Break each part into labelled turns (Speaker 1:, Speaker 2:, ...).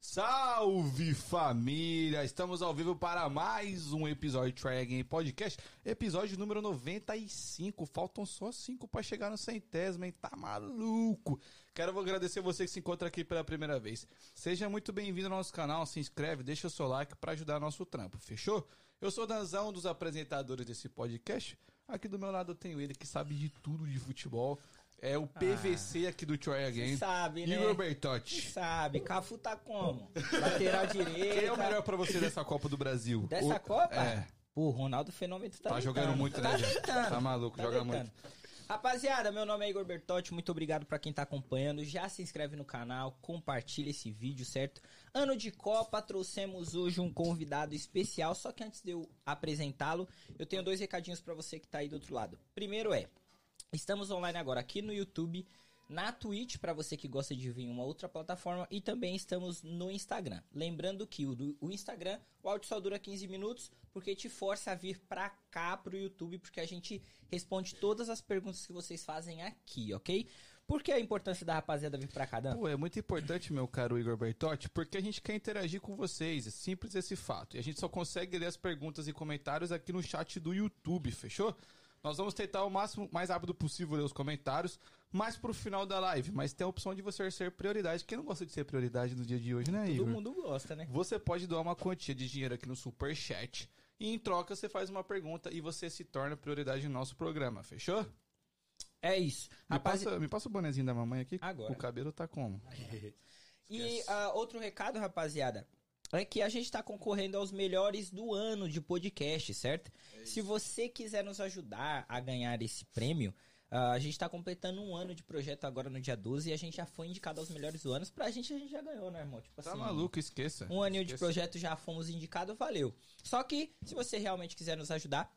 Speaker 1: Salve família! Estamos ao vivo para mais um episódio de Try Again Podcast, episódio número 95. Faltam só 5 para chegar no centésimo, hein? Tá maluco! Quero agradecer você que se encontra aqui pela primeira vez. Seja muito bem-vindo ao nosso canal, se inscreve, deixa o seu like para ajudar nosso trampo, fechou? Eu sou o Danzão, um dos apresentadores desse podcast. Aqui do meu lado eu tenho ele que sabe de tudo de futebol. É o PVC aqui do Troy Again.
Speaker 2: Ah. Sabe, né?
Speaker 1: Igor Bertotti.
Speaker 2: Sabe, Cafu tá como? Lateral direito.
Speaker 1: Quem é o melhor pra você dessa Copa do Brasil?
Speaker 2: Dessa
Speaker 1: O-
Speaker 2: Copa?
Speaker 1: É.
Speaker 2: Pô, Ronaldo Fenômeno tá,
Speaker 1: Tá
Speaker 2: deitando.
Speaker 1: jogando muito, né,
Speaker 2: Tá
Speaker 1: gente?
Speaker 2: deitando.
Speaker 1: Tá maluco,
Speaker 2: Tá
Speaker 1: joga
Speaker 2: deitando.
Speaker 1: muito.
Speaker 2: Rapaziada, meu nome é Igor Bertotti, muito obrigado pra quem tá acompanhando. Já se inscreve no canal, compartilha esse vídeo, certo? Ano de Copa, trouxemos hoje um convidado especial, só que antes de eu apresentá-lo, eu tenho dois recadinhos pra você que tá aí do outro lado. Primeiro é, estamos online agora aqui no YouTube, na Twitch pra você que gosta de vir em uma outra plataforma e também estamos no Instagram. Lembrando que o, do- o Instagram, o áudio só dura 15 minutos porque te força a vir pra cá pro YouTube porque a gente responde todas as perguntas que vocês fazem aqui, ok? Por que a importância da rapaziada vir pra cá, Dan?
Speaker 1: Pô, é muito importante, meu caro Igor Bertotti, porque a gente quer interagir com vocês. É simples esse fato. E a gente só consegue ler as perguntas e comentários aqui no chat do YouTube, fechou? Nós vamos tentar o máximo, mais rápido possível ler os comentários, mas pro final da live. Mas tem a opção de você ser prioridade. Quem não gosta de ser prioridade no dia de hoje, né, Igor?
Speaker 2: Todo mundo gosta, né?
Speaker 1: Você pode doar uma quantia de dinheiro aqui no Superchat. E em troca, você faz uma pergunta e você se torna prioridade no nosso programa, fechou?
Speaker 2: É isso.
Speaker 1: Me
Speaker 2: Rapazi-
Speaker 1: passa, me passa o bonezinho da mamãe aqui.
Speaker 2: Agora. Assim.
Speaker 1: O cabelo tá como?
Speaker 2: E ah, outro recado, rapaziada, é que a gente está concorrendo aos melhores do ano de podcast, certo?
Speaker 1: É
Speaker 2: Se você quiser nos ajudar a ganhar esse prêmio, ah, a gente está completando um ano de projeto agora no dia 12 e a gente já foi indicado aos melhores do ano. Pra gente, a gente já ganhou, né, irmão? Tipo
Speaker 1: Tá
Speaker 2: assim,
Speaker 1: maluco, esqueça.
Speaker 2: Um aninho de
Speaker 1: Esqueça.
Speaker 2: projeto já fomos indicados, valeu. Só que, se você realmente quiser nos ajudar,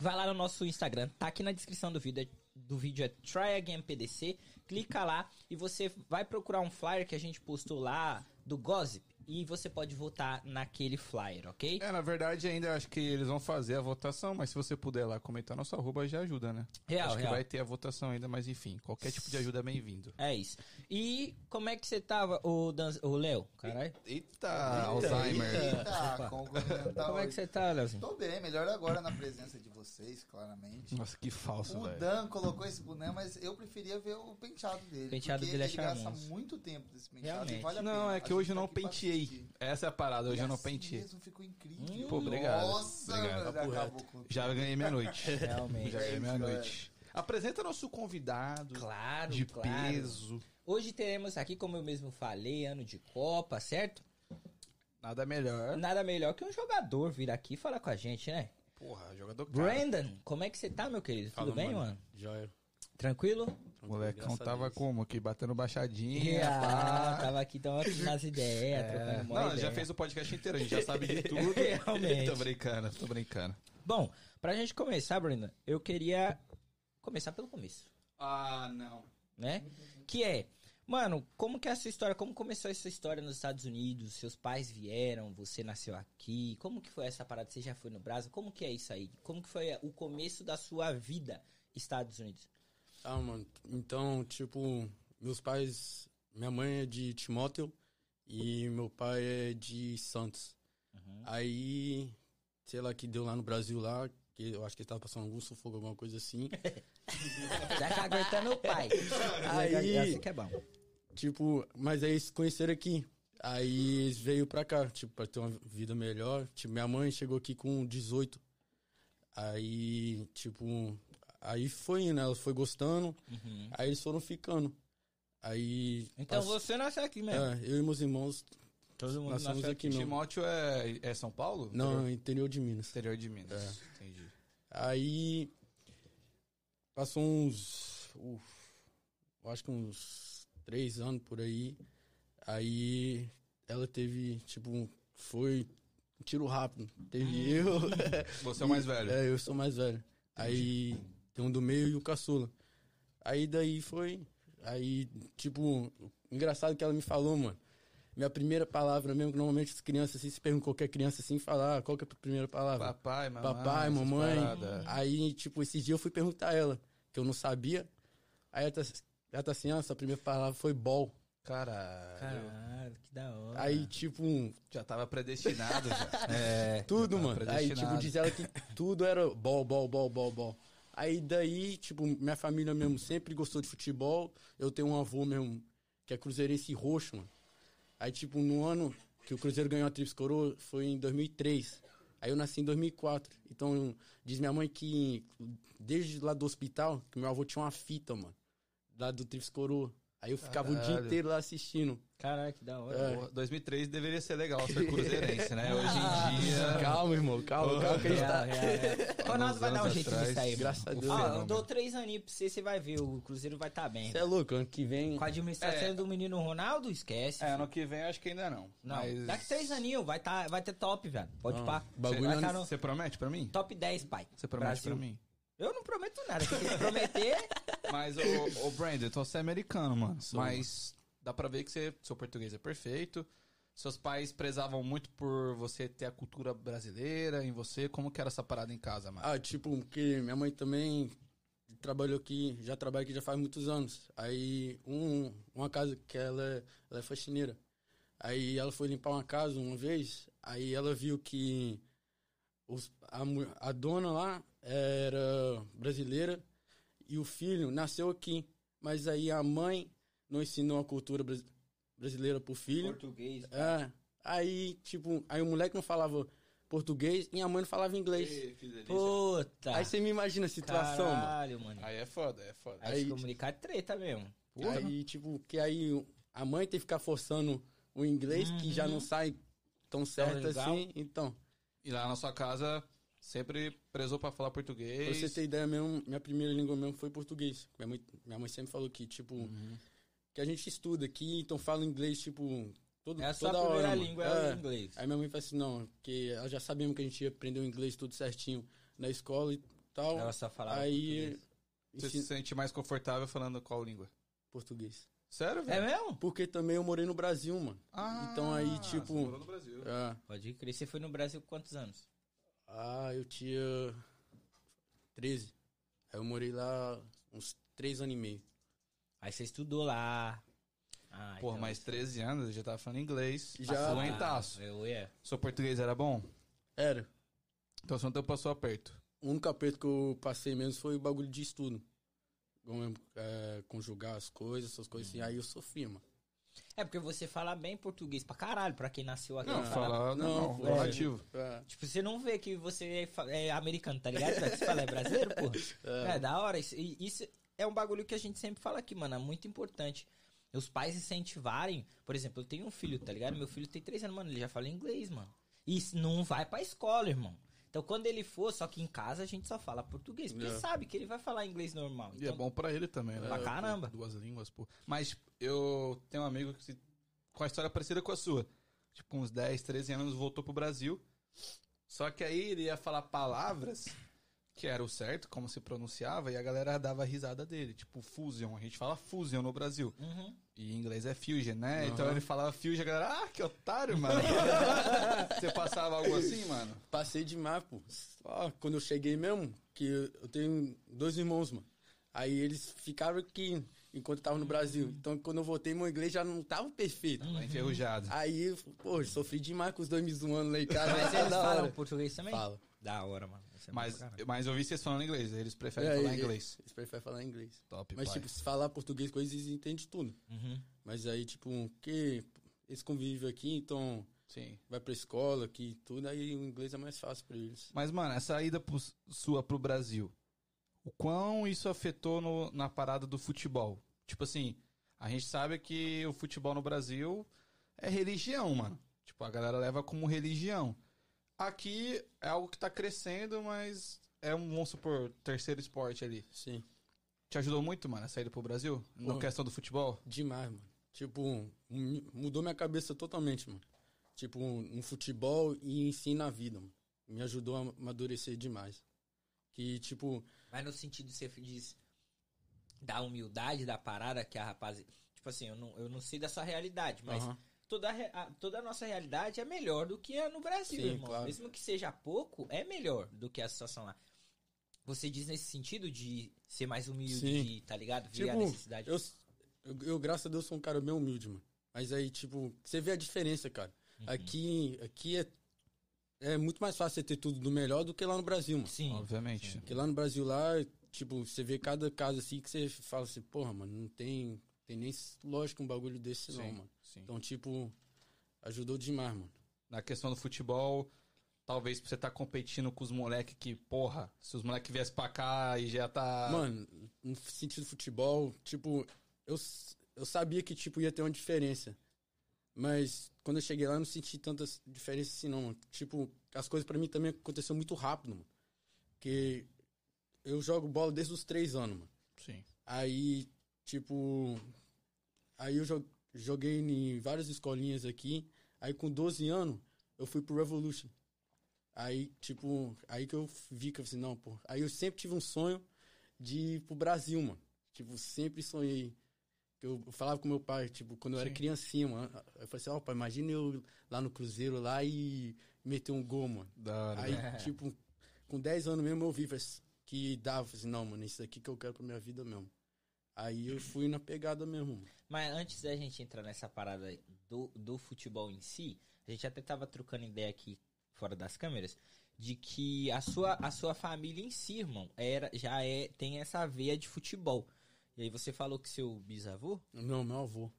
Speaker 2: vai lá no nosso Instagram, tá aqui na descrição do vídeo, do vídeo é TryAgainPDC, clica lá e você vai procurar um flyer que a gente postou lá do Gossip e você pode votar naquele flyer, ok?
Speaker 1: É, na verdade, ainda acho que eles vão fazer a votação, mas se você puder lá comentar nosso arroba, já ajuda, né?
Speaker 2: Real,
Speaker 1: acho que
Speaker 2: real.
Speaker 1: vai ter a votação ainda, mas enfim, qualquer tipo de ajuda é bem-vindo.
Speaker 2: É isso. E como é que você tava, o Dan- o Léo? Caralho.
Speaker 1: Eita, Alzheimer.
Speaker 3: Eita, conglomerado.
Speaker 2: Como é que você tá, Léozinho?
Speaker 3: Tô bem, melhor agora na presença de vocês, claramente.
Speaker 1: Nossa, que falso,
Speaker 3: O
Speaker 1: velho.
Speaker 3: Dan colocou esse boné, mas eu preferia ver o penteado dele.
Speaker 2: O penteado
Speaker 3: porque
Speaker 2: dele é
Speaker 3: ele gasta
Speaker 2: charmoso.
Speaker 3: muito tempo desse penteado.
Speaker 2: Realmente.
Speaker 3: E vale a
Speaker 1: Não,
Speaker 3: pena.
Speaker 1: é
Speaker 3: A
Speaker 1: que
Speaker 3: gente
Speaker 1: hoje eu
Speaker 3: tá
Speaker 1: não
Speaker 3: aqui pra
Speaker 1: penteei.
Speaker 3: assistir.
Speaker 1: Essa é a parada, hoje eu
Speaker 3: E
Speaker 1: não
Speaker 3: assim
Speaker 1: penteei. Hum,
Speaker 3: mesmo ficou incrível.
Speaker 1: Pô, obrigado,
Speaker 3: Nossa,
Speaker 1: obrigado.
Speaker 3: velho,
Speaker 4: Papo
Speaker 3: acabou com
Speaker 1: Já ganhei minha noite.
Speaker 2: Realmente.
Speaker 1: Já é ganhei minha
Speaker 3: Isso,
Speaker 1: noite. Apresenta nosso convidado
Speaker 2: Claro,
Speaker 1: de
Speaker 2: claro.
Speaker 1: peso.
Speaker 2: Hoje teremos aqui, como eu mesmo falei, ano de Copa, certo?
Speaker 1: Nada melhor.
Speaker 2: Nada melhor que um jogador vir aqui e falar com a gente, né?
Speaker 1: Porra, jogador
Speaker 2: Brandon, como é que você tá, meu querido?
Speaker 4: Fala,
Speaker 2: Tudo bem, mano?
Speaker 4: mano. Joia.
Speaker 2: Tranquilo?
Speaker 1: O molecão
Speaker 4: Graças a
Speaker 1: tava
Speaker 4: Deus.
Speaker 1: como aqui, batendo baixadinha.
Speaker 2: Yeah,
Speaker 1: pá.
Speaker 2: tava aqui dando umas ideias, trocando uma
Speaker 1: É. Não,
Speaker 2: ideia.
Speaker 1: já fez o podcast inteiro, a gente já sabe de tudo.
Speaker 2: Realmente.
Speaker 1: Tô brincando, tô brincando.
Speaker 2: Bom, pra gente começar, Brandon, eu queria começar pelo começo,
Speaker 1: Ah, não.
Speaker 2: né? Que é, mano, como que é a sua história? Como começou a sua história nos Estados Unidos? Seus pais vieram, você nasceu aqui. Como que foi essa parada? Você já foi no Brasil? Como que é isso aí? Como que foi o começo da sua vida, Estados Unidos?
Speaker 4: Tá, mano. Então, tipo, meus pais. Minha mãe é de Timóteo e meu pai é de Santos. Aí, sei lá, que deu lá no Brasil lá, que eu acho que ele tava passando algum sufoco, alguma coisa assim.
Speaker 2: Já tá aguentando o pai.
Speaker 4: Aí-
Speaker 2: É assim que é bom.
Speaker 4: tipo, mas aí eles se conheceram aqui. Aí eles veio pra cá, tipo, pra ter uma vida melhor. Tipo, minha mãe chegou aqui com 18. Aí, tipo, aí foi indo, ela foi gostando. Aí eles foram ficando. Aí.
Speaker 2: Então
Speaker 4: pass-
Speaker 2: você nasceu aqui mesmo. Tipo,
Speaker 4: É, eu e meus irmãos
Speaker 2: Todo mundo
Speaker 4: nascemos
Speaker 2: nasceu
Speaker 4: aqui, mesmo.
Speaker 1: Timóteo é, é São Paulo?
Speaker 4: Não, É.
Speaker 1: Interior-
Speaker 4: interior de Minas.
Speaker 1: Interior de Minas. Entendi.
Speaker 4: Aí passou uns. uf, eu acho que uns três anos por aí. Aí ela teve, tipo, um- foi um tiro rápido. Teve
Speaker 2: Hum.
Speaker 4: eu.
Speaker 1: Você é o mais
Speaker 4: e-
Speaker 1: velho.
Speaker 4: É, eu sou mais velho. Aí tem um do meio e o caçula. Aí daí foi. Aí, tipo, engraçado que ela me falou, mano. Minha primeira palavra mesmo, que normalmente as crianças assim, se perguntam qualquer criança assim, falar, qual que é a primeira palavra?
Speaker 1: Papai, mamãe.
Speaker 4: Papai,
Speaker 1: essas
Speaker 4: mamãe.
Speaker 1: paradas.
Speaker 4: Aí, tipo, esse dia eu fui perguntar a ela, que eu não sabia. Aí ela tá, ela tá assim, ah, sua primeira palavra foi bol.
Speaker 1: Caralho.
Speaker 2: Caralho, que da hora.
Speaker 1: Ah.
Speaker 4: Aí, tipo,
Speaker 1: Já tava predestinado. já. É.
Speaker 4: tudo,
Speaker 1: já tava
Speaker 4: mano. Aí, tipo,
Speaker 1: predestinado.
Speaker 4: diz ela que tudo era bol, bol, bol, bol, bol. Aí daí, tipo, minha família mesmo sempre gostou de futebol. Eu tenho um avô mesmo, que é cruzeirense roxo, mano. Aí, tipo, no ano que o Cruzeiro ganhou a Trips Coroa foi em 2003. Aí eu nasci em 2004. Então, diz minha mãe que desde lá do hospital, que meu avô tinha uma fita, mano. Lá do Trips Coroa. Aí eu ficava o
Speaker 1: Caralho.
Speaker 4: dia inteiro lá assistindo.
Speaker 2: Caralho, que da hora.
Speaker 4: É.
Speaker 1: Porra, 2003 deveria ser legal ser cruzeirense, né? Hoje
Speaker 2: Ah,
Speaker 1: em dia.
Speaker 4: Calma, irmão, calma, calma que a gente
Speaker 1: É.
Speaker 2: Real,
Speaker 4: tá...
Speaker 2: real, real. Ronaldo vai dar um
Speaker 1: anos
Speaker 2: jeito
Speaker 1: atrás,
Speaker 2: disso aí, mano.
Speaker 4: Graças a Deus.
Speaker 2: Ó, Ah,
Speaker 1: né,
Speaker 2: eu dou três aninhos pra você, você vai ver, o Cruzeiro vai tá bem.
Speaker 4: Você é louco, ano que vem.
Speaker 2: Com a administração
Speaker 1: É.
Speaker 2: do menino Ronaldo, esquece.
Speaker 1: É,
Speaker 2: filho.
Speaker 1: ano que vem eu acho que ainda não.
Speaker 2: Não,
Speaker 1: mas-
Speaker 2: daqui três aninhos vai, tá, vai ter top, velho. Pode
Speaker 4: Não,
Speaker 2: pá.
Speaker 4: bagulho
Speaker 1: Cê-
Speaker 2: vai tá no
Speaker 1: Você promete pra mim?
Speaker 2: top 10, pai.
Speaker 1: Você promete
Speaker 2: Brasil.
Speaker 1: pra mim?
Speaker 2: Eu não prometo nada, se eu prometer...
Speaker 1: Mas, ô, ô Brandon, então você é americano, mano.
Speaker 4: Sou,
Speaker 1: mas dá pra ver que você, seu português é perfeito. Seus pais prezavam muito por você ter a cultura brasileira em você. Como que era essa parada em casa, mano?
Speaker 4: Ah, tipo, porque minha mãe também trabalhou aqui, já trabalha aqui já faz muitos anos. Aí, um, uma casa que ela, é- ela é faxineira. Aí ela foi limpar uma casa uma vez, aí ela viu que os- a, mu- a dona lá era brasileira e o filho nasceu aqui. Mas aí a mãe não ensinou a cultura bras- brasileira pro filho.
Speaker 2: Português.
Speaker 4: É, aí, tipo, aí o moleque não falava português e a mãe não falava inglês.
Speaker 2: Puta.
Speaker 4: Aí você me imagina a situação, mano.
Speaker 2: Caralho, mano.
Speaker 1: Aí é foda, é foda.
Speaker 2: Aí,
Speaker 4: aí-
Speaker 2: se comunicar é treta mesmo. Porra.
Speaker 4: Aí, tipo, que aí a mãe tem que ficar forçando o inglês, que já não sai tão certo
Speaker 2: Uhum. legal.
Speaker 4: assim. Então,
Speaker 1: E lá na sua casa, sempre prezou pra falar
Speaker 4: pra
Speaker 1: português.
Speaker 4: você ter ideia mesmo, minha primeira língua mesmo foi português. Minha mãe, minha mãe sempre falou que, tipo,
Speaker 2: Uhum.
Speaker 4: que a gente estuda aqui, então fala inglês, tipo, todo,
Speaker 2: É a sua
Speaker 4: toda hora.
Speaker 2: primeira
Speaker 4: mano.
Speaker 2: língua, é
Speaker 4: É.
Speaker 2: o inglês.
Speaker 4: Aí minha mãe falou assim, não, porque ela já sabia mesmo que a gente ia aprender o inglês tudo certinho na escola e tal.
Speaker 2: Ela só falava
Speaker 4: aí,
Speaker 1: Você se
Speaker 4: ensina
Speaker 1: sente mais confortável falando qual língua?
Speaker 4: português.
Speaker 1: Sério,
Speaker 2: português. É
Speaker 1: velho?
Speaker 2: mesmo?
Speaker 4: Porque também eu morei no Brasil, mano. então aí, tipo-
Speaker 1: você morou no Brasil.
Speaker 4: É.
Speaker 2: Pode crer. Você foi no Brasil com quantos anos?
Speaker 4: Ah, eu tinha 13. Aí eu morei lá uns 3 anos e meio.
Speaker 2: Aí você estudou lá. Ah,
Speaker 1: Porra,
Speaker 2: então-
Speaker 1: mais 13 anos, eu já tava falando inglês.
Speaker 4: Já.
Speaker 2: Ah,
Speaker 1: Fluentaço.
Speaker 2: Eu ia.
Speaker 1: Seu português era bom?
Speaker 4: Era.
Speaker 1: Então você não passou aperto.
Speaker 4: O único aperto que eu passei mesmo foi o bagulho de estudo. Como, é, conjugar as coisas, essas coisas assim. Aí eu sofri, mano.
Speaker 2: É porque você fala bem português pra caralho, pra quem nasceu aqui.
Speaker 1: Não,
Speaker 2: Fala-
Speaker 1: falar não,
Speaker 4: não,
Speaker 1: não,
Speaker 4: é.
Speaker 1: relativo.
Speaker 4: É.
Speaker 2: Tipo, você não vê que você é fa- é, americano, tá ligado? velho? Você fala, é brasileiro, porra. É, da hora. Isso, e isso é um bagulho que a gente sempre fala aqui, mano. É muito importante. Os pais incentivarem. Por exemplo, eu tenho um filho, tá ligado? Meu filho tem três anos, mano. Ele já fala inglês, mano. E isso não vai pra escola, irmão. Então, quando ele for, só que em casa a gente só fala português. Porque
Speaker 4: É.
Speaker 2: sabe que ele vai falar inglês normal.
Speaker 1: E é
Speaker 2: Então,
Speaker 1: bom pra ele também, né?
Speaker 2: Pra caramba.
Speaker 1: Duas línguas, pô. Mas eu tenho um amigo que, se- com a história parecida com a sua. Tipo, com uns 10, 13 anos, voltou pro Brasil. Só que aí ele ia falar palavras que era o certo, como se pronunciava, e a galera dava risada dele. Tipo, fusion. A gente fala fusion no Brasil.
Speaker 2: uhum.
Speaker 1: E em inglês é fusion, né? Então
Speaker 4: Aham.
Speaker 1: ele falava fusion, a galera, ah, que otário, mano. Você passava algo assim, mano?
Speaker 4: Passei demais, pô. Só quando eu cheguei mesmo, que eu eu tenho dois irmãos, mano. Aí eles ficaram aqui enquanto eu tava no Brasil. Então quando eu voltei, meu inglês já não tava perfeito.
Speaker 1: Tá enferrujado.
Speaker 2: Ah,
Speaker 4: Aí, pô, eu sofri demais com os dois me zoando lá em casa.
Speaker 2: Mas eles
Speaker 4: Da hora.
Speaker 2: falam português também?
Speaker 4: Falam.
Speaker 2: Da hora, mano. Isso é bom
Speaker 1: Mas,
Speaker 2: pra caralho.
Speaker 1: mas eu vi vocês falando inglês, eles preferem
Speaker 4: É,
Speaker 1: falar
Speaker 4: e-
Speaker 1: inglês.
Speaker 4: Eles preferem falar inglês.
Speaker 1: Top,
Speaker 4: Mas,
Speaker 1: pai.
Speaker 4: tipo, se falar português, coisas, eles entendem tudo.
Speaker 2: Uhum.
Speaker 4: Mas aí, tipo, que eles convivem aqui, então
Speaker 1: Sim.
Speaker 4: vai pra escola aqui e tudo, aí o inglês é mais fácil pra eles.
Speaker 1: Mas, mano, essa ida pro- sua pro Brasil, o quão isso afetou no- na parada do futebol? Tipo assim, a gente sabe que o futebol no Brasil é religião, mano. Tipo, a galera leva como religião. Aqui é algo que tá crescendo, mas é um, vamos supor, terceiro esporte ali.
Speaker 4: Sim.
Speaker 1: Te ajudou muito, mano, essa ida pro Brasil? Na
Speaker 4: Pô.
Speaker 1: questão do futebol?
Speaker 4: Demais, mano. Tipo, mu- mudou minha cabeça totalmente, mano. Tipo, no futebol e em si na vida, mano. Me ajudou a amadurecer demais. Que, tipo,
Speaker 2: Mas no sentido de você diz da humildade da parada que a rapaziada. Tipo assim, eu não, eu não sei da sua realidade, mas
Speaker 4: aham,
Speaker 2: toda, a, re- a- toda a nossa realidade é melhor do que a no Brasil,
Speaker 4: Sim,
Speaker 2: irmão.
Speaker 4: claro.
Speaker 2: Mesmo que seja pouco, é melhor do que a situação lá. Você diz nesse sentido de ser mais humilde,
Speaker 4: Sim.
Speaker 2: de, tá ligado? Ver a
Speaker 4: Tipo,
Speaker 2: necessidade.
Speaker 4: eu, eu, eu, graças a Deus, sou um cara bem humilde, mano. Mas aí, tipo, você vê a diferença, cara.
Speaker 2: Uhum.
Speaker 4: Aqui, aqui é, é muito mais fácil você ter tudo do melhor do que lá no Brasil, mano.
Speaker 2: Sim.
Speaker 1: Obviamente.
Speaker 4: Porque lá no Brasil, lá, tipo, você vê cada caso assim que você fala assim, porra, mano, não tem, tem nem lógica um bagulho desse, não, mano.
Speaker 1: sim.
Speaker 4: Então, tipo, ajudou demais, mano.
Speaker 1: na questão do futebol, talvez você tá competindo com os moleques que, porra, se os moleques viessem pra cá e já tá.
Speaker 4: Mano, no sentido futebol, tipo, eu, s- eu sabia que, tipo, ia ter uma diferença. Mas quando eu cheguei lá, eu não senti tanta s- diferença assim, não, mano. Tipo, as coisas pra mim também aconteceram muito rápido, mano. Porque eu jogo bola desde os três anos, mano.
Speaker 1: Sim.
Speaker 4: Aí, tipo. Aí eu jo- joguei em várias escolinhas aqui. Aí com 12 anos, eu fui pro Revolution. Aí, tipo, aí que eu vi que eu falei, não, pô. Aí eu sempre tive um sonho de ir pro Brasil, mano. Tipo, sempre sonhei. Que Eu falava com meu pai, tipo, quando eu era
Speaker 1: Sim.
Speaker 4: criancinha, mano. Eu falei assim, ó, pai, imagina eu lá no Cruzeiro lá e meter um gol, mano.
Speaker 1: Da hora.
Speaker 4: Aí,
Speaker 1: né?
Speaker 4: tipo, com 10 anos mesmo eu vi falei assim, que dava, falei assim, não, mano, isso daqui que eu quero pra minha vida mesmo. Aí eu fui na pegada mesmo. mano.
Speaker 2: Mas antes da gente entrar nessa parada do, do futebol em si, a gente até tava trocando ideia aqui fora das câmeras de que a sua, a sua família em si, irmão, era, já é tem essa veia de futebol. E aí você falou que seu bisavô,
Speaker 4: Não, meu avô.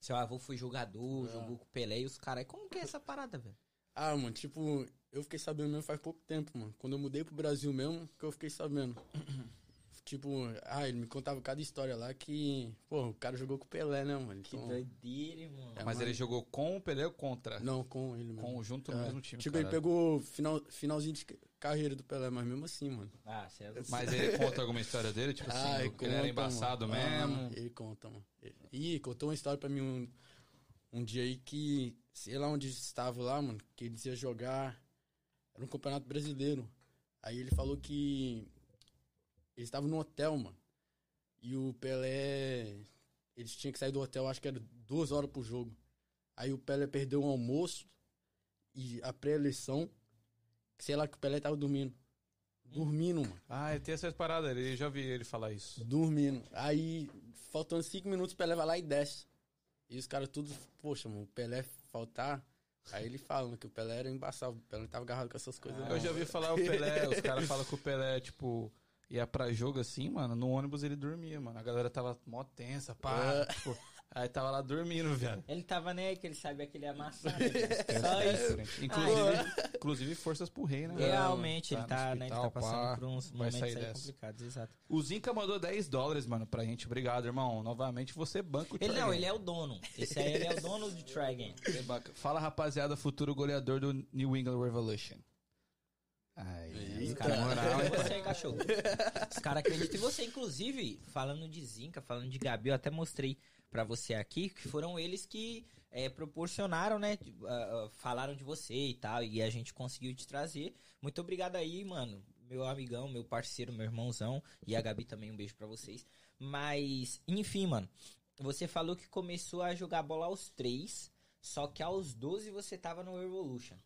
Speaker 2: seu avô foi jogador,
Speaker 1: Ah.
Speaker 4: É.
Speaker 2: jogou com o Pelé e os caras. Como que é essa parada, velho?
Speaker 4: Ah, mano, tipo, eu fiquei sabendo mesmo faz pouco tempo, mano. Quando eu mudei pro Brasil mesmo, que eu fiquei sabendo. tipo, ah, ele me contava cada história lá que, pô, o cara jogou com o Pelé, né, mano?
Speaker 2: Que
Speaker 4: Então,
Speaker 2: doideira, irmão.
Speaker 4: É,
Speaker 1: Mas ele
Speaker 4: mano.
Speaker 1: jogou com o Pelé ou contra?
Speaker 4: Não, com ele mesmo.
Speaker 1: Com, junto no
Speaker 4: É.
Speaker 1: mesmo time.
Speaker 4: tipo, ele
Speaker 1: caralho.
Speaker 4: pegou final, finalzinho de ca- carreira do Pelé, mas mesmo assim, mano.
Speaker 2: Ah, você é louco.
Speaker 1: Mas ele conta alguma história dele, tipo assim,
Speaker 4: ele
Speaker 1: o que ele era
Speaker 4: conta,
Speaker 1: embaçado
Speaker 4: mano. Ah,
Speaker 1: mesmo.
Speaker 4: ele conta, mano. Ih, contou uma história pra mim um, um dia aí que, sei lá onde estava lá, mano, que eles iam jogar. Era um campeonato brasileiro. Aí ele falou que. Eles estavam no hotel, mano. E o Pelé. Eles tinham que sair do hotel, acho que era duas horas pro jogo. Aí o Pelé perdeu o almoço e a pré-eleição. Sei lá que o Pelé tava dormindo. Dormindo, mano.
Speaker 1: Ah, ele tem essas paradas, ele já vi ele falar isso.
Speaker 4: Dormindo. Aí, faltando cinco minutos, o Pelé vai lá e desce. E os caras tudo, poxa, mano, o Pelé faltar. Aí ele fala que o Pelé era embaçado, o Pelé não tava agarrado com essas coisas. não.
Speaker 1: Eu já vi falar o Pelé, os caras falam que o Pelé, tipo, ia pra jogo assim, mano, no ônibus ele dormia, mano. A galera tava mó tensa,
Speaker 4: É.
Speaker 1: pá. tipo, aí tava lá dormindo, velho.
Speaker 2: Ele tava nem aí que ele sabe aquele amassado.
Speaker 1: É,
Speaker 2: Só isso.
Speaker 1: Inclusive, inclusive forças pro rei, né?
Speaker 2: Realmente, ele
Speaker 1: Tá no
Speaker 2: tá, né, ele tá
Speaker 1: hospital, pá,
Speaker 2: passando por uns
Speaker 1: vai
Speaker 2: momentos
Speaker 1: sair
Speaker 2: aí
Speaker 1: dessa.
Speaker 2: complicados, exato.
Speaker 1: O Zinca mandou 10 dólares, mano, pra gente. Obrigado, irmão. Novamente, você banca o
Speaker 2: Ele não,
Speaker 1: Tragan.
Speaker 2: ele é o dono. Esse aí ele é o dono de Dragon.
Speaker 1: Você banca. é Fala, rapaziada, futuro goleador do New England Revolution. Aí,
Speaker 2: Os
Speaker 1: os
Speaker 4: Eita.
Speaker 1: caras
Speaker 2: caras
Speaker 1: moral,
Speaker 2: acreditam
Speaker 1: hein?
Speaker 2: em você, hein, cachorro. Os caras acreditam em você. Inclusive, falando de Zinca, falando de Gabi, eu até mostrei pra você aqui que foram eles que eh, proporcionaram, né? de- ah, ah, falaram de você e tal. E a gente conseguiu te trazer. Muito obrigado aí, mano. Meu amigão, meu parceiro, meu irmãozão. E a Gabi também, um beijo pra vocês. Mas, enfim, mano. Você falou que começou a jogar bola aos três, só que aos 12 você tava no Evolution.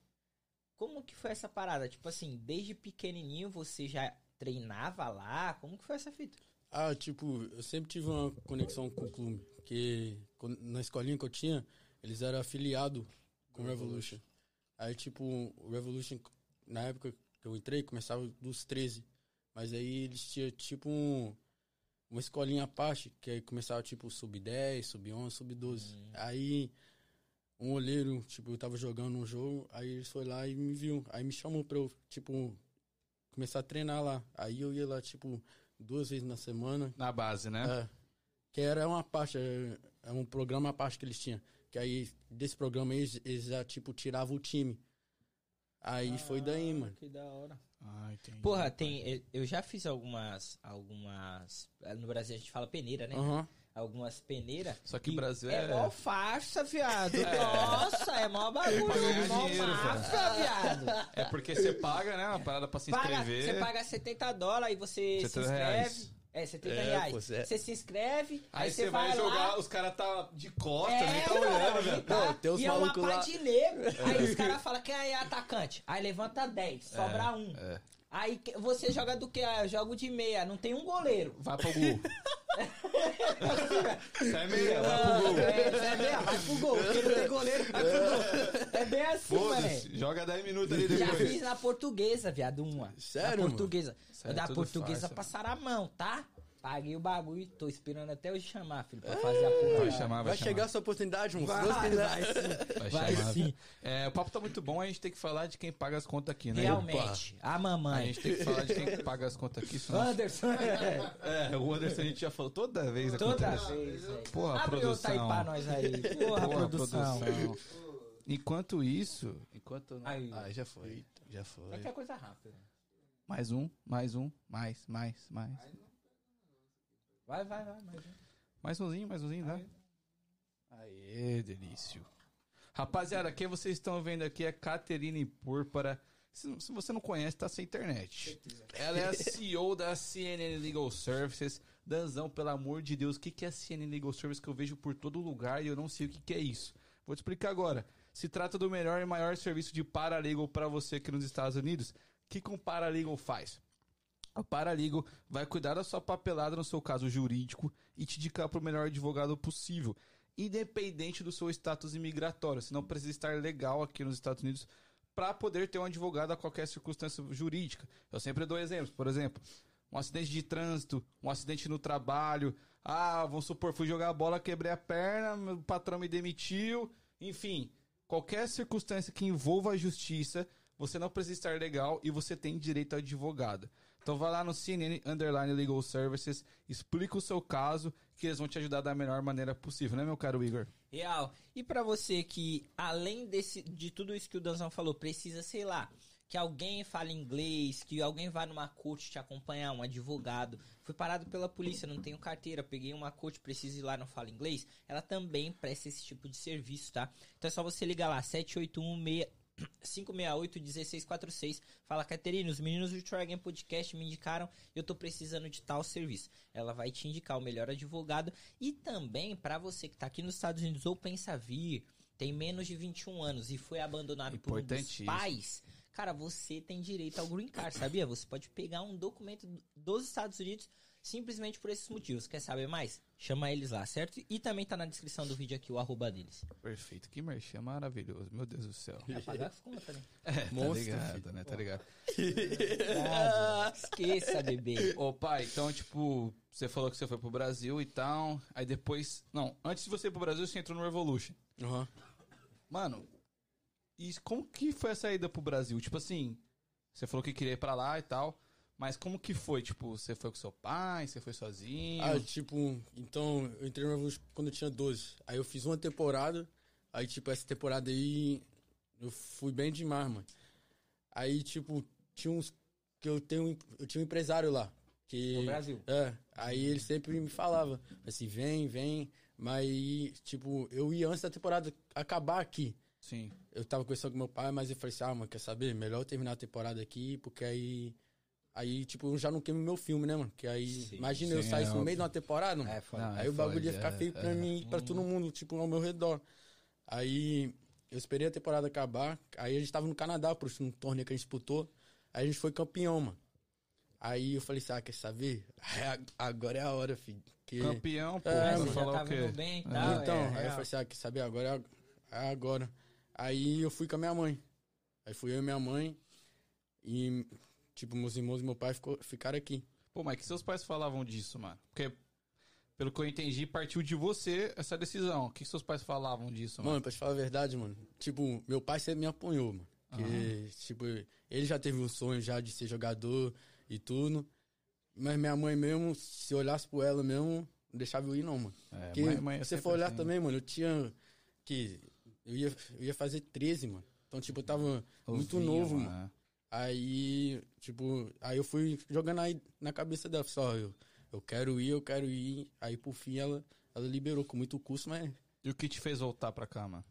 Speaker 2: Como que foi essa parada? Tipo assim, desde pequenininho você já treinava lá? Como que foi essa fita?
Speaker 4: Ah, tipo, eu sempre tive uma conexão com o clube. Porque quando- na escolinha que eu tinha, eles eram afiliados com o Revolution. Aí, tipo, o Revolution, na época que eu entrei, começava dos 13. Mas aí eles tinham, tipo, um- uma escolinha à parte, que aí começava, tipo, sub-10, sub-11, sub-12. Aí, um olheiro, tipo, eu tava jogando um jogo, aí eles foi lá e me viu. Aí me chamou pra eu, tipo, começar a treinar lá. Aí eu ia lá, tipo, duas vezes na semana.
Speaker 1: Na base, né?
Speaker 4: É. Que era uma parte, é é um programa à parte que eles tinham. Que aí, desse programa aí, eles, eles já, tipo, tiravam o time. Aí
Speaker 2: Ah,
Speaker 4: foi daí, mano.
Speaker 2: Que da hora.
Speaker 1: Ah, entendi.
Speaker 2: Porra, tem. eu- Eu já fiz algumas. Algumas. No Brasil a gente fala peneira, né?
Speaker 4: Aham.
Speaker 2: Algumas peneiras.
Speaker 1: Só que o Brasil
Speaker 2: É
Speaker 1: é.
Speaker 2: mó farsa, viado. Nossa, é mó bagulho.
Speaker 1: pra ganhar
Speaker 2: É mó
Speaker 1: dinheiro,
Speaker 2: máfia, viado.
Speaker 1: É porque você paga, né? Uma parada pra se
Speaker 2: Paga,
Speaker 1: inscrever.
Speaker 2: você paga 70 dólares, aí você se
Speaker 1: 70
Speaker 2: inscreve.
Speaker 1: reais.
Speaker 2: É, 70
Speaker 1: É,
Speaker 2: reais.
Speaker 1: pô, cê-
Speaker 2: Você se inscreve,
Speaker 1: Aí você vai, jogar,
Speaker 2: lá.
Speaker 1: os caras tá de costa, nem tá
Speaker 2: mano,
Speaker 1: olhando,
Speaker 2: e
Speaker 1: velho.
Speaker 2: É, tá-
Speaker 4: Não, tem uns
Speaker 2: e é uma
Speaker 4: malucos lá-
Speaker 2: pá de nego. Aí os caras falam, quem é atacante? Aí levanta 10, sobra um.
Speaker 1: é.
Speaker 2: Aí que- você joga do que? Ah, eu jogo de meia, não tem um goleiro.
Speaker 1: Vai pro gol. Isso é meia, vai pro gol.
Speaker 2: É, isso é meia, vai pro gol. Porque não tem goleiro, vai pro gol. É bem assim, mano.
Speaker 1: Foda-se, joga 10 minutos ali
Speaker 2: Já
Speaker 1: depois.
Speaker 2: fiz na portuguesa, viado, uma.
Speaker 4: Sério,
Speaker 2: Na
Speaker 4: mano?
Speaker 2: portuguesa.
Speaker 1: Isso aí é
Speaker 2: da
Speaker 1: tudo
Speaker 2: portuguesa
Speaker 1: farsa.
Speaker 2: pra Saramão, tá? Paguei o bagulho e tô esperando até hoje chamar, filho, pra fazer a porra.
Speaker 1: Vai chamar, Ah, vai, chamar.
Speaker 4: Vai chegar essa oportunidade, mano.
Speaker 2: Vai,
Speaker 4: Se Deus quiser.
Speaker 2: vai sim.
Speaker 1: Vai,
Speaker 2: Vai
Speaker 1: chamar.
Speaker 2: sim.
Speaker 1: É, o papo tá muito bom, a gente tem que falar de quem paga as contas aqui, né?
Speaker 2: Realmente, a
Speaker 1: A
Speaker 2: mamãe.
Speaker 1: gente tem que falar de quem paga as contas aqui. senão-
Speaker 2: Anderson,
Speaker 1: É, o Anderson a gente já falou toda vez.
Speaker 2: toda
Speaker 1: acontece.
Speaker 2: vez. velho.
Speaker 1: Porra,
Speaker 2: Abre
Speaker 1: produção.
Speaker 2: outro aí pra nós aí. Porra,
Speaker 1: Porra,
Speaker 2: produção.
Speaker 1: produção. Enquanto isso... Enquanto...
Speaker 2: Aí.
Speaker 1: Ah, já foi. Já foi.
Speaker 2: É que é coisa rápida.
Speaker 1: Mais um, mais um, mais, mais, mais.
Speaker 2: Vai, vai, vai. mais um.
Speaker 1: Mais umzinho, mais umzinho, né? Aê, delício. Rapaziada, quem vocês estão vendo aqui é Caterine Púrpara. Se, se você não conhece, tá sem internet. Ela é a CEO da CNN Legal Services. Danzão, pelo amor de Deus, o que, que é a CNN Legal Services que eu vejo por todo lugar e eu não sei o que, que é isso? Vou te explicar agora. Se trata do melhor e maior serviço de paralegal para você aqui nos Estados Unidos. O que, que um paralegal faz? O Paraligo vai cuidar da sua papelada no seu caso jurídico e te indicar para o melhor advogado possível, independente do seu status imigratório. Você não precisa estar legal aqui nos Estados Unidos para poder ter um advogado a qualquer circunstância jurídica. Eu sempre dou exemplos. Por exemplo, um acidente de trânsito, um acidente no trabalho. Ah, vamos supor, fui jogar bola, quebrei a perna, meu patrão me demitiu. Enfim, qualquer circunstância que envolva a justiça, você não precisa estar legal e você tem direito a advogado. Então vai lá no CNN Underline Legal Services, explica o seu caso, que eles vão te ajudar da melhor maneira possível, né, meu caro Igor?
Speaker 2: Real. E pra você que, além desse, de tudo isso que o Danzão falou, precisa, sei lá, que alguém fale inglês, que alguém vá numa coach te acompanhar, um advogado. Fui parado pela polícia, não tenho carteira, peguei uma coach, preciso ir lá, não fala inglês. Ela também presta esse tipo de serviço, tá? Então é só você ligar lá, 781 568-1646. Fala, Caterina, os meninos do Try Again Podcast me indicaram eu tô precisando de tal serviço. Ela vai te indicar o melhor advogado e também pra você que tá aqui nos Estados Unidos ou pensa vir, tem menos de 21 anos e foi abandonado por um dos
Speaker 1: Importantíssimo.
Speaker 2: pais, cara, você tem direito ao green card, sabia? Você pode pegar um documento dos Estados Unidos simplesmente por esses motivos. Quer saber mais? Chama eles lá, certo? E também tá na descrição do vídeo aqui o arroba deles.
Speaker 1: Perfeito, que merchan maravilhoso, meu Deus do céu.
Speaker 2: Vai pagar as contas, né?
Speaker 1: É, tá
Speaker 4: Monstro,
Speaker 1: ligado, né? Tá ligado.
Speaker 2: Ah, Esqueça, bebê.
Speaker 1: Ô, pai, então, tipo, você falou que você foi pro Brasil e tal. Aí depois. Não, antes de você ir pro Brasil, você entrou no Revolution.
Speaker 4: Aham.
Speaker 1: Mano, e como que foi a saída pro Brasil? Tipo assim, você falou que queria ir pra lá e tal. Mas como que foi? Tipo, você foi com seu pai, você foi sozinho?
Speaker 4: Ah, tipo, então, eu entrei no Revolution quando eu tinha 12. Aí eu fiz uma temporada. Aí, tipo, essa temporada aí, eu fui bem demais, mano. Aí, tipo, tinha uns. Que eu tenho. Eu tinha um empresário lá. Que,
Speaker 2: No Brasil.
Speaker 4: É. Aí ele sempre me falava, assim, vem, vem. Mas, tipo, eu ia antes da temporada acabar aqui.
Speaker 1: Sim.
Speaker 4: eu tava conversando com meu pai, mas eu falei assim, ah, mano, quer saber? Melhor eu terminar a temporada aqui, porque aí. Aí, tipo, eu já não queimo meu filme, né, mano? Porque aí. imagina eu
Speaker 1: Sim,
Speaker 4: sair
Speaker 1: é
Speaker 4: no
Speaker 1: óbvio.
Speaker 4: meio de uma temporada, mano.
Speaker 2: É, foda.
Speaker 1: Não,
Speaker 4: aí
Speaker 1: é
Speaker 4: o bagulho ia
Speaker 1: foda,
Speaker 4: ficar
Speaker 1: é,
Speaker 4: feio pra
Speaker 1: é.
Speaker 4: mim e pra todo mundo, tipo, ao meu redor. Aí eu esperei a temporada acabar. Aí a gente tava no Canadá, por um torneio que a gente disputou. Aí a gente foi campeão, mano. Aí eu falei assim, ah, quer saber? Agora é a hora, filho. Que...
Speaker 1: Campeão, pô.
Speaker 2: Mas
Speaker 4: É,
Speaker 1: Você
Speaker 4: mano.
Speaker 2: você já
Speaker 1: falou
Speaker 2: tava
Speaker 1: o quê?
Speaker 2: indo bem e tal.
Speaker 4: então,
Speaker 2: é,
Speaker 4: aí eu
Speaker 2: real.
Speaker 4: falei assim, ah, quer saber? Agora é ag- é agora. Aí eu fui com a minha mãe. Aí fui eu e minha mãe. E, tipo, meus irmãos e meu pai ficou, ficaram aqui.
Speaker 1: Pô, mas que seus pais falavam disso, mano? Porque, pelo que eu entendi, partiu de você essa decisão. O que que seus pais falavam disso, mano?
Speaker 4: Mano, pra te falar a verdade, mano, tipo, meu pai sempre me apunhou, mano. Porque, tipo, ele já teve um sonho já de ser jogador e tudo. Mas minha mãe mesmo, se olhasse por ela mesmo, não deixava eu ir, não, mano.
Speaker 1: É,
Speaker 4: Porque
Speaker 1: mãe- mãe é
Speaker 4: se você
Speaker 1: sempre
Speaker 4: for olhar
Speaker 1: assim.
Speaker 4: também, mano, eu tinha. Que. Eu ia, eu ia fazer 13, mano. Então, tipo, eu tava muito
Speaker 1: Novinho,
Speaker 4: novo, mano.
Speaker 1: é.
Speaker 4: Aí, tipo, aí eu fui jogando aí na cabeça dela, só, eu, eu quero ir, eu quero ir. Aí por fim ela, ela liberou com muito custo, mas
Speaker 1: E o que te fez voltar pra cá, mano?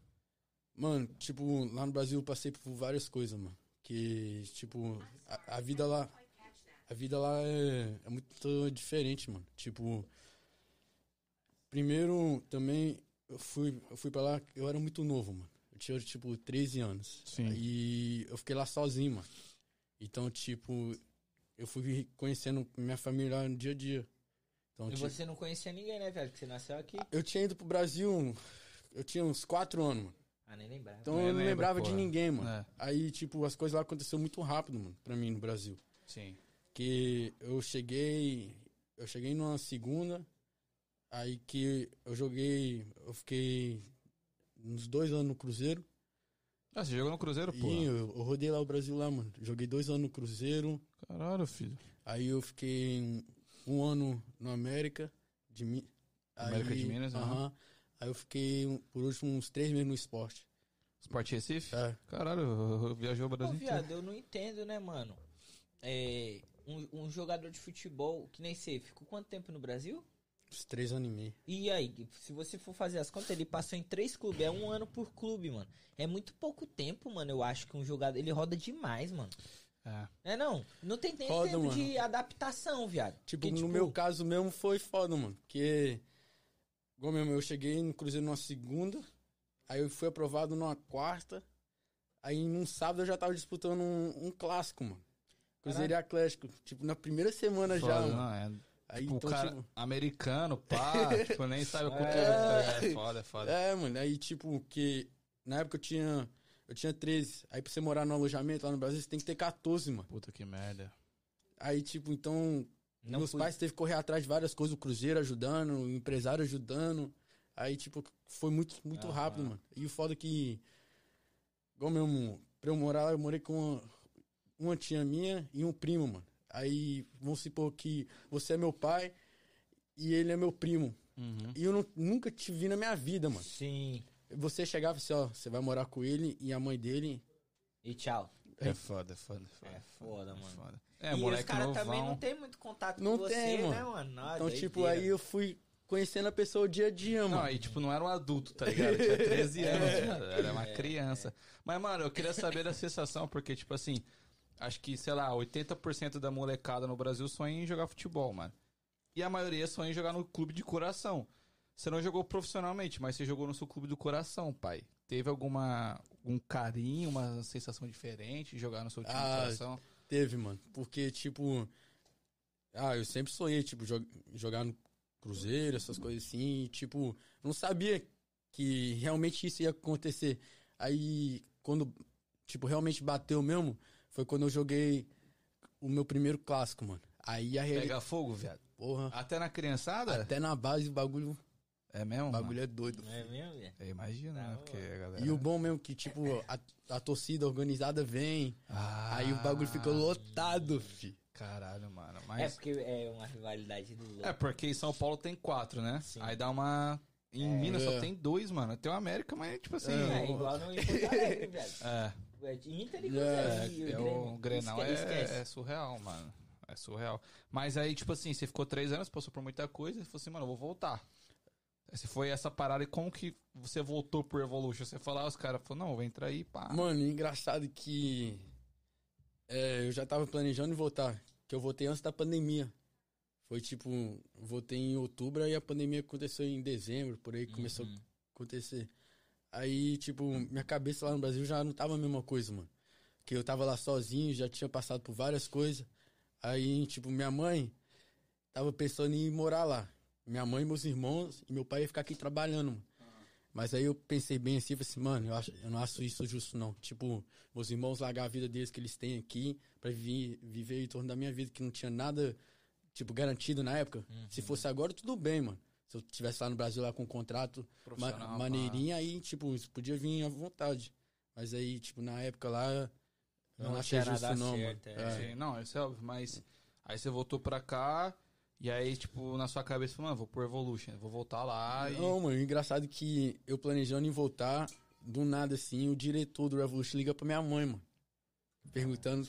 Speaker 4: Mano, tipo, lá no Brasil eu passei por várias coisas, mano. Que, tipo, a, a vida lá. A vida lá é, é muito diferente, mano. Tipo. Primeiro, também, eu fui, eu fui pra lá, eu era muito novo, mano. Eu tinha, tipo, 13 anos.
Speaker 1: Sim.
Speaker 4: E eu fiquei lá sozinho, mano. Então, tipo, eu fui conhecendo minha família lá no dia a dia. Então,
Speaker 2: E
Speaker 4: tipo,
Speaker 2: você não conhecia ninguém, né, velho? Porque você nasceu aqui.
Speaker 4: eu tinha ido pro Brasil, eu tinha uns 4 anos, mano.
Speaker 2: Ah, nem lembrava.
Speaker 4: Então
Speaker 1: Nem
Speaker 4: eu não
Speaker 1: lembra,
Speaker 4: lembrava
Speaker 1: pô.
Speaker 4: de ninguém, mano.
Speaker 1: É.
Speaker 4: Aí, tipo, as coisas lá aconteceram muito rápido, mano, pra mim no Brasil.
Speaker 1: Sim.
Speaker 4: Que eu cheguei. Eu cheguei numa segunda, aí que eu joguei. Eu fiquei uns dois anos no Cruzeiro.
Speaker 1: Ah, você jogou no Cruzeiro, pô?
Speaker 4: E eu, eu rodei lá o Brasil lá, mano. Joguei dois anos no Cruzeiro.
Speaker 1: Caralho, filho.
Speaker 4: Aí eu fiquei um, um ano no América de Mi-
Speaker 1: América de Minas, né?
Speaker 4: aham. Aí eu fiquei, um- por último, uns três meses no esporte.
Speaker 1: Sport Recife?
Speaker 4: É.
Speaker 1: Caralho, eu- eu viajou o
Speaker 2: Ô,
Speaker 1: Brasil inteiro.
Speaker 2: viado, eu não entendo, né, mano? É. Um, um jogador de futebol, que nem sei, ficou quanto tempo no Brasil?
Speaker 4: Uns três anos e meio.
Speaker 2: E aí, se você for fazer as contas, ele passou em três clubes, é um ano por clube, mano. É muito pouco tempo, mano, eu acho que um jogador. Ele roda demais, mano.
Speaker 1: É.
Speaker 2: É não? Não tem nem
Speaker 4: Roda,
Speaker 2: tempo
Speaker 4: mano.
Speaker 2: de adaptação, viado.
Speaker 4: Tipo,
Speaker 2: Porque,
Speaker 4: no meu caso mesmo foi foda, mano. Porque, igual mesmo, eu cheguei no Cruzeiro numa segunda, aí eu fui aprovado numa quarta, aí num sábado eu já tava disputando um, um clássico, mano. Cruzeiro e Atlético, tipo, na primeira semana já,
Speaker 1: Foda,
Speaker 4: mano.
Speaker 1: não, é.
Speaker 4: Aí,
Speaker 1: tipo,
Speaker 4: então,
Speaker 1: o cara
Speaker 4: tipo,
Speaker 1: americano, pá, tipo, nem sabe o que é. É foda, é foda.
Speaker 4: É, mano, aí tipo, que na época eu tinha, eu tinha 13, aí pra você morar no alojamento lá no Brasil, você tem que ter 14, mano.
Speaker 1: Puta que merda.
Speaker 4: Aí, tipo, então,
Speaker 2: Não
Speaker 4: meus
Speaker 2: fui-
Speaker 4: pais teve que correr atrás de várias coisas, o Cruzeiro ajudando, o empresário ajudando. Aí, tipo, foi muito, muito
Speaker 2: Ah.
Speaker 4: rápido, mano. E o foda é que, igual mesmo, pra eu morar lá, eu morei com uma, uma tia minha e um primo, mano. Aí, vamos supor que você é meu pai e ele é meu primo.
Speaker 1: Uhum.
Speaker 4: E eu nu- nunca te vi na minha vida, mano.
Speaker 2: Sim.
Speaker 4: Você chegava e assim, ó, você vai morar com ele e a mãe dele.
Speaker 2: E tchau.
Speaker 1: É foda, é foda, é foda.
Speaker 2: É foda,
Speaker 1: é
Speaker 2: mano.
Speaker 1: foda. É,
Speaker 2: e os
Speaker 1: moleque
Speaker 2: caras também não
Speaker 1: novão.
Speaker 2: tem muito contato
Speaker 4: Não
Speaker 2: com você,
Speaker 4: tem,
Speaker 2: né,
Speaker 4: mano.
Speaker 2: mano? Não, é
Speaker 4: Então, tipo,
Speaker 2: doideira.
Speaker 4: aí eu fui conhecendo a pessoa dia a dia, mano.
Speaker 1: Não, e tipo, não era um adulto, tá ligado? Tinha 13
Speaker 2: É.
Speaker 1: anos, mano, era uma criança. Mas, mano, eu queria saber da sensação, porque, tipo assim, acho que, sei lá, 80% da molecada no Brasil sonha em jogar futebol, mano. E a maioria sonha em jogar no clube de coração. Você não jogou profissionalmente, mas você jogou no seu clube do coração, pai. Teve alguma um carinho, uma sensação diferente de jogar no seu time
Speaker 4: Ah,
Speaker 1: do coração?
Speaker 4: Teve, mano. Porque, tipo. Ah, eu sempre sonhei, tipo, jo- jogar no Cruzeiro, essas coisas assim. E, tipo, não sabia que realmente isso ia acontecer. Aí, quando, tipo, realmente bateu mesmo, foi quando eu joguei o meu primeiro clássico, mano. Aí a realidade.
Speaker 1: Pega Ah, é. fogo, viado.
Speaker 4: Porra.
Speaker 1: Até na criançada?
Speaker 4: Até na base o bagulho,
Speaker 1: É mesmo?
Speaker 4: o
Speaker 1: mano?
Speaker 4: bagulho é doido.
Speaker 2: Não é mesmo, velho?
Speaker 1: Eu imagino,
Speaker 2: Tá
Speaker 1: né?
Speaker 2: bom.
Speaker 1: Porque a galera...
Speaker 4: E o bom mesmo que, tipo, a, a torcida organizada vem.
Speaker 1: Ah,
Speaker 4: Aí o bagulho ficou lotado, fi.
Speaker 1: Caralho, mano.
Speaker 2: É
Speaker 1: Mas...
Speaker 2: porque é uma rivalidade do louco.
Speaker 1: É, porque em São Paulo tem quatro, né?
Speaker 2: Sim.
Speaker 1: Aí dá uma... Em Minas só
Speaker 4: É.
Speaker 1: tem dois, mano. Tem o América, mas tipo assim...
Speaker 2: É,
Speaker 1: É,
Speaker 2: igual no Porto Alegre, velho.
Speaker 1: é,
Speaker 2: É de Inter e
Speaker 4: É,
Speaker 2: Cruzeiro. e
Speaker 1: é o Grenal é,
Speaker 2: Esquece.
Speaker 1: é surreal, mano. É surreal. Mas aí, tipo assim, você ficou três anos, passou por muita coisa, e falou assim, mano, eu vou voltar. Se foi essa parada, e como que você voltou pro Evolution? Você falou, ah, os caras falaram, não, entra aí, pá.
Speaker 4: Mano, engraçado que é, eu já tava planejando voltar, que eu voltei antes da pandemia. Foi tipo, voltei em outubro aí a pandemia aconteceu em dezembro, por aí começou a acontecer. Aí, tipo, minha cabeça lá no Brasil já não tava a mesma coisa, mano. Que eu tava lá sozinho, já tinha passado por várias coisas. Aí, tipo, minha mãe tava pensando em morar lá. Minha mãe, meus irmãos e meu pai ia ficar aqui trabalhando, mano. Mas aí eu pensei bem assim, falei assim, mano, eu, acho, eu não acho isso justo, não. Tipo, meus irmãos largar a vida deles que eles têm aqui pra vi- viver em torno da minha vida, que não tinha nada, tipo, garantido na época. Se fosse agora, tudo bem, mano. Se eu tivesse lá no Brasil lá com um contrato ma
Speaker 1: Profissional, pá.
Speaker 4: maneirinho, aí, tipo, isso podia vir à vontade. Mas aí, tipo, na época lá, eu
Speaker 2: Não
Speaker 4: não, achei
Speaker 2: tinha
Speaker 4: justo,
Speaker 2: nada
Speaker 4: não,
Speaker 2: certo,
Speaker 4: mano.
Speaker 2: é.
Speaker 4: É.
Speaker 1: Sim, não, isso é óbvio, mas aí você voltou pra cá e aí, tipo, na sua cabeça, mano, vou pro Evolution, vou voltar lá e.
Speaker 4: Não, mano, engraçado que eu planejando em voltar, do nada assim, o diretor do Revolution liga pra minha mãe, mano. Perguntando,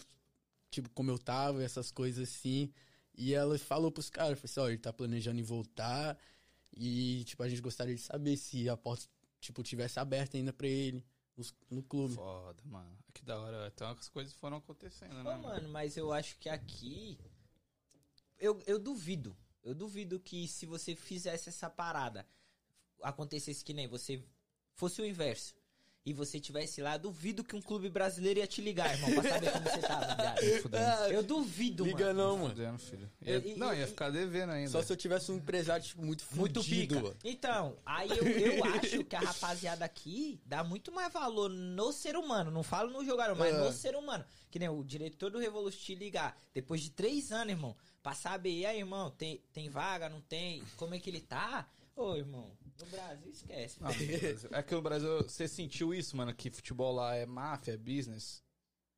Speaker 4: tipo, como eu tava, essas coisas assim. E ela falou pros caras, falou assim, ó, ele tá planejando em voltar. E, tipo, a gente gostaria de saber se a porta, tipo, tivesse aberta ainda pra ele nos- no clube.
Speaker 1: Foda, mano. Que da hora. Então as coisas foram acontecendo, né?
Speaker 2: Pô, mano, mas eu acho que aqui. Eu, eu duvido. Eu duvido que se você fizesse essa parada, acontecesse que nem você. Fosse o inverso. E você tivesse lá, duvido que um clube brasileiro ia te ligar, irmão, pra saber como você tava, viado.
Speaker 1: Fudendo.
Speaker 2: Eu duvido,
Speaker 4: Liga
Speaker 2: mano.
Speaker 4: É, Ah, não, mano.
Speaker 1: Fudendo, filho. Ia-
Speaker 2: E- e-
Speaker 1: não,
Speaker 2: e-
Speaker 1: ia ficar devendo ainda.
Speaker 4: Só se eu tivesse um empresário, tipo, muito
Speaker 2: Muito
Speaker 4: fudido,
Speaker 2: pica.
Speaker 4: mano.
Speaker 2: Então, aí eu, eu acho que a rapaziada aqui dá muito mais valor no ser humano. Não falo no jogador, mas
Speaker 4: É.
Speaker 2: no ser humano. Que nem o diretor do Revolution te ligar depois de três anos, irmão, pra saber, e aí, irmão, tem, tem vaga, não tem? Como é que ele tá? Ô, irmão, no Brasil esquece.
Speaker 1: Ah, meu Deus. é que no Brasil, você sentiu isso, mano, que futebol lá é máfia, é business,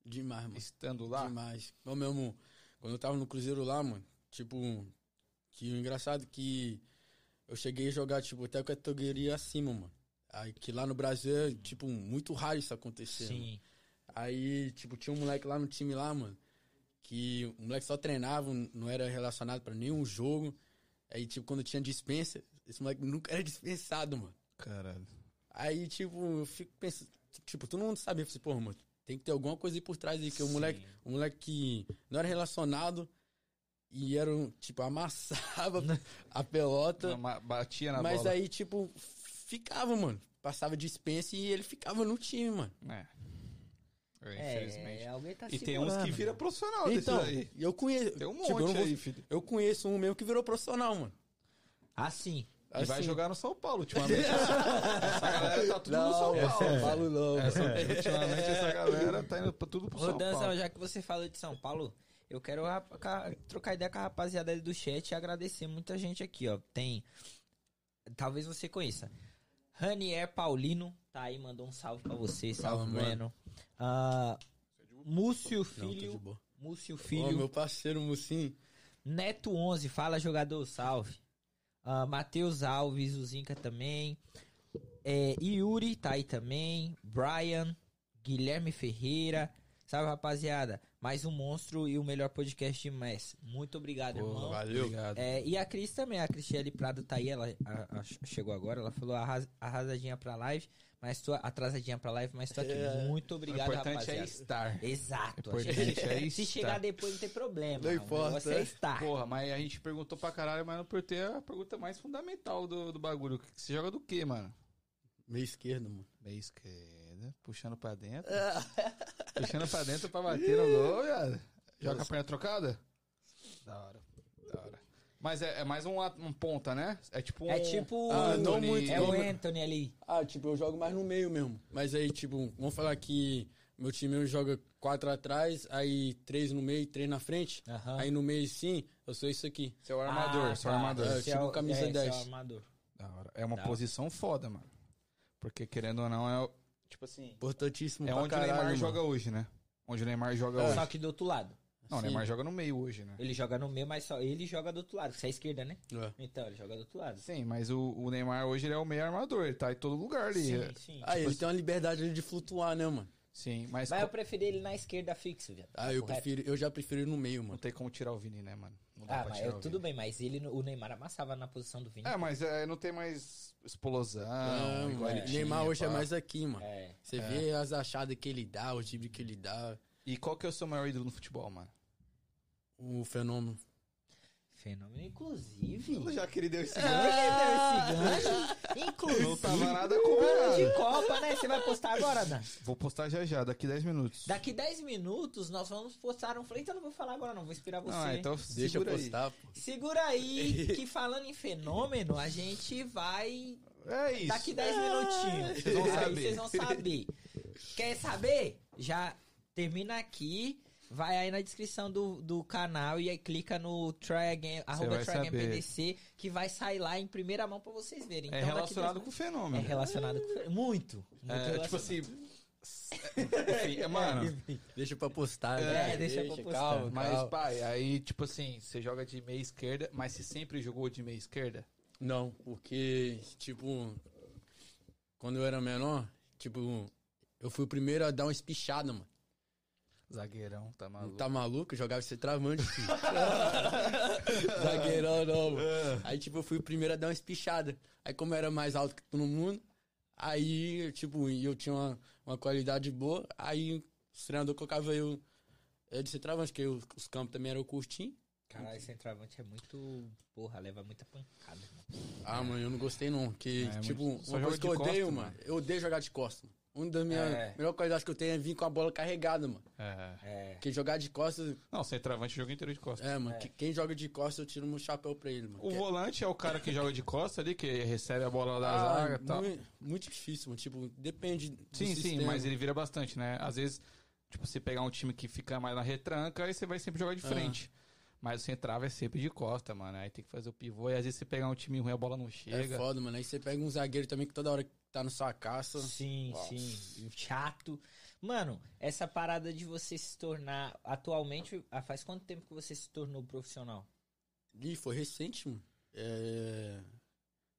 Speaker 4: Demais, mano.
Speaker 1: estando lá.
Speaker 4: Demais. Eu mesmo, quando eu tava no Cruzeiro lá, mano, tipo, que o engraçado que eu cheguei a jogar, tipo, até categoria acima, mano. Aí que lá no Brasil é, tipo, muito raro isso acontecer. mano. Aí, tipo, tinha um moleque lá no time lá, mano, que o moleque só treinava, não era relacionado pra nenhum jogo. Aí, tipo, quando tinha dispensa, esse moleque nunca era dispensado, mano.
Speaker 1: Caralho.
Speaker 4: Aí, tipo, eu fico pensando, tipo, todo mundo sabia, falei, pô, mano, tem que ter alguma coisa aí por trás aí, que o moleque, o moleque que não era relacionado e era, um, tipo, amassava a pelota,
Speaker 1: batia na
Speaker 4: Então, mas
Speaker 1: bola.
Speaker 4: aí, tipo, ficava, mano, passava dispensa e ele ficava no time, mano.
Speaker 1: É. É,
Speaker 2: É,
Speaker 1: infelizmente.
Speaker 2: alguém tá
Speaker 1: e tem uns que
Speaker 2: segurando,
Speaker 1: vira
Speaker 2: mano.
Speaker 1: profissional
Speaker 4: Então,
Speaker 1: desses aí.
Speaker 4: eu conheço,
Speaker 1: Tem um monte
Speaker 4: tipo, eu, não vou-
Speaker 1: aí, filho.
Speaker 4: eu conheço um mesmo que virou profissional, mano.
Speaker 2: Assim.
Speaker 1: E vai
Speaker 4: Assim,
Speaker 1: jogar no São Paulo, ultimamente. essa galera tá tudo no São
Speaker 4: Não,
Speaker 1: Paulo.
Speaker 2: é.
Speaker 4: São Paulo não.
Speaker 1: Essa- ultimamente essa galera tá indo pra tudo pro São
Speaker 2: Rodanza,
Speaker 1: Paulo.
Speaker 2: já que você falou de São Paulo, eu quero a- ca- trocar ideia com a rapaziada aí do chat e agradecer muita gente aqui, ó. Tem. Talvez você conheça. Ranier Paulino, tá aí, mandou um salve pra você. Salve,
Speaker 4: Fala,
Speaker 2: mano. Ah, Múcio
Speaker 4: Não, tô de
Speaker 2: Filho.
Speaker 4: boa.
Speaker 2: Múcio
Speaker 4: Ó,
Speaker 2: Filho.
Speaker 4: meu parceiro, Mucim.
Speaker 2: Neto 11, fala jogador, salve. Ah, Matheus Alves, o Zinca também. É, Yuri tá aí também. Brian, Guilherme Ferreira. Salve, rapaziada. Mais um monstro e o melhor podcast de Messi. Muito obrigado, irmão.
Speaker 4: valeu.
Speaker 1: Obrigado.
Speaker 2: É, e a Cris também, a Cristiane Prado tá aí, ela a- a- chegou agora, ela falou arras, arrasadinha pra live, mas tô atrasadinha pra live, mas tô aqui.
Speaker 4: É.
Speaker 2: Muito
Speaker 1: O
Speaker 2: obrigado,
Speaker 1: importante é
Speaker 2: rapaziada.
Speaker 1: estar.
Speaker 2: Exato. a
Speaker 1: O
Speaker 2: gente-
Speaker 1: importante é
Speaker 2: se
Speaker 1: estar.
Speaker 2: chegar depois não tem problema.
Speaker 4: Não
Speaker 2: o
Speaker 4: importa.
Speaker 2: negócio é estar.
Speaker 1: Porra, mas a gente perguntou pra caralho, mas não perguntei É a pergunta mais fundamental do, do bagulho. Você joga do quê, mano?
Speaker 4: Meio esquerdo, mano.
Speaker 1: Meia esquerda, puxando pra dentro. puxando pra dentro pra bater no gol, viado. Joga a perna trocada? Da hora, da hora. Mas é, é mais um, at- um ponta, né? É tipo um...
Speaker 2: É tipo.
Speaker 4: Ah,
Speaker 2: o-
Speaker 4: não muito,
Speaker 2: é o
Speaker 4: não muito.
Speaker 2: Anthony ali.
Speaker 4: Ah, tipo, eu jogo mais no meio mesmo. Mas aí, tipo, vamos falar que meu time eu joga quatro atrás, aí três no meio, três na frente.
Speaker 1: Ah.
Speaker 2: Aham.
Speaker 4: Aí no meio, sim, eu sou isso aqui.
Speaker 1: Seu armador,
Speaker 2: Ah,
Speaker 1: seu
Speaker 2: tá.
Speaker 1: armador.
Speaker 4: É,
Speaker 2: Esse
Speaker 4: tipo
Speaker 2: o-
Speaker 4: camisa
Speaker 2: é, esse
Speaker 4: 10.
Speaker 2: É, o armador.
Speaker 1: Da hora. É uma
Speaker 2: Da hora.
Speaker 1: posição foda, mano. Porque querendo ou não, é, o- tipo assim,
Speaker 4: Importantíssimo
Speaker 1: é
Speaker 4: pra
Speaker 1: onde
Speaker 4: caralho,
Speaker 1: o Neymar
Speaker 4: mano.
Speaker 1: joga hoje, né? Onde o Neymar joga
Speaker 2: É. Só
Speaker 1: hoje.
Speaker 2: que do outro lado.
Speaker 1: Não, o
Speaker 4: Sim.
Speaker 1: Neymar joga no meio hoje, né?
Speaker 2: Ele joga no meio, mas só ele joga do outro lado. Você é esquerda, né?
Speaker 4: É.
Speaker 2: Então, ele joga do outro lado.
Speaker 1: Sim, mas o, o Neymar hoje ele é o meio armador, ele tá em todo lugar ali.
Speaker 2: Sim,
Speaker 1: É.
Speaker 2: sim.
Speaker 4: Aí Ah, ele tem uma liberdade de flutuar, né, mano?
Speaker 1: Sim, mas
Speaker 2: Mas eu
Speaker 1: co-
Speaker 2: preferi ele na esquerda fixo, velho.
Speaker 4: Ah, eu,
Speaker 2: Correto.
Speaker 4: prefiro, eu já prefiro ir no meio,
Speaker 1: não
Speaker 4: mano.
Speaker 1: tem como tirar o Vini, né, mano? Não dá
Speaker 2: Ah,
Speaker 1: pra
Speaker 2: mas
Speaker 1: tirar
Speaker 2: eu-
Speaker 1: o
Speaker 2: tudo bem, mas ele, o Neymar amassava na posição do Vini.
Speaker 1: Vini. É, mas é, não tem mais explosão.
Speaker 4: Não,
Speaker 1: igual
Speaker 4: mano.
Speaker 1: ele tinha,
Speaker 4: Neymar hoje é
Speaker 1: pá.
Speaker 4: mais aqui, mano.
Speaker 2: É.
Speaker 4: Você vê as achadas que ele dá, o drible que ele dá,
Speaker 1: E qual que é o seu maior ídolo no futebol, mano?
Speaker 4: o fenômeno.
Speaker 2: fenômeno. Inclusive.
Speaker 1: Já que ele deu esse
Speaker 2: Hoje
Speaker 1: gancho,
Speaker 2: deu esse gancho. Inclusive.
Speaker 1: não tava nada
Speaker 2: ano de
Speaker 1: combinado.
Speaker 2: Copa, né? Você vai postar agora, Dan?
Speaker 1: Vou postar já já, daqui 10 minutos.
Speaker 2: Daqui 10 minutos nós vamos postar um flerte. Eu não vou falar agora, não. Vou inspirar você.
Speaker 1: Ah, então
Speaker 4: Deixa eu
Speaker 1: segura aí.
Speaker 4: postar, pô.
Speaker 2: Segura aí, que falando em fenômeno, a gente vai.
Speaker 1: É isso.
Speaker 2: Daqui 10 minutinhos.
Speaker 1: Vocês vão
Speaker 2: Aí
Speaker 1: saber.
Speaker 2: Vocês vão saber. Quer saber? Já termina aqui. Vai aí na descrição do, do canal e aí clica no try again, arroba
Speaker 1: vai
Speaker 2: try again
Speaker 1: saber.
Speaker 2: PDC, que vai sair lá em primeira mão pra vocês verem.
Speaker 1: é
Speaker 2: Então, daqui
Speaker 1: relacionado
Speaker 2: 10
Speaker 1: com o
Speaker 2: É
Speaker 1: fenômeno.
Speaker 2: relacionado com. Muito. muito
Speaker 1: É, tipo
Speaker 2: relacionado.
Speaker 1: assim. Enfim, é, mano.
Speaker 4: Deixa pra postar. né?
Speaker 2: É, deixa pra postar.
Speaker 4: Calma,
Speaker 1: Mas,
Speaker 4: calma.
Speaker 1: pai, aí, tipo assim, você joga de meia esquerda, mas você sempre jogou de meia esquerda?
Speaker 4: Não, porque, tipo, quando eu era menor, tipo, eu fui o primeiro a dar uma espichada, mano.
Speaker 1: Zagueirão, tá maluco.
Speaker 4: Tá maluco? Eu jogava esse travante, filho. Zagueirão não, mano. Aí, tipo, eu fui o primeiro a dar uma espichada. Aí, como eu era mais alto que todo mundo, aí, eu, tipo, e eu tinha uma, uma qualidade boa, aí os treinadores colocavam eu, eu de ser travante, porque eu- os campos também eram curtinhos.
Speaker 2: Caralho, esse centroavante é muito. Porra, leva muita pancada. irmão.
Speaker 4: Ah, mano, eu não gostei não, porque,
Speaker 1: É,
Speaker 4: tipo,
Speaker 1: muito- só
Speaker 4: uma
Speaker 1: joga
Speaker 4: coisa que eu
Speaker 1: de
Speaker 4: odeio,
Speaker 1: costa,
Speaker 4: mano,
Speaker 1: mano.
Speaker 4: eu odeio jogar de costas. mano. Uma das minhas
Speaker 1: É.
Speaker 4: melhores qualidades que eu tenho é vir com a bola carregada, mano.
Speaker 1: É.
Speaker 2: É.
Speaker 4: Porque jogar de costas,
Speaker 1: Não, centroavante joga inteiro de costas.
Speaker 4: é, mano, que- quem joga de costas eu tiro um chapéu pra ele, mano.
Speaker 1: O
Speaker 4: Que-
Speaker 1: volante é o cara que joga de costas ali, que recebe a bola da
Speaker 4: Ah,
Speaker 1: zaga e tal.
Speaker 4: mui- Muito, difícil, mano, tipo, depende do
Speaker 1: tá. Sim, sim,
Speaker 4: sistema.
Speaker 1: mas ele vira bastante, né? Às vezes, tipo, você pegar um time que fica mais na retranca, aí você vai sempre jogar de
Speaker 4: Ah.
Speaker 1: frente. Mas o centrava é sempre de costa, mano. Aí tem que fazer o pivô. E às vezes você pegar um time ruim, a bola não
Speaker 4: É
Speaker 1: chega.
Speaker 4: foda, mano, aí você pega um zagueiro também que toda hora tá na sua caça.
Speaker 2: Sim, sim. E Chato. Mano, essa parada de você se tornar. Atualmente, ah, faz quanto tempo que você se tornou profissional?
Speaker 4: Ih, foi recente, mano. É...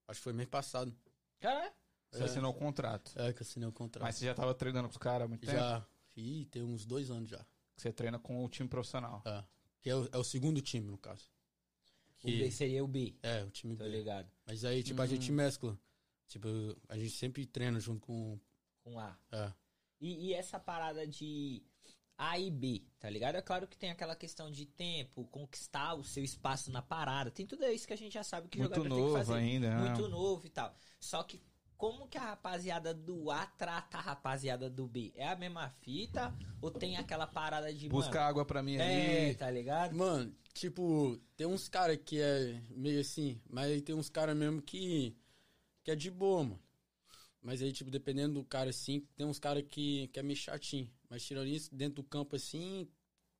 Speaker 4: Acho que foi mês passado.
Speaker 2: Caralho.
Speaker 1: você
Speaker 4: É.
Speaker 1: assinou o contrato.
Speaker 4: É, que eu assinei o contrato.
Speaker 1: Mas você já tava treinando com os caras há muito tempo?
Speaker 4: Já, ih, tem uns dois anos já.
Speaker 1: Que Você treina com o time profissional.
Speaker 4: É. Que é o, é o segundo time, no caso.
Speaker 2: O B
Speaker 4: Que,
Speaker 2: seria o B,
Speaker 4: é, o time
Speaker 1: Tá
Speaker 2: tô
Speaker 4: B.
Speaker 2: ligado.
Speaker 4: Mas aí, tipo, a gente mescla. Tipo, a gente sempre treina junto com.
Speaker 2: Com A.
Speaker 4: É,
Speaker 2: E, e essa parada de A e B, tá ligado? É claro que tem aquela questão de tempo, conquistar o seu espaço na parada. Tem tudo isso que a gente já sabe que o
Speaker 1: Muito
Speaker 2: jogador tem que
Speaker 1: novo
Speaker 2: fazer.
Speaker 1: ainda, né?
Speaker 2: muito novo e tal. Só que como que a rapaziada do A trata a rapaziada do B? É a mesma fita ou tem aquela parada de
Speaker 1: Busca água pra mim
Speaker 2: mano,
Speaker 1: aí.
Speaker 2: é, tá ligado?
Speaker 4: Mano, tipo, tem uns caras que é meio assim, mas aí tem uns caras mesmo que. que é de boa, mano. Mas aí, tipo, dependendo do cara, assim, tem uns caras que, que é meio chatinho. Mas tirando isso, dentro do campo, assim,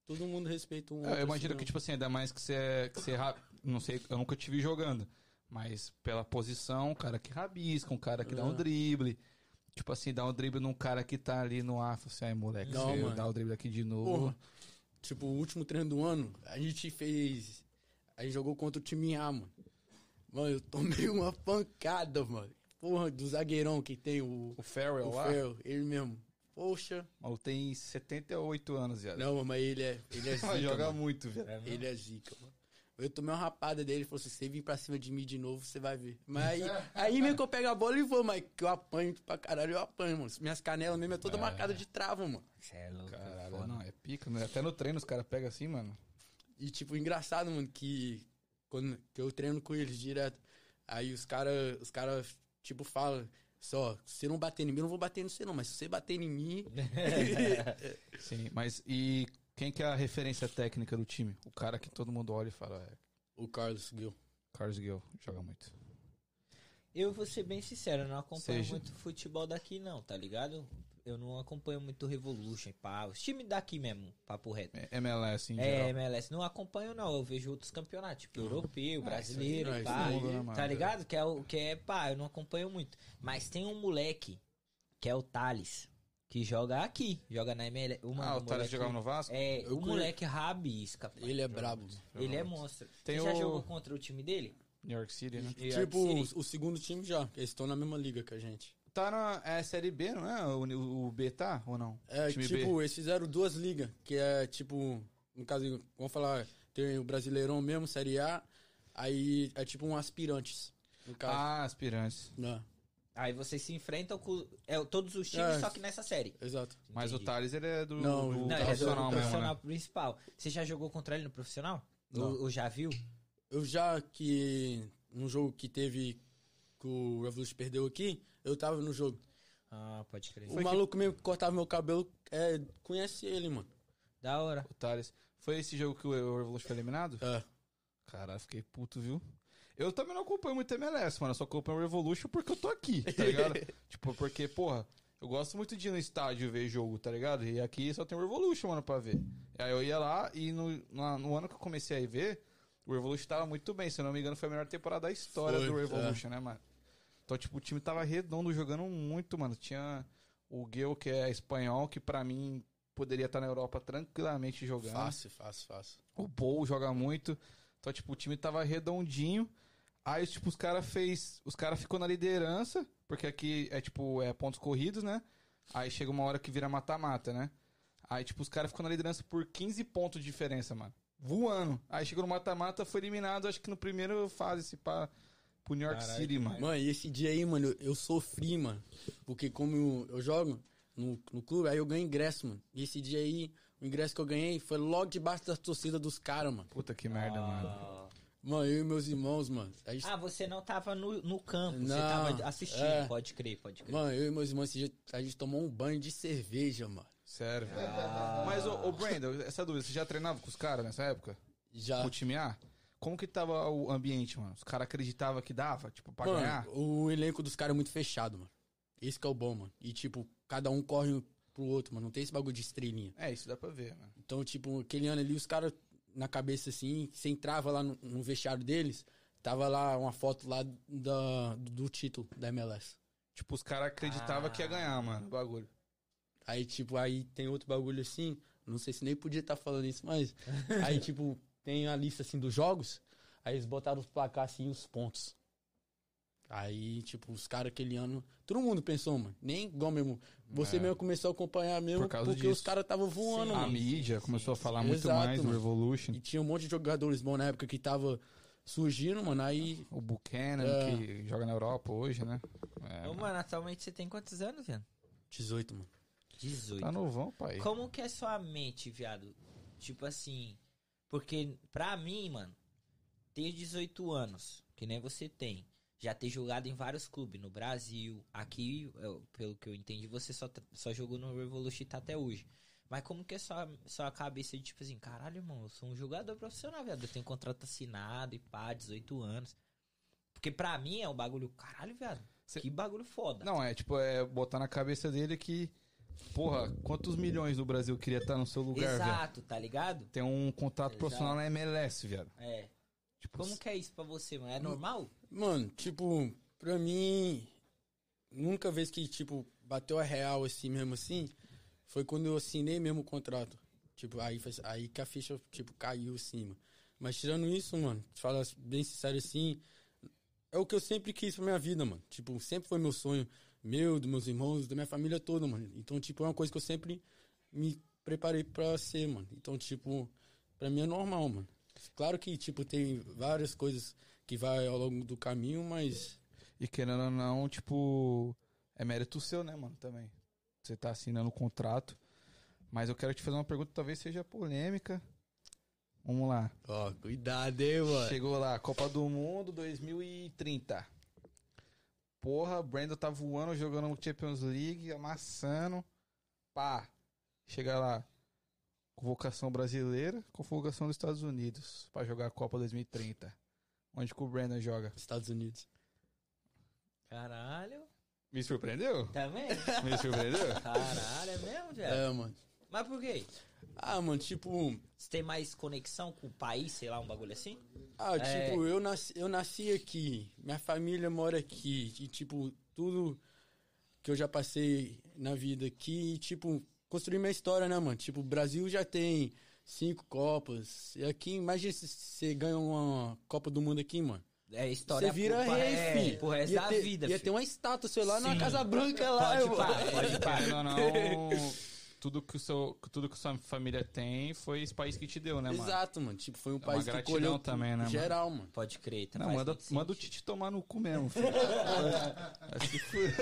Speaker 4: todo mundo respeita um
Speaker 1: Eu,
Speaker 4: outro,
Speaker 1: eu imagino
Speaker 4: assim,
Speaker 1: que,
Speaker 4: não.
Speaker 1: tipo assim, ainda mais que você é, que você é ra- Não sei, eu nunca te vi jogando. Mas pela posição, um cara que rabisca, um cara que dá
Speaker 2: Ah.
Speaker 1: um
Speaker 4: É.
Speaker 1: drible. Tipo assim, dá um drible num cara que tá ali no ar. fala Assim, ai, moleque,
Speaker 4: Não,
Speaker 1: você
Speaker 4: mano.
Speaker 1: dá o drible aqui de novo.
Speaker 4: Porra, tipo, o último treino do ano, a gente fez. A gente jogou contra o time A, mano. Mano, eu tomei uma pancada, mano. Porra, do zagueirão que tem o. é
Speaker 1: O Farrell
Speaker 4: O
Speaker 1: lá,
Speaker 4: Ferro, ele mesmo. Poxa.
Speaker 1: mano, tem 78 anos, viado.
Speaker 4: Não, mas ele é. Ele é zica.
Speaker 1: joga
Speaker 4: mano.
Speaker 1: muito, viado.
Speaker 2: É,
Speaker 4: Ele é zica, mano. Eu tomei uma rapada dele, ele falou assim, se você vir pra cima de mim de novo, você vai ver. Mas aí, aí mesmo que eu pego a bola e vou, mas que eu apanho pra caralho, eu apanho, mano. Minhas canelas mesmo é toda marcada de trava, mano.
Speaker 2: Cê é louco,
Speaker 1: Caralho,
Speaker 2: foda.
Speaker 1: não, é pica, né? Até no treino os caras pegam assim, mano.
Speaker 4: E, tipo, engraçado, mano, que quando que eu treino com eles direto, aí os caras, os cara, tipo, falam, só, se você não bater em mim, eu não vou bater em você não, mas se você bater em mim...
Speaker 1: Sim, mas e quem que é a referência técnica do time? O cara que todo mundo olha e fala, é
Speaker 4: o Carlos Gil.
Speaker 1: Carlos Gil, joga muito.
Speaker 2: Eu vou ser bem sincero, eu não acompanho
Speaker 1: Seja.
Speaker 2: muito futebol daqui não, tá ligado? Eu não acompanho muito Revolution, pá, os times daqui mesmo, papo reto.
Speaker 1: É, MLS em
Speaker 2: É,
Speaker 1: geral. Ah.
Speaker 2: MLS, não acompanho não, eu vejo outros campeonatos, tipo europeu, brasileiro,
Speaker 4: isso aí não é
Speaker 2: pá,
Speaker 1: isso, né,
Speaker 2: tá
Speaker 1: mano?
Speaker 2: ligado? Que é, o, que é, pá, eu não acompanho muito. Mas tem um moleque, que é o Thales, que joga aqui, joga na MLS. Mano,
Speaker 1: ah, o Thales
Speaker 2: moleque-
Speaker 1: jogava no Vasco?
Speaker 2: É,
Speaker 4: Eu
Speaker 2: o
Speaker 4: conhe-
Speaker 2: moleque rabisca, pai.
Speaker 4: Ele é brabo. mano.
Speaker 2: Ele é monstro.
Speaker 1: Tem
Speaker 2: Você já
Speaker 1: o-
Speaker 2: jogou contra o time dele?
Speaker 1: New York City, né?
Speaker 2: New York
Speaker 4: Tipo,
Speaker 2: City?
Speaker 4: o, o segundo time já, que eles estão na mesma liga que a gente.
Speaker 1: Tá na é, Série B, não é? O, o B tá ou não?
Speaker 4: É,
Speaker 1: Time
Speaker 4: tipo,
Speaker 1: B.
Speaker 4: eles fizeram duas ligas, que é, tipo, no caso, vamos falar, tem o Brasileirão mesmo, Série A, aí é tipo um aspirantes, no caso. Né,
Speaker 1: Ah, aspirantes.
Speaker 4: Não,
Speaker 2: Aí vocês se enfrentam com é, todos os times,
Speaker 4: É.
Speaker 2: só que nessa série.
Speaker 4: exato.
Speaker 1: Mas o
Speaker 2: Entendi.
Speaker 1: Thales, ele é do,
Speaker 4: Não,
Speaker 1: do
Speaker 2: Não,
Speaker 4: ele
Speaker 2: ele é do
Speaker 1: profissional mesmo,
Speaker 2: profissional
Speaker 1: né?
Speaker 2: principal. Você já jogou contra ele no profissional?
Speaker 4: Não.
Speaker 2: Ou, ou já viu?
Speaker 4: eu já que. Num jogo que teve. Que o Revolution perdeu aqui, eu tava no jogo.
Speaker 2: Ah, pode crer.
Speaker 4: O maluco mesmo que cortava meu cabelo é, conhece ele, mano.
Speaker 2: Da hora.
Speaker 1: O Thales. Foi esse jogo que o Revolution foi eliminado?
Speaker 4: É.
Speaker 1: Caralho, fiquei puto, viu? Eu também não acompanho muito MLS, mano. Eu só acompanho o Revolution porque eu tô aqui, tá ligado? tipo, porque, porra, eu gosto muito de ir no estádio ver jogo, tá ligado? E aqui só tem o Revolution, mano, pra ver. Aí eu ia lá e no, na- no ano que eu comecei a ver, o Revolution tava muito bem. Se eu não me engano, foi a melhor temporada da história
Speaker 4: Foi,
Speaker 1: do Revolution, né, mano? Então, tipo, o time tava redondo, jogando muito, mano. Tinha o Gil, que é espanhol, que pra mim poderia estar na Europa tranquilamente jogando.
Speaker 4: Fácil, fácil, fácil.
Speaker 1: O Paul joga muito. Então, tipo, o time tava redondinho. Aí, tipo, os caras fez. Os caras ficou na liderança, porque aqui é tipo, é pontos corridos, né? Aí chega uma hora que vira mata-mata, né? Aí, tipo, os caras ficou na liderança por 15 pontos de diferença, mano. Voando. Aí chegou no mata-mata, foi eliminado, acho que no primeiro fase, se pá, pro New York
Speaker 2: Caralho,
Speaker 1: City, mano.
Speaker 4: Mano, e esse dia aí, mano, eu, eu sofri, mano. Porque como eu, eu jogo no, no clube, aí eu ganho ingresso, mano. E esse dia aí, o ingresso que eu ganhei foi logo debaixo da torcida dos caras, mano.
Speaker 1: Puta que merda, mano.
Speaker 2: Ah.
Speaker 4: Mano, eu e meus irmãos, mano. A gente,
Speaker 2: Ah, você não tava no, no campo, você
Speaker 4: Não,
Speaker 2: tava assistindo.
Speaker 4: é.
Speaker 2: Pode crer, pode crer.
Speaker 4: mano, eu e meus irmãos, esse dia, a gente tomou um banho de cerveja, mano.
Speaker 1: Sério, velho. Mas, ô, ô Brandon, essa dúvida, você já treinava com os caras nessa época?
Speaker 4: Já.
Speaker 1: o time A, como que tava o ambiente, mano? Os caras acreditavam que dava, tipo, pra
Speaker 4: mano,
Speaker 1: ganhar?
Speaker 4: o elenco dos caras é muito fechado, mano. Esse que é o bom, mano. E, tipo, cada um corre pro outro, mano. Não tem esse bagulho de estrelinha.
Speaker 1: É, isso dá pra ver, né?
Speaker 4: Então, tipo, aquele ano ali, os caras na cabeça assim, você entrava lá no, no vestiário deles, tava lá uma foto lá da, do título da MLS.
Speaker 1: Tipo, os caras acreditavam
Speaker 2: Ah.
Speaker 1: que ia ganhar, mano, o bagulho.
Speaker 4: Aí, tipo, aí tem outro bagulho assim, não sei se nem podia estar falando isso, mas. aí, tipo, tem a lista assim dos jogos, aí eles botaram os placar assim e os pontos. Aí, tipo, os caras aquele ano. Todo mundo pensou, mano. Nem igual mesmo. Você
Speaker 1: É.
Speaker 4: mesmo começou a acompanhar mesmo,
Speaker 1: Por causa
Speaker 4: porque
Speaker 1: disso.
Speaker 4: os caras estavam voando,
Speaker 2: Sim.
Speaker 4: mano.
Speaker 1: A
Speaker 2: sim,
Speaker 1: mídia
Speaker 2: sim,
Speaker 1: começou
Speaker 2: sim.
Speaker 1: a falar muito
Speaker 4: Exato,
Speaker 1: mais do
Speaker 4: mano.
Speaker 1: Revolution.
Speaker 4: E tinha um monte de jogadores bons na época que tava surgindo, mano. Aí
Speaker 1: O Buchanan,
Speaker 4: É.
Speaker 1: que joga na Europa hoje, né? É,
Speaker 2: Ô,
Speaker 1: mano.
Speaker 2: mano, atualmente você tem quantos anos, viado?
Speaker 4: 18, mano.
Speaker 2: 18.
Speaker 1: Tá novão, pai.
Speaker 2: Como que é sua mente, viado? Tipo assim, porque pra mim, mano, ter 18 anos, que nem você tem, já ter jogado em vários clubes no Brasil, aqui, eu- pelo que eu entendi, você só, tá- só jogou no Revolution e tá até hoje. Mas como que é sua, sua cabeça de tipo assim, caralho, irmão, eu sou um jogador profissional, viado, eu tenho contrato assinado e pá, 18 anos. Porque pra mim é um bagulho, caralho, viado,
Speaker 1: Cê-
Speaker 2: que bagulho foda.
Speaker 1: Não, é tipo, é botar na cabeça dele que, porra, quantos milhões no Brasil queria estar no seu lugar, velho?
Speaker 2: Exato, tá ligado?
Speaker 1: Tem um contrato profissional na MLS, viado.
Speaker 2: É.
Speaker 1: Tipo,
Speaker 2: Como que é isso pra você, mano? É normal?
Speaker 4: Mano, tipo, pra mim, nunca vez que, tipo, bateu a real assim mesmo assim, foi quando eu assinei mesmo o contrato. Tipo, aí, faz- aí que a ficha, tipo, caiu assim, mano. Mas tirando isso, mano, te falar bem sincero assim, é o que eu sempre quis pra minha vida, mano. Tipo, sempre foi meu sonho, meu, dos meus irmãos, da minha família toda, mano. Então, tipo, é uma coisa que eu sempre me preparei pra ser, mano. Então, tipo, pra mim é normal, mano. Claro que, tipo, tem várias coisas que vai ao longo do caminho, mas
Speaker 1: E querendo ou não, tipo, é mérito seu, né, mano, também. Você tá assinando o contrato. Mas eu quero te fazer uma pergunta, talvez seja polêmica. Vamos lá.
Speaker 4: Ó, cuidado, hein, mano.
Speaker 1: Chegou lá, Copa do Mundo 2030. Porra, Brandon tá voando, jogando Champions League, amassando. Pá. Chega lá. Convocação brasileira, convocação dos Estados Unidos pra jogar a Copa 2030. Onde que o Brandon joga?
Speaker 4: Estados Unidos.
Speaker 2: Caralho.
Speaker 1: Me surpreendeu?
Speaker 2: Também?
Speaker 1: Me surpreendeu?
Speaker 2: Tá Caralho, é mesmo, velho?
Speaker 4: É, mano.
Speaker 2: Mas por quê?
Speaker 4: Ah, mano, tipo.
Speaker 2: Você tem mais conexão com o país, sei lá, um bagulho assim?
Speaker 4: Ah,
Speaker 2: É.
Speaker 4: tipo, eu nasci, eu nasci aqui. Minha família mora aqui. E, tipo, tudo que eu já passei na vida aqui, e, tipo, construir minha história, né, mano? Tipo, o Brasil já tem cinco Copas. E aqui, imagina se você ganha uma Copa do Mundo aqui, mano.
Speaker 2: É história
Speaker 4: Você vira
Speaker 2: pro-
Speaker 4: rei,
Speaker 2: é,
Speaker 4: fi.
Speaker 2: Pro resto
Speaker 4: Ia
Speaker 2: da
Speaker 4: ter-
Speaker 2: vida,
Speaker 4: Ia
Speaker 2: fi.
Speaker 4: ter uma estátua, sei lá, na
Speaker 2: Sim.
Speaker 4: Casa Branca lá,
Speaker 2: Pode
Speaker 4: mano.
Speaker 2: pá, pode pá.
Speaker 1: Querendo ou não, tudo que, o seu, tudo que sua família tem foi esse país que te deu, né, mano?
Speaker 4: Exato, mano. Tipo, foi um
Speaker 1: uma
Speaker 4: país que
Speaker 1: gratidão
Speaker 4: colheu
Speaker 1: também, né, mano?
Speaker 4: geral, mano.
Speaker 2: Pode crer, tá?
Speaker 1: Não,
Speaker 2: faz
Speaker 1: manda,
Speaker 2: muito sentido.
Speaker 1: manda o Tite tomar no cu mesmo, filho. Vai se fuder.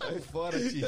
Speaker 1: Vai fora, Tite.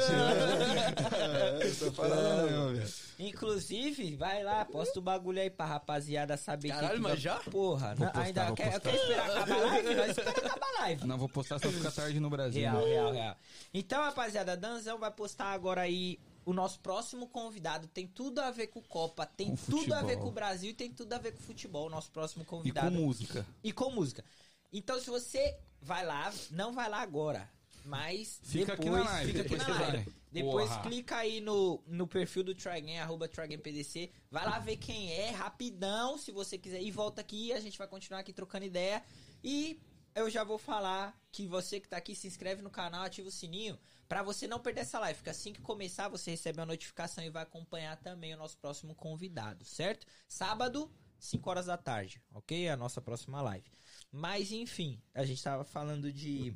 Speaker 1: Essa parada mesmo, velho.
Speaker 2: Inclusive, vai lá, posta o bagulho aí pra rapaziada saber
Speaker 4: Caralho,
Speaker 2: que
Speaker 4: mas
Speaker 2: vai-
Speaker 4: já?
Speaker 2: Porra,
Speaker 1: Vou
Speaker 2: na-
Speaker 1: postar,
Speaker 2: ainda
Speaker 1: vou
Speaker 2: quer,
Speaker 1: postar.
Speaker 2: quer esperar acabar a live? Nós espera acabar a live.
Speaker 1: Não, vou postar só ficar tarde no Brasil. né?
Speaker 2: Real, real, real. Então, rapaziada, Danzão vai postar agora aí o nosso próximo convidado. Tem tudo a ver com Copa, tem
Speaker 1: Com
Speaker 2: tudo a ver
Speaker 1: futebol.
Speaker 2: com o Brasil e tem tudo a ver com futebol. O nosso próximo
Speaker 1: E com
Speaker 2: convidado.
Speaker 1: música.
Speaker 2: E com música. Então, se você vai lá, não vai lá agora, mas
Speaker 1: Fica aqui
Speaker 2: depois,
Speaker 1: na live,
Speaker 2: fica aqui
Speaker 1: depois
Speaker 2: na
Speaker 1: você
Speaker 2: live.
Speaker 1: vai.
Speaker 2: Depois
Speaker 1: Porra.
Speaker 2: clica aí no, no perfil do Trigan, arroba TriganPDC. Vai lá ver quem é, rapidão, se você quiser. E volta aqui, a gente vai continuar aqui trocando ideia. E eu já vou falar que você que tá aqui, se inscreve no canal, ativa o sininho, pra você não perder essa live. Porque assim que começar, você recebe a notificação e vai acompanhar também o nosso próximo convidado, certo? Sábado, 5 horas da tarde, ok? A nossa próxima live. Mas enfim, a gente tava falando de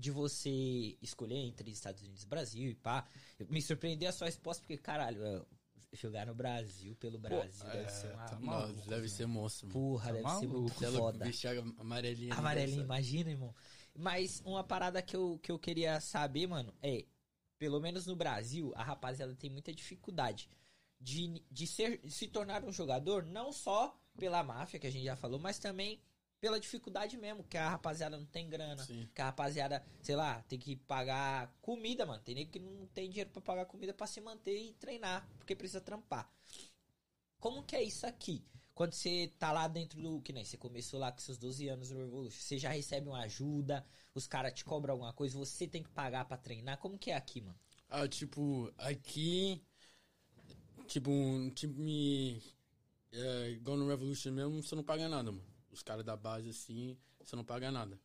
Speaker 2: de você escolher entre Estados Unidos e Brasil e pá. Me surpreendeu a sua resposta, porque, caralho, eu- jogar no Brasil pelo Brasil deve ser uma.
Speaker 1: tá
Speaker 4: Nossa,
Speaker 1: maluco,
Speaker 4: deve
Speaker 1: né?
Speaker 4: ser monstro, mano.
Speaker 2: Porra,
Speaker 1: tá
Speaker 2: deve ser
Speaker 1: maluco.
Speaker 2: muito
Speaker 4: Você é louco,
Speaker 2: foda.
Speaker 4: vestir a amarelinha. né? ali,
Speaker 2: Amarelinho,
Speaker 4: sabe?
Speaker 2: imagina, irmão. Mas uma parada que eu, que eu queria saber, mano, é, pelo menos no Brasil, a rapaziada tem muita dificuldade de, de ser, de se tornar um jogador, não só pela máfia, que a gente já falou, mas também pela dificuldade mesmo, que a rapaziada não tem grana,
Speaker 4: Sim.
Speaker 2: que a rapaziada, sei lá, tem que pagar comida, mano. Tem nego que não tem dinheiro pra pagar comida pra se manter e treinar, porque precisa trampar. Como que é isso aqui? Quando você tá lá dentro do. Que nem você começou lá com seus 12 anos no Revolution, você já recebe uma ajuda, os caras te cobram alguma coisa, você tem que pagar pra treinar. Como que é aqui, mano?
Speaker 4: Ah, tipo, aqui. Tipo, um time. É, igual no Revolution mesmo, você não paga nada, mano. Os caras da base assim, você não paga nada.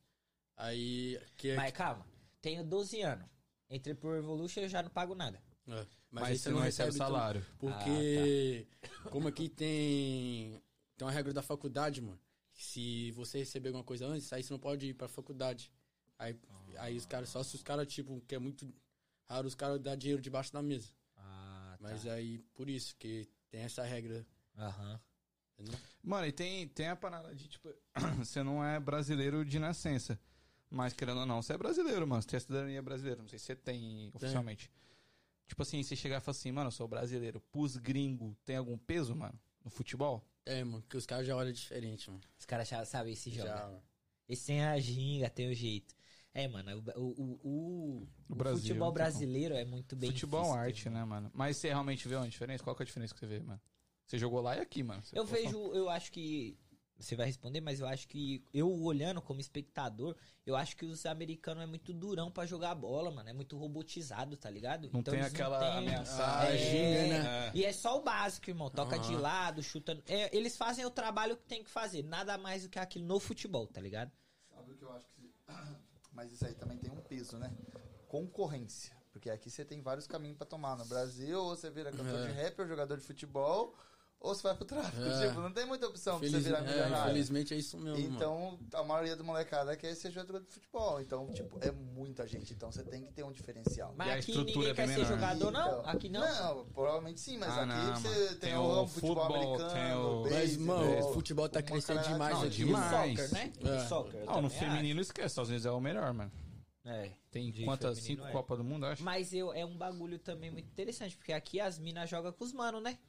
Speaker 4: Aí. Que é,
Speaker 2: Mas calma, tenho 12 anos. Entrei pro Revolution eu já não pago nada.
Speaker 4: é,
Speaker 1: Mas, você não recebe
Speaker 4: tudo,
Speaker 1: salário.
Speaker 4: porque. Como aqui tem. Tem uma regra da faculdade, mano. Se você receber alguma coisa antes, aí você não pode ir pra faculdade. Aí, aí os caras, só se os caras, tipo, que é muito raro, os caras dão dinheiro debaixo da mesa.
Speaker 2: Ah, tá.
Speaker 4: Mas aí, por isso que tem essa regra.
Speaker 2: Aham.
Speaker 4: entendeu?
Speaker 1: Mano, e tem, tem a parada de, tipo, você não é brasileiro de nascença. Mas, querendo ou não, você é brasileiro, mano. Você tem a cidadania brasileira. Não sei se você tem oficialmente. Tipo assim, você chegar e falar assim, mano, eu sou brasileiro. Pus gringo, tem algum peso, mano? No futebol?
Speaker 4: É, mano, que os caras já olham diferente, mano.
Speaker 2: Os caras já sabem esse jogo.
Speaker 4: Já,
Speaker 2: Esse tem a ginga, tem o jeito. É, mano, o, o, o, o,
Speaker 1: O Brasil,
Speaker 2: futebol
Speaker 1: então.
Speaker 2: brasileiro é muito bem
Speaker 1: futebol é
Speaker 2: visto,
Speaker 1: uma arte, né, mano? Mas você realmente vê uma diferença? Qual que é a diferença que você vê, mano? Você jogou lá e aqui, mano. Você
Speaker 2: Eu
Speaker 1: falou
Speaker 2: vejo, eu acho que. Você vai responder, mas eu acho que. Eu olhando como espectador, eu acho que os americanos é muito durão pra jogar bola, mano. É muito robotizado, tá ligado?
Speaker 1: Não tem
Speaker 2: eles não
Speaker 1: aquela
Speaker 2: têm-
Speaker 1: ameaçada,
Speaker 2: É,
Speaker 4: ginga,
Speaker 1: né?
Speaker 2: E é só o básico, irmão. Toca de
Speaker 4: Aham.
Speaker 2: lado, chuta. é, eles fazem o trabalho que tem que fazer. Nada mais do que aquilo no futebol, tá ligado?
Speaker 3: Sabe o que eu acho que. Mas isso aí também tem um peso, né? Concorrência. Porque aqui você tem vários caminhos pra tomar. No Brasil, ou você vira cantor
Speaker 4: É.
Speaker 3: de rap ou jogador de futebol, ou você vai pro tráfico.
Speaker 4: É.
Speaker 3: Tipo, não tem muita opção pra você
Speaker 4: Feliz-
Speaker 3: virar
Speaker 4: é,
Speaker 3: milionário.
Speaker 4: infelizmente é isso mesmo, mano.
Speaker 3: Então, a maioria do molecada quer ser jogador de futebol. Então, tipo, é muita gente. Então, você tem que ter um diferencial.
Speaker 2: Mas
Speaker 1: E a
Speaker 2: aqui
Speaker 1: estrutura
Speaker 2: ninguém
Speaker 1: é
Speaker 2: quer
Speaker 1: bem
Speaker 2: ser
Speaker 1: menor, né?
Speaker 2: jogador, não?
Speaker 3: Então,
Speaker 2: Aqui não?
Speaker 3: Não, provavelmente sim, mas
Speaker 1: Ah,
Speaker 3: aqui
Speaker 1: não,
Speaker 3: você
Speaker 1: mano.
Speaker 3: tem,
Speaker 1: Tem
Speaker 3: o
Speaker 1: o
Speaker 3: ramo futebol,
Speaker 1: futebol,
Speaker 3: americano,
Speaker 1: tem o-
Speaker 4: Mas,
Speaker 3: beisebol,
Speaker 4: mano, o futebol tá
Speaker 3: é uma
Speaker 4: crescendo
Speaker 3: caralhada-
Speaker 4: demais
Speaker 1: Não,
Speaker 4: aqui.
Speaker 2: E o
Speaker 1: demais.
Speaker 2: soccer, né? E o
Speaker 4: É.
Speaker 2: soccer. eu
Speaker 1: Ah, no
Speaker 2: também
Speaker 1: feminino esquece. Estados Unidos é o melhor, mano.
Speaker 2: acho. É.
Speaker 1: Tem
Speaker 2: De
Speaker 1: quantas?
Speaker 2: feminino,
Speaker 1: Cinco
Speaker 2: é.
Speaker 1: Copa do Mundo, eu acho?
Speaker 2: Mas eu, é um bagulho também muito interessante, porque aqui as minas jogam com os manos, né?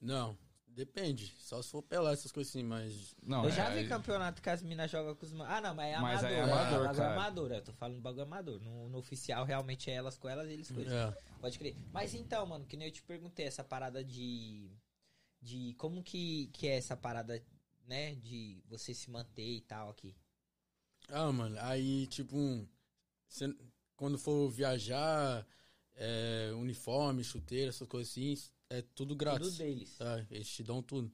Speaker 4: Não, depende. Só se for pelar essas coisas assim, mas.
Speaker 1: Não,
Speaker 2: eu já
Speaker 1: é-
Speaker 2: vi campeonato que as minas jogam com os manos. Ah, não, mas é amador.
Speaker 1: Mas aí é
Speaker 2: né?
Speaker 1: amador,
Speaker 2: bagulho
Speaker 1: cara.
Speaker 2: amador. Eu tô falando um bagulho amador. No, no oficial, realmente, é elas com elas e eles com eles.
Speaker 4: É.
Speaker 2: Pode crer. Mas então, mano, que nem eu te perguntei, essa parada de... De como que, que é essa parada, né? De você se manter e tal aqui.
Speaker 4: Ah, mano, aí, tipo, cê- quando for viajar, é, uniforme, chuteira, essas coisas assim, é tudo
Speaker 2: Tudo
Speaker 4: grátis.
Speaker 2: deles.
Speaker 4: É, eles te dão tudo.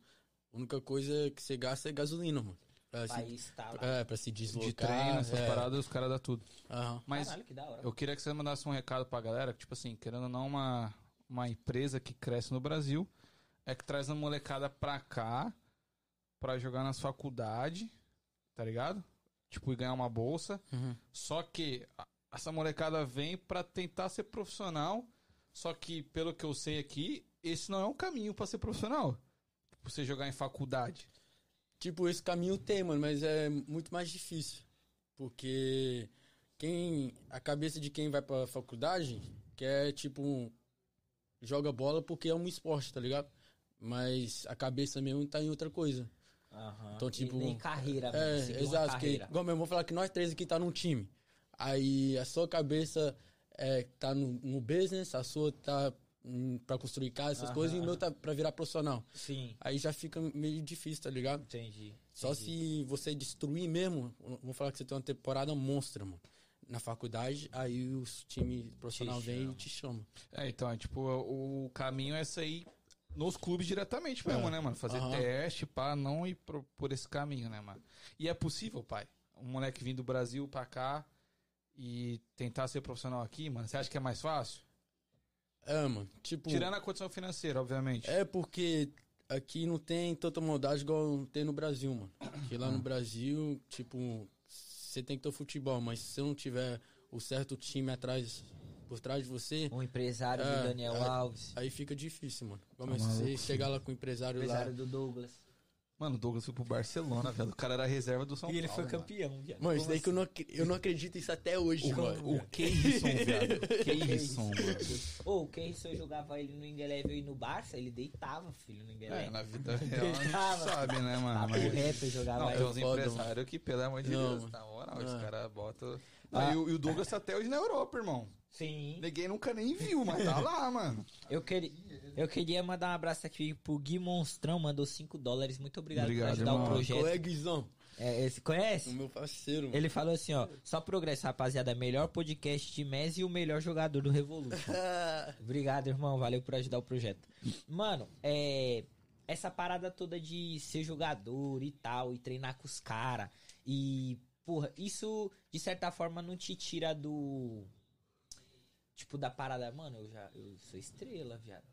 Speaker 4: A única coisa que você gasta é gasolina, mano. Pra, se,
Speaker 2: País tá lá.
Speaker 4: é, pra se deslocar.
Speaker 1: De treino, essas
Speaker 4: é.
Speaker 1: paradas, os caras dão tudo.
Speaker 4: Aham.
Speaker 1: Mas
Speaker 2: Caralho, que da hora.
Speaker 1: eu queria que você mandasse um recado pra galera, que, tipo assim, querendo ou não, uma, uma empresa que cresce no Brasil é que traz uma molecada pra cá pra jogar nas faculdades, tá ligado? Tipo, e ganhar uma bolsa.
Speaker 4: Uhum.
Speaker 1: Só que a- essa molecada vem pra tentar ser profissional, Só que, pelo que eu sei aqui, esse não é um caminho pra ser profissional. Tipo, Você jogar em faculdade.
Speaker 4: Tipo, esse caminho tem, mano, mas é muito mais difícil. Porque quem a cabeça de quem vai pra faculdade quer, tipo, joga bola porque é um esporte, tá ligado? Mas a cabeça mesmo tá em outra coisa.
Speaker 2: Aham.
Speaker 4: Então,
Speaker 2: E
Speaker 4: tipo,
Speaker 2: Nem carreira, mesmo, seguir
Speaker 4: É,
Speaker 2: Tá uma
Speaker 4: exato. Porque,
Speaker 2: carreira.
Speaker 4: igual mesmo, vou falar que nós três aqui tá num time. Aí a sua cabeça é, tá no, no business, a sua tá hum, pra construir casa, essas
Speaker 2: Aham,
Speaker 4: coisas, e o
Speaker 2: aham.
Speaker 4: meu tá pra virar profissional.
Speaker 2: Sim,
Speaker 4: Aí já fica meio difícil, tá ligado?
Speaker 2: entendi.
Speaker 4: Só
Speaker 2: entendi.
Speaker 4: se você destruir mesmo, vamos falar que você tem uma temporada monstra, mano. Na faculdade, aí o time profissional
Speaker 2: Te
Speaker 4: vem
Speaker 2: chama.
Speaker 4: e te chama.
Speaker 1: É, então, é, tipo, o caminho é sair nos clubes diretamente mesmo,
Speaker 4: É.
Speaker 1: né, mano? Fazer
Speaker 4: Aham.
Speaker 1: teste, pá, não ir pro- por esse caminho, né, mano? E é possível, pai, um moleque vir do Brasil pra cá e tentar ser profissional aqui, mano? Você acha que é mais fácil?
Speaker 4: É, mano. Tipo,
Speaker 1: Tirando a condição financeira, obviamente.
Speaker 4: é porque aqui não tem tanta maldade igual tem no Brasil, mano. Que
Speaker 1: Ah.
Speaker 4: lá no Brasil, tipo, você tem que ter o futebol, mas se você não tiver o certo time atrás, por trás de você,
Speaker 2: O Um empresário
Speaker 1: Ah,
Speaker 4: É,
Speaker 2: do Daniel
Speaker 4: é.
Speaker 2: Alves,
Speaker 4: aí fica difícil, mano. Como
Speaker 1: Tá
Speaker 4: se você
Speaker 1: maluco,
Speaker 4: chegar lá com o empresário,
Speaker 2: empresário
Speaker 4: lá.
Speaker 2: do Douglas.
Speaker 1: Mano, o Douglas foi pro Barcelona, velho. O cara era reserva do São
Speaker 2: e
Speaker 1: Paulo.
Speaker 2: ele foi
Speaker 1: Então mano.
Speaker 2: campeão, viado. assim?
Speaker 4: Mano, isso daí que eu não, ac- eu não acredito isso até hoje, mano.
Speaker 1: assim? O, o Keirson, velho. Keirson, mano.
Speaker 2: Ô, o Keirson jogava ele no Indelével e no Barça, ele deitava, filho, no
Speaker 1: É,
Speaker 2: Indelével.
Speaker 1: na vida real a gente
Speaker 2: Tava.
Speaker 1: sabe, né,
Speaker 2: Ah,
Speaker 1: mano?
Speaker 2: o
Speaker 1: Mas...
Speaker 2: rapper jogava
Speaker 1: Não,
Speaker 2: ele.
Speaker 1: tem uns
Speaker 4: Tá é foda,
Speaker 1: empresários que, pelo amor de
Speaker 4: Não,
Speaker 1: Deus,
Speaker 4: mano.
Speaker 1: na moral, os
Speaker 4: Ah.
Speaker 1: caras botam... Não,
Speaker 2: Ah.
Speaker 1: E o- e o Douglas tá até hoje na Europa, irmão.
Speaker 2: Sim.
Speaker 1: Ninguém nunca nem viu, mas tá lá, mano.
Speaker 2: Eu, queria, eu queria mandar um abraço aqui pro Gui Monstrão, mandou 5 dólares. Muito obrigado,
Speaker 1: Obrigado,
Speaker 2: por ajudar o
Speaker 1: irmão. é? Hum.
Speaker 2: projeto.
Speaker 4: Coleguizão.
Speaker 2: É, esse- conhece?
Speaker 4: O meu parceiro, mano.
Speaker 2: Ele falou assim, ó, só progresso, rapaziada. Melhor podcast de MES e o melhor jogador do Revolution.
Speaker 4: Ah,
Speaker 2: Obrigado, irmão. Valeu por ajudar o projeto. Mano, é. Essa parada toda de ser jogador e tal, e treinar com os caras. E, porra, isso, de certa forma, não te tira do. Tipo, da parada, mano, eu já. Eu sou estrela, viado.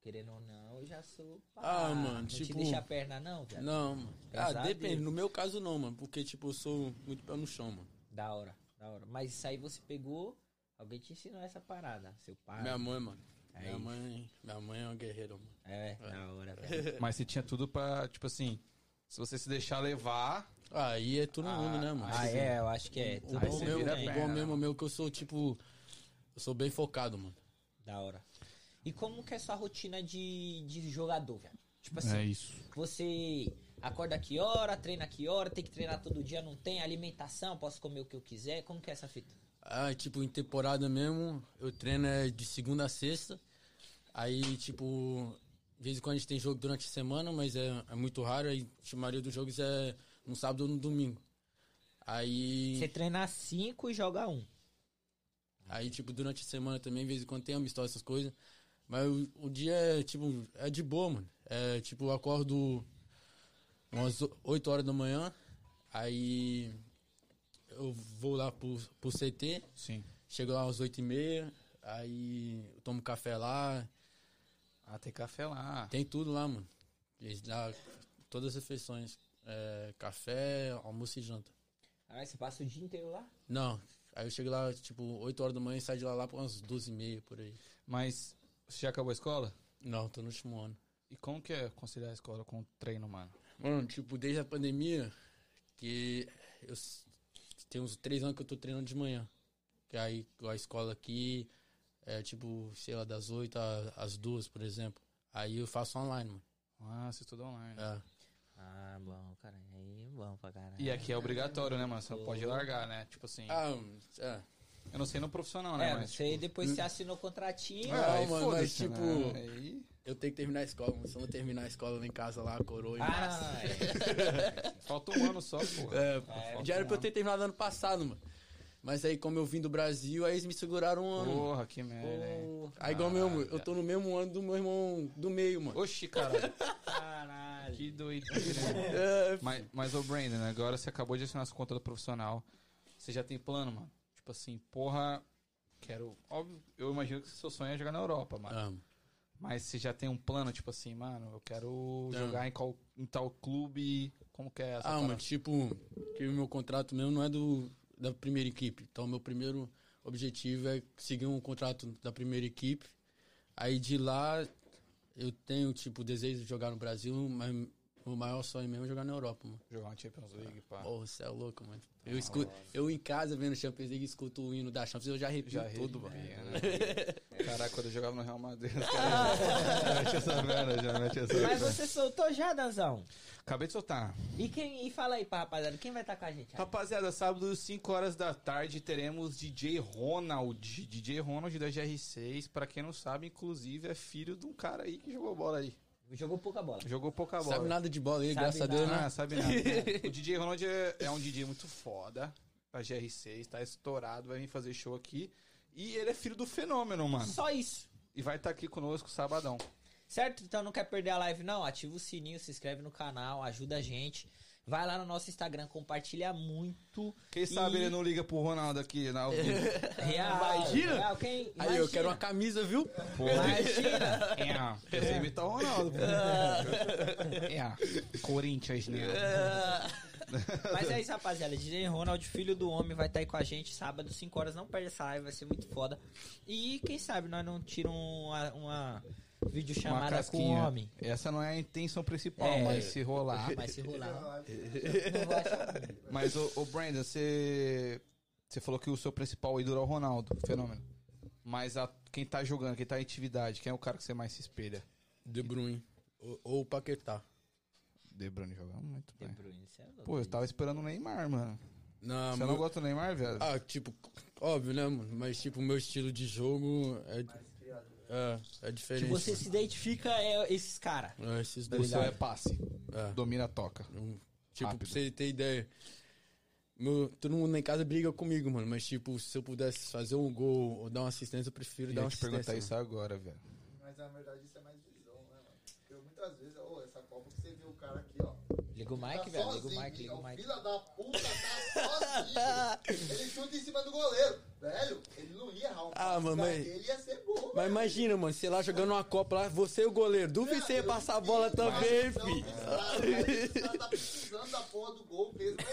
Speaker 2: Querendo ou não, eu já sou. pá,
Speaker 4: Ah, mano,
Speaker 2: não te
Speaker 4: tipo-
Speaker 2: deixa a perna, não, viado.
Speaker 4: Não, mano.
Speaker 2: Graças a
Speaker 4: ah, depende.
Speaker 2: Deus.
Speaker 4: No meu caso, não, mano. Porque, tipo, eu sou muito pé no chão, mano.
Speaker 2: Da hora, da hora. Mas isso aí você pegou, alguém te ensinou essa parada. Seu pai.
Speaker 4: Minha mãe, mano.
Speaker 2: Ah, É
Speaker 4: minha
Speaker 2: isso.
Speaker 4: mãe. Minha mãe é uma guerreira, mano.
Speaker 2: É, da hora, velho.
Speaker 1: Mas você tinha tudo pra, tipo assim, se você se deixar levar.
Speaker 4: Aí é todo
Speaker 1: Ah,
Speaker 4: mundo, né, mano?
Speaker 2: Ah, é, eu acho que é.
Speaker 4: O
Speaker 2: Aí
Speaker 4: bom
Speaker 2: você
Speaker 4: mesmo,
Speaker 1: vira
Speaker 2: vira
Speaker 4: o
Speaker 2: bem.
Speaker 1: perna,
Speaker 4: bom
Speaker 1: né,
Speaker 4: mesmo
Speaker 1: mano?
Speaker 4: meu que eu sou, tipo. Eu sou bem focado, mano.
Speaker 2: Da hora. E como que é sua rotina de, de jogador, velho? Tipo assim,
Speaker 4: É
Speaker 1: isso.
Speaker 2: você acorda que hora, treina que hora, tem que treinar todo dia, não tem alimentação, posso comer o que eu quiser. Como que é essa fita?
Speaker 4: Ah, tipo, em temporada mesmo, eu treino é, de segunda a sexta. Aí, tipo, de vez em quando a gente tem jogo durante a semana, mas é, é muito raro. Aí, a maioria dos jogos é no sábado ou no domingo. Aí.
Speaker 2: Você treina 5 e joga 1. Um.
Speaker 4: Aí, tipo, durante a semana também, de vez em quando tem amistosa, essas coisas. Mas o, o dia é, tipo, é de boa, mano. É, tipo, eu acordo umas 8 horas da manhã, aí eu vou lá pro, pro CT,
Speaker 1: Sim.
Speaker 4: chego lá às 8 e meia, aí eu tomo café lá,
Speaker 1: Ah, tem café lá.
Speaker 4: tem tudo lá, mano. Eles dá todas as refeições, é, café, almoço e janta.
Speaker 2: Aí Ah, você passa o dia inteiro lá?
Speaker 4: Não, aí eu chego lá, tipo, 8 horas da manhã e saio de lá lá por umas 12 e meia, por aí.
Speaker 1: Mas você já acabou a escola?
Speaker 4: Não, tô no último ano.
Speaker 1: E como que é conciliar a escola com o treino, mano?
Speaker 4: Mano, tipo, desde a pandemia, que eu s- tem uns três anos que eu tô treinando de manhã. Que aí a escola aqui é tipo, sei lá, das oito a- às duas, por exemplo. Aí eu faço online, mano.
Speaker 1: Ah, você estuda online.
Speaker 4: É.
Speaker 2: Ah, bom, cara. Aí é bom pra caralho.
Speaker 1: E aqui é obrigatório, né, mano? Você não pode largar, né? Tipo assim.
Speaker 4: Ah, hum, é.
Speaker 1: Eu não sei no profissional, né?
Speaker 2: É,
Speaker 1: mas, É.
Speaker 2: você depois você assinou o contratinho.
Speaker 4: Ah,
Speaker 1: aí
Speaker 4: mano, mas,
Speaker 1: foda-se,
Speaker 4: tipo-
Speaker 1: né? Aí-
Speaker 4: Eu tenho que terminar a escola, mano. Se eu não terminar a escola lá em casa lá, a coroa e
Speaker 2: Ah,
Speaker 4: massa.
Speaker 1: Falta um ano só, pô.
Speaker 4: É,
Speaker 2: É,
Speaker 4: já era pra eu ter terminado ano passado, mano. Mas aí, como eu vim do Brasil, aí eles me seguraram um ano.
Speaker 1: Porra, que merda. hein?
Speaker 2: não, é.
Speaker 4: Aí, igual meu, eu tô no mesmo ano do meu irmão do meio, mano.
Speaker 1: Oxi, caralho.
Speaker 2: Caralho.
Speaker 1: Que doideira.
Speaker 4: É,
Speaker 1: Mas, mas ô Brandon, agora você acabou de assinar as contas do profissional. Você já tem plano, mano? Tipo assim, porra, quero. Óbvio, eu imagino que seu sonho é jogar na Europa, mano.
Speaker 4: Ah, mano.
Speaker 1: Mas você já tem um plano, tipo assim, mano, eu quero
Speaker 4: Não.
Speaker 1: jogar em, qual, em tal clube. Como que é essa?
Speaker 4: Ah,
Speaker 1: parada?
Speaker 4: mano, tipo, que o meu contrato mesmo não é do da primeira equipe. Então, meu primeiro objetivo é seguir um contrato da primeira equipe Aí de lá eu tenho, tipo, desejo de jogar no Brasil, mas o maior sonho mesmo é jogar na Europa, mano.
Speaker 1: Jogar uma Champions League, pá.
Speaker 4: Porra, você é louco, mano. Eu, escuto, eu em casa vendo Champions League escuto o hino da Champions, eu já arrepio
Speaker 1: Já
Speaker 4: todo,
Speaker 1: tudo,
Speaker 4: mano.
Speaker 1: Caraca, quando eu jogava no Real Madrid, os caras já mete essa merda, já mete essa
Speaker 2: Mas
Speaker 1: merda.
Speaker 2: você soltou já, Danzão?
Speaker 1: Acabei de soltar.
Speaker 2: E, quem, e fala aí pra rapaziada, quem vai estar com a gente?
Speaker 1: Tá.
Speaker 2: aí?
Speaker 1: Rapaziada, sábado, 5 horas da tarde, teremos DJ Ronald. DJ Ronald da GR6. Pra quem não sabe, inclusive, é filho de um cara aí que jogou bola aí.
Speaker 2: Jogou pouca bola.
Speaker 1: Jogou pouca bola.
Speaker 4: Sabe nada de bola aí,
Speaker 2: Sabe
Speaker 4: graças a
Speaker 2: nada.
Speaker 4: Deus, né?
Speaker 1: Ah, sabe nada. né? O DJ Ronald é, é um DJ muito foda. Da GR6, tá estourado, vai vir fazer show aqui. E ele é filho do fenômeno, mano.
Speaker 2: Só isso.
Speaker 1: E vai estar aqui conosco sabadão.
Speaker 2: Certo? Então não quer perder a live, não? Ativa o sininho, se inscreve no canal, ajuda a gente. Vai lá no nosso Instagram, compartilha muito.
Speaker 1: Quem sabe
Speaker 2: E-
Speaker 1: ele não liga pro Ronaldo aqui na ao vivo.
Speaker 2: Real.
Speaker 4: Imagina?
Speaker 2: Real, quem...
Speaker 4: Aí eu quero uma camisa, viu?
Speaker 2: Imagina.
Speaker 1: É, eu sei imitar o Ronaldo. pô. É, Corinthians,
Speaker 4: É.
Speaker 1: né?
Speaker 2: Mas é isso, rapaziada. DJ Ronald, filho do homem, vai estar aí com a gente sábado, 5 horas. Não perde essa live, vai ser muito foda. E quem sabe nós não tiramos uma, uma videochamada com o
Speaker 1: casquinha.
Speaker 2: homem.
Speaker 1: Essa não é a intenção principal,
Speaker 2: É.
Speaker 1: mas se rolar.
Speaker 2: Vai se rolar.
Speaker 1: Mas, o, Brandon, você. Você falou que o seu principal ídolo é o Ronaldo, fenômeno. Mas a- quem tá jogando, quem tá em atividade, quem é o cara que você mais se espelha?
Speaker 4: De Bruyne. Ou, ou Paquetá.
Speaker 1: De Bruyne jogando muito
Speaker 2: De
Speaker 1: bem.
Speaker 2: Bruyne, você é louco.
Speaker 1: Pô, eu tava esperando o Neymar, mano.
Speaker 4: Na,
Speaker 1: Você não gosta do Neymar, velho?
Speaker 4: Ah, tipo, óbvio, né, mano? Mas, tipo, o meu estilo de jogo é, é, é
Speaker 2: que
Speaker 4: diferente.
Speaker 2: você se identifica é esses caras.
Speaker 4: mano. É, esses
Speaker 1: o
Speaker 4: dois.
Speaker 1: seu é
Speaker 4: É,
Speaker 1: passe. Domina, toca.
Speaker 4: Um- tipo,
Speaker 1: Rápido.
Speaker 4: pra você ter ideia. Meu, todo mundo lá em casa briga comigo, mano. Mas, tipo, se eu pudesse fazer um gol ou dar uma assistência, eu prefiro
Speaker 1: Eu
Speaker 4: dar
Speaker 1: ia
Speaker 4: uma
Speaker 1: te perguntar
Speaker 4: assistência. né?
Speaker 1: isso agora, velho.
Speaker 3: Mas na verdade isso é mais visão, né, mano? Porque muitas vezes, ô, essa Copa que você viu o cara aqui, ó.
Speaker 2: Liga o
Speaker 3: tá
Speaker 2: Mike, velho. Liga o
Speaker 3: sozinho,
Speaker 4: é
Speaker 2: Mike, liga
Speaker 4: um
Speaker 3: o
Speaker 2: o Mike.
Speaker 3: Filha da puta tá sozinho. ele chuta em cima do goleiro. Velho, ele não ia errar um
Speaker 4: Ah,
Speaker 3: passe
Speaker 4: mamãe.
Speaker 3: daquele, ia ser gol.
Speaker 4: Mas imagina, mano, você lá jogando uma Copa lá, você e o goleiro. Duvido você ia passar a bola também, filho.
Speaker 3: Esse cara tá precisando da porra do gol mesmo. né?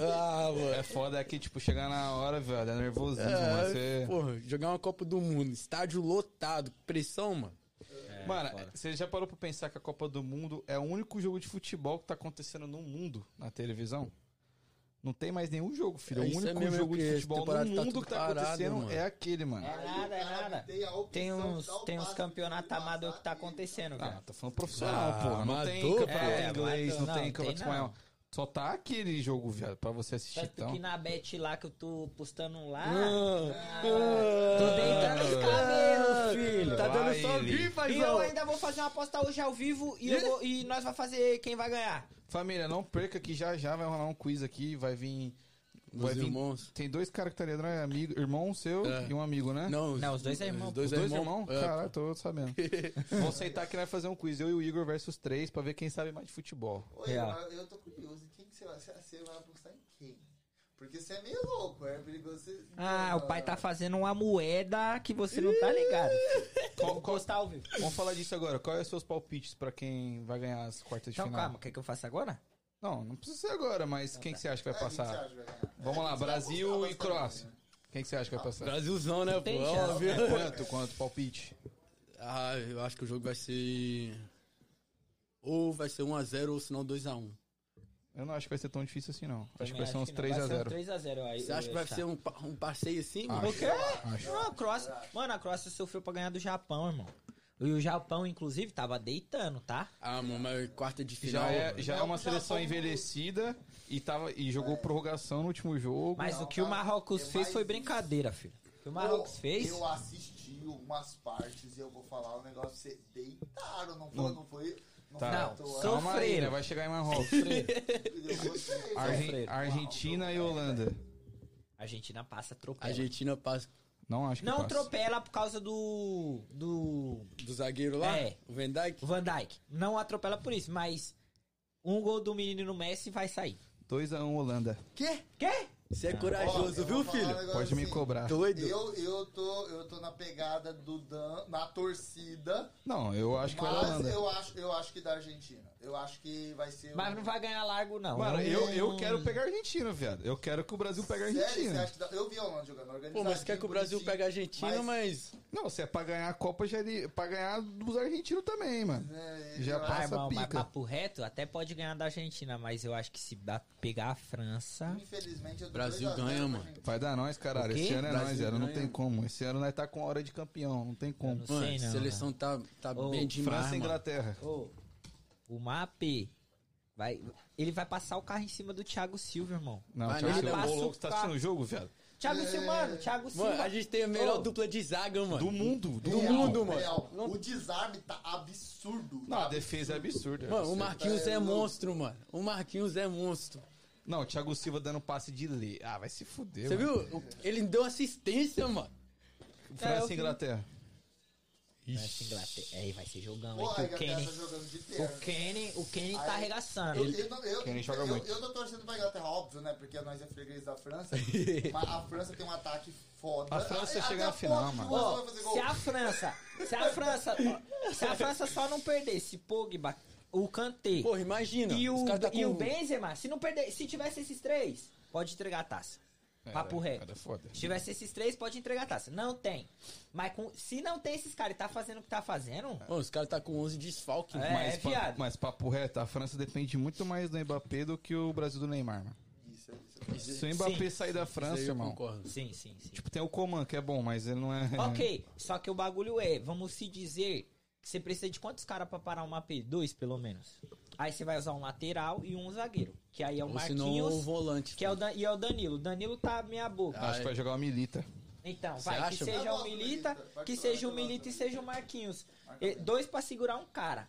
Speaker 4: Ah,
Speaker 1: É
Speaker 4: mano.
Speaker 1: foda aqui, tipo, chegar na hora, velho, é nervosismo, mano. Você...
Speaker 4: É, porra, jogar uma Copa do Mundo, estádio lotado, pressão, mano.
Speaker 2: É,
Speaker 4: É,
Speaker 1: Mano, você já parou pra pensar que a Copa do Mundo é o único jogo de futebol que tá acontecendo no mundo na televisão? Não tem mais nenhum jogo, filho.
Speaker 4: É,
Speaker 1: o
Speaker 4: isso
Speaker 1: único
Speaker 4: é mesmo,
Speaker 1: jogo de
Speaker 4: porque
Speaker 1: futebol
Speaker 4: temporada
Speaker 1: no
Speaker 4: tá
Speaker 1: mundo
Speaker 4: tudo
Speaker 1: que tá
Speaker 4: parado,
Speaker 1: acontecendo
Speaker 4: mano. Ah,
Speaker 1: é aquele, mano.
Speaker 2: É nada, é nada.
Speaker 3: Tem, a opção
Speaker 2: Tem uns,
Speaker 3: de dar o
Speaker 2: tem uns
Speaker 3: passe,
Speaker 2: campeonatos
Speaker 3: ele
Speaker 2: amador
Speaker 3: passar
Speaker 2: que tá
Speaker 3: e-
Speaker 2: acontecendo,
Speaker 1: Ah,
Speaker 2: cara.
Speaker 1: tô falando profissional,
Speaker 4: Ah,
Speaker 1: porra. Não tem
Speaker 4: amador,
Speaker 1: campeonato
Speaker 2: pô. É,
Speaker 1: inglês, não,
Speaker 2: amador,
Speaker 1: tem
Speaker 2: não,
Speaker 1: campeonato
Speaker 2: tem não.
Speaker 1: espanhol. Só tá aquele jogo, viado, pra você assistir,
Speaker 2: Tanto
Speaker 1: então.
Speaker 2: que na bet lá que eu tô postando um lá.
Speaker 4: Ah,
Speaker 2: Tô deitando os cabelos, filho.
Speaker 4: Tá
Speaker 1: Vai
Speaker 4: dando só
Speaker 1: ele.
Speaker 4: bifa,
Speaker 2: E eu
Speaker 4: paizão.
Speaker 2: ainda vou fazer uma aposta hoje ao vivo e, eu vou- e nós vamos fazer quem vai ganhar.
Speaker 1: Família, não perca que já já vai rolar um quiz aqui, vai vir... Vai
Speaker 4: Os
Speaker 1: vir...
Speaker 4: irmãos.
Speaker 1: Tem dois caras que tá ali atrás, amigo, irmão seu
Speaker 4: É.
Speaker 1: e um amigo, né?
Speaker 4: Não,
Speaker 2: Não, os dois é irmão,
Speaker 4: Os
Speaker 2: pô.
Speaker 1: Os
Speaker 4: dois,
Speaker 1: dois
Speaker 4: é irmão.
Speaker 1: irmãos? Caralho, tô sabendo. Vou sentar que vai fazer um quiz, eu e o Igor versus três, pra ver quem sabe mais de futebol.
Speaker 3: Oi,
Speaker 2: Real.
Speaker 3: mas eu tô curioso. Quem que você vai, você vai apostar em quem? Porque você é meio louco, é perigoso você...
Speaker 2: Ah, o pai tá fazendo uma moeda que você não tá ligado. Vou postar ao vivo.
Speaker 1: Vamos falar disso agora. Quais são os seus palpites pra quem vai ganhar as quartas de
Speaker 2: Então
Speaker 1: final?
Speaker 2: calma, quer que eu faça agora?
Speaker 1: Não, não precisa ser agora, mas quem que você acha que vai
Speaker 3: É, quem que você
Speaker 1: passar?
Speaker 3: acha que vai ganhar?
Speaker 1: Vamos lá,
Speaker 3: Você vai
Speaker 1: Brasil
Speaker 3: apostar
Speaker 1: e
Speaker 3: bastante,
Speaker 1: Croácia.
Speaker 3: né?
Speaker 1: Quem que você acha que vai passar?
Speaker 4: Brasilzão, né, pô?
Speaker 2: Tem chance.
Speaker 4: Óbvio.
Speaker 1: Quanto, quanto, palpite?
Speaker 4: Ah, eu acho que o jogo vai ser. Ou vai ser 1x0 ou se não 2x1.
Speaker 1: Eu não acho que vai ser tão difícil assim, não. Acho que vai ser uns
Speaker 2: não. Vai ser um
Speaker 1: 3x0.
Speaker 2: uns 3x0 aí.
Speaker 4: Você acha que vai
Speaker 2: Tá.
Speaker 4: ser um, pa- um passeio assim, mano?
Speaker 2: O quê? Não, a Croácia. Mano, a Croácia sofreu pra ganhar do Japão, irmão. E o Japão, inclusive, tava deitando, tá?
Speaker 4: Ah, mano, mas quarta de final.
Speaker 1: Já é, já é
Speaker 3: Não,
Speaker 1: uma
Speaker 3: o Japão-
Speaker 1: seleção envelhecida e, tava, e jogou prorrogação no último jogo.
Speaker 2: Mas
Speaker 3: Não,
Speaker 2: o que o
Speaker 3: cara,
Speaker 2: Marrocos
Speaker 3: eu
Speaker 2: fez
Speaker 3: mais-
Speaker 2: foi brincadeira, filho. O que o Marrocos
Speaker 3: Pô,
Speaker 2: fez.
Speaker 3: Eu assisti algumas partes e eu vou falar um negócio pra você. Deitaram, não foi? Não, foi, não
Speaker 1: Tá.
Speaker 3: foi à
Speaker 2: Não,
Speaker 3: toa.
Speaker 2: só-
Speaker 1: Calma aí,
Speaker 2: sofreram.
Speaker 1: né? vai chegar em Marrocos.
Speaker 3: Eu gostei, velho.
Speaker 1: Argen-
Speaker 2: Sofreram.
Speaker 1: Argentina e Holanda.
Speaker 2: A Argentina passa,
Speaker 4: A
Speaker 2: atropela.
Speaker 4: Argentina passa
Speaker 1: Não acho que
Speaker 2: Não
Speaker 1: passa.
Speaker 2: atropela por causa do. do.
Speaker 4: do zagueiro lá,
Speaker 2: É.
Speaker 4: o Van Dijk.
Speaker 2: Van Dyke. Não atropela por isso, mas. Um gol do menino no Messi vai sair.
Speaker 1: 2x1 Holanda.
Speaker 2: Quê? Quê?
Speaker 4: Você é corajoso,
Speaker 3: Ó, eu
Speaker 4: viu,
Speaker 3: vou falar um
Speaker 4: filho?
Speaker 3: negócio
Speaker 1: Pode me
Speaker 3: assim.
Speaker 1: cobrar.
Speaker 4: Doido.
Speaker 3: Eu, eu, tô, eu tô na pegada do Dan, na torcida,
Speaker 1: Não, eu acho que vai dar
Speaker 3: mas
Speaker 1: Holanda.
Speaker 3: eu acho, eu acho que da Argentina. Eu acho que vai ser. um-
Speaker 2: Mas não vai ganhar largo, não.
Speaker 1: Mano,
Speaker 2: Não-
Speaker 1: eu, eu quero pegar a Argentina, viado. Eu quero que o Brasil pegue a
Speaker 3: Sério, você
Speaker 1: Argentina.
Speaker 3: acha que dá- Eu vi a Holanda jogando organizado.
Speaker 4: Pô, mas quer que o Brasil pegue a Argentina, mas...
Speaker 1: Não, se é pra ganhar a Copa, já é pra ganhar dos argentinos também, mano. Já
Speaker 2: Ah,
Speaker 1: passa
Speaker 2: irmão, mas
Speaker 1: pica.
Speaker 2: papo reto, até pode ganhar da Argentina, mas eu acho que se dá- pegar a França.
Speaker 3: É, Infelizmente, eu tô
Speaker 4: Brasil
Speaker 3: 2 a 0
Speaker 4: ganha,
Speaker 3: pra
Speaker 4: mano.
Speaker 3: Argentina.
Speaker 1: Vai dar nós, caralho.
Speaker 2: O quê?
Speaker 1: Esse ano é
Speaker 4: Brasil
Speaker 1: nós, velho. Não
Speaker 4: ganha.
Speaker 1: tem como. Esse ano nós tá com hora de campeão. Não tem como.
Speaker 2: Eu não
Speaker 4: Mano,
Speaker 2: sei não,
Speaker 4: a seleção tá, tá
Speaker 2: Ô, é
Speaker 4: bem demais,
Speaker 1: França e
Speaker 4: mano.
Speaker 1: Inglaterra.
Speaker 2: Ô, o MAP vai, ele vai passar o carro em cima do Thiago Silva, irmão.
Speaker 1: Não,
Speaker 4: Mas
Speaker 1: Thiago
Speaker 4: ele
Speaker 1: Silva, ô,
Speaker 2: passa o
Speaker 1: louco, você tá
Speaker 2: carro.
Speaker 1: assistindo o jogo, viado?
Speaker 2: Thiago
Speaker 3: É.
Speaker 2: Silva, mano, Thiago Silva.
Speaker 4: Mano, a gente tem a melhor
Speaker 2: Ô.
Speaker 4: dupla de zaga, mano.
Speaker 1: Do mundo, do
Speaker 4: Do
Speaker 1: mundo.
Speaker 4: mundo, mano.
Speaker 3: Real.
Speaker 4: Não-
Speaker 3: O desarme tá absurdo.
Speaker 1: Não, a
Speaker 3: Tá
Speaker 1: defesa é absurda.
Speaker 4: Mano, o Marquinhos
Speaker 3: tá-
Speaker 4: é monstro, mano. O Marquinhos é monstro.
Speaker 1: Não, o Thiago Silva dando passe de lei. Ah, vai se fuder,
Speaker 4: Você
Speaker 1: mano.
Speaker 4: viu? O- Ele deu assistência, mano.
Speaker 2: É, eu
Speaker 1: França e
Speaker 2: vi.
Speaker 1: Inglaterra.
Speaker 2: França, Inglaterra. É, vai ser jogão, hein?
Speaker 3: Porra, a
Speaker 2: O
Speaker 3: Inglaterra tá
Speaker 2: Kenny,
Speaker 3: jogando de
Speaker 2: o
Speaker 3: terra.
Speaker 2: Kenny, o Kenny tá
Speaker 3: Aí-
Speaker 2: arregaçando.
Speaker 3: Eu, eu, não- eu,
Speaker 1: Quem joga
Speaker 3: eu-
Speaker 1: muito.
Speaker 3: eu tô torcendo pra Inglaterra, óbvio, né? Porque nós é freguês da França. mas a França tem um ataque foda.
Speaker 1: A França
Speaker 3: Até
Speaker 1: chega
Speaker 3: a
Speaker 1: na final,
Speaker 3: Portugal
Speaker 1: mano.
Speaker 3: vai
Speaker 2: Ó,
Speaker 3: fazer gol.
Speaker 2: se a França, se a França, se a França só não perdesse Pogba, o Kanté
Speaker 4: Porra, imagina.
Speaker 2: e o,
Speaker 4: Os caras tá
Speaker 2: e o
Speaker 4: com-
Speaker 2: Benzema, se não perder, se tivesse esses três, pode entregar a taça. Papo
Speaker 1: É,
Speaker 2: reto.
Speaker 1: cara, é
Speaker 4: um.
Speaker 1: foda.
Speaker 2: Se tivesse esses três, pode entregar a taça. Não tem. Mas com- se não tem esses caras e tá fazendo o que tá fazendo,
Speaker 4: Mano, os caras tá com 11 desfalque.
Speaker 2: É,
Speaker 1: mas, pa-
Speaker 2: viado.
Speaker 1: mas papo reto, a França depende muito mais do Mbappé do que o Brasil do Neymar, mano.
Speaker 3: Isso, isso.
Speaker 1: Se o Mbappé sair da França,
Speaker 4: eu
Speaker 1: irmão.
Speaker 4: concordo.
Speaker 2: sim, sim, sim.
Speaker 1: Tipo, tem o Coman, que é bom, mas ele não é.
Speaker 2: Ok, só que o bagulho é, vamos se dizer que você precisa de quantos caras pra parar uma P? Dois, pelo menos. Aí você vai usar um lateral e um zagueiro. Que aí é o
Speaker 4: Ou senão
Speaker 2: Marquinhos.
Speaker 4: o volante.
Speaker 2: Que é o Dan- e é o Danilo. O Danilo tá meia boca.
Speaker 1: Acho que vai jogar o Milita.
Speaker 2: Então,
Speaker 4: Você
Speaker 2: vai,
Speaker 4: acha,
Speaker 2: que seja
Speaker 3: mano?
Speaker 2: o Milita,
Speaker 3: Eu gosto do Milita.
Speaker 2: que seja o
Speaker 3: Eu gosto do
Speaker 2: Milita e
Speaker 3: Milita.
Speaker 2: seja o Marquinhos.
Speaker 3: Marca
Speaker 2: E-
Speaker 3: bem.
Speaker 2: dois pra segurar um cara.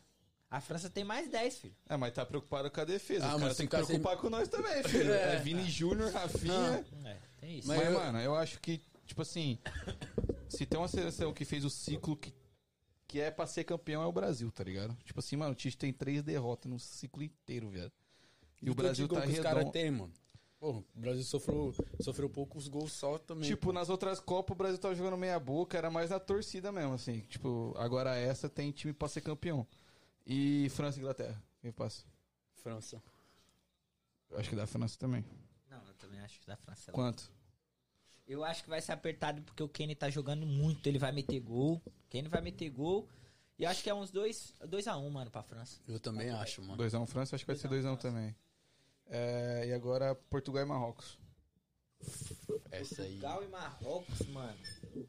Speaker 2: A França tem mais 10, filho.
Speaker 1: É, mas tá preocupado com a defesa.
Speaker 4: Ah,
Speaker 1: o cara
Speaker 4: mas
Speaker 1: tem
Speaker 4: se
Speaker 1: que preocupar com nós também, filho.
Speaker 4: É.
Speaker 1: É, Vini Júnior, Rafinha.
Speaker 2: É, tem isso.
Speaker 1: Mas,
Speaker 4: Mas eu-
Speaker 1: mano, eu acho que, tipo assim, se tem uma seleção que fez o ciclo que, que é pra ser campeão, é o Brasil, tá ligado? Tipo assim, mano, o Tite tem três derrotas no ciclo inteiro, velho.
Speaker 2: tipo
Speaker 1: E o Brasil tá
Speaker 4: que os caras
Speaker 1: redondo.
Speaker 4: têm, mano. Porra, o Brasil sofreu, sofreu poucos gols só também.
Speaker 1: Tipo, nas outras Copas o Brasil tava jogando meia boca, era mais na torcida mesmo, assim. Tipo, agora essa tem time pra ser campeão. E França e Inglaterra, quem passa?
Speaker 4: França.
Speaker 1: Eu acho que dá a França também.
Speaker 2: Não, eu também acho que da França. é
Speaker 1: Quanto?
Speaker 2: Eu acho que vai ser apertado porque o Kenny tá jogando muito. Ele vai meter gol. Kenny vai meter gol. E eu acho que é uns 2 dois a 1 um, mano, pra França.
Speaker 4: Eu também acho, mano.
Speaker 1: 2x1 França, acho que vai ser 2x1 também. É, e agora Portugal e Marrocos.
Speaker 4: Essa aí,
Speaker 2: Portugal e Marrocos, mano.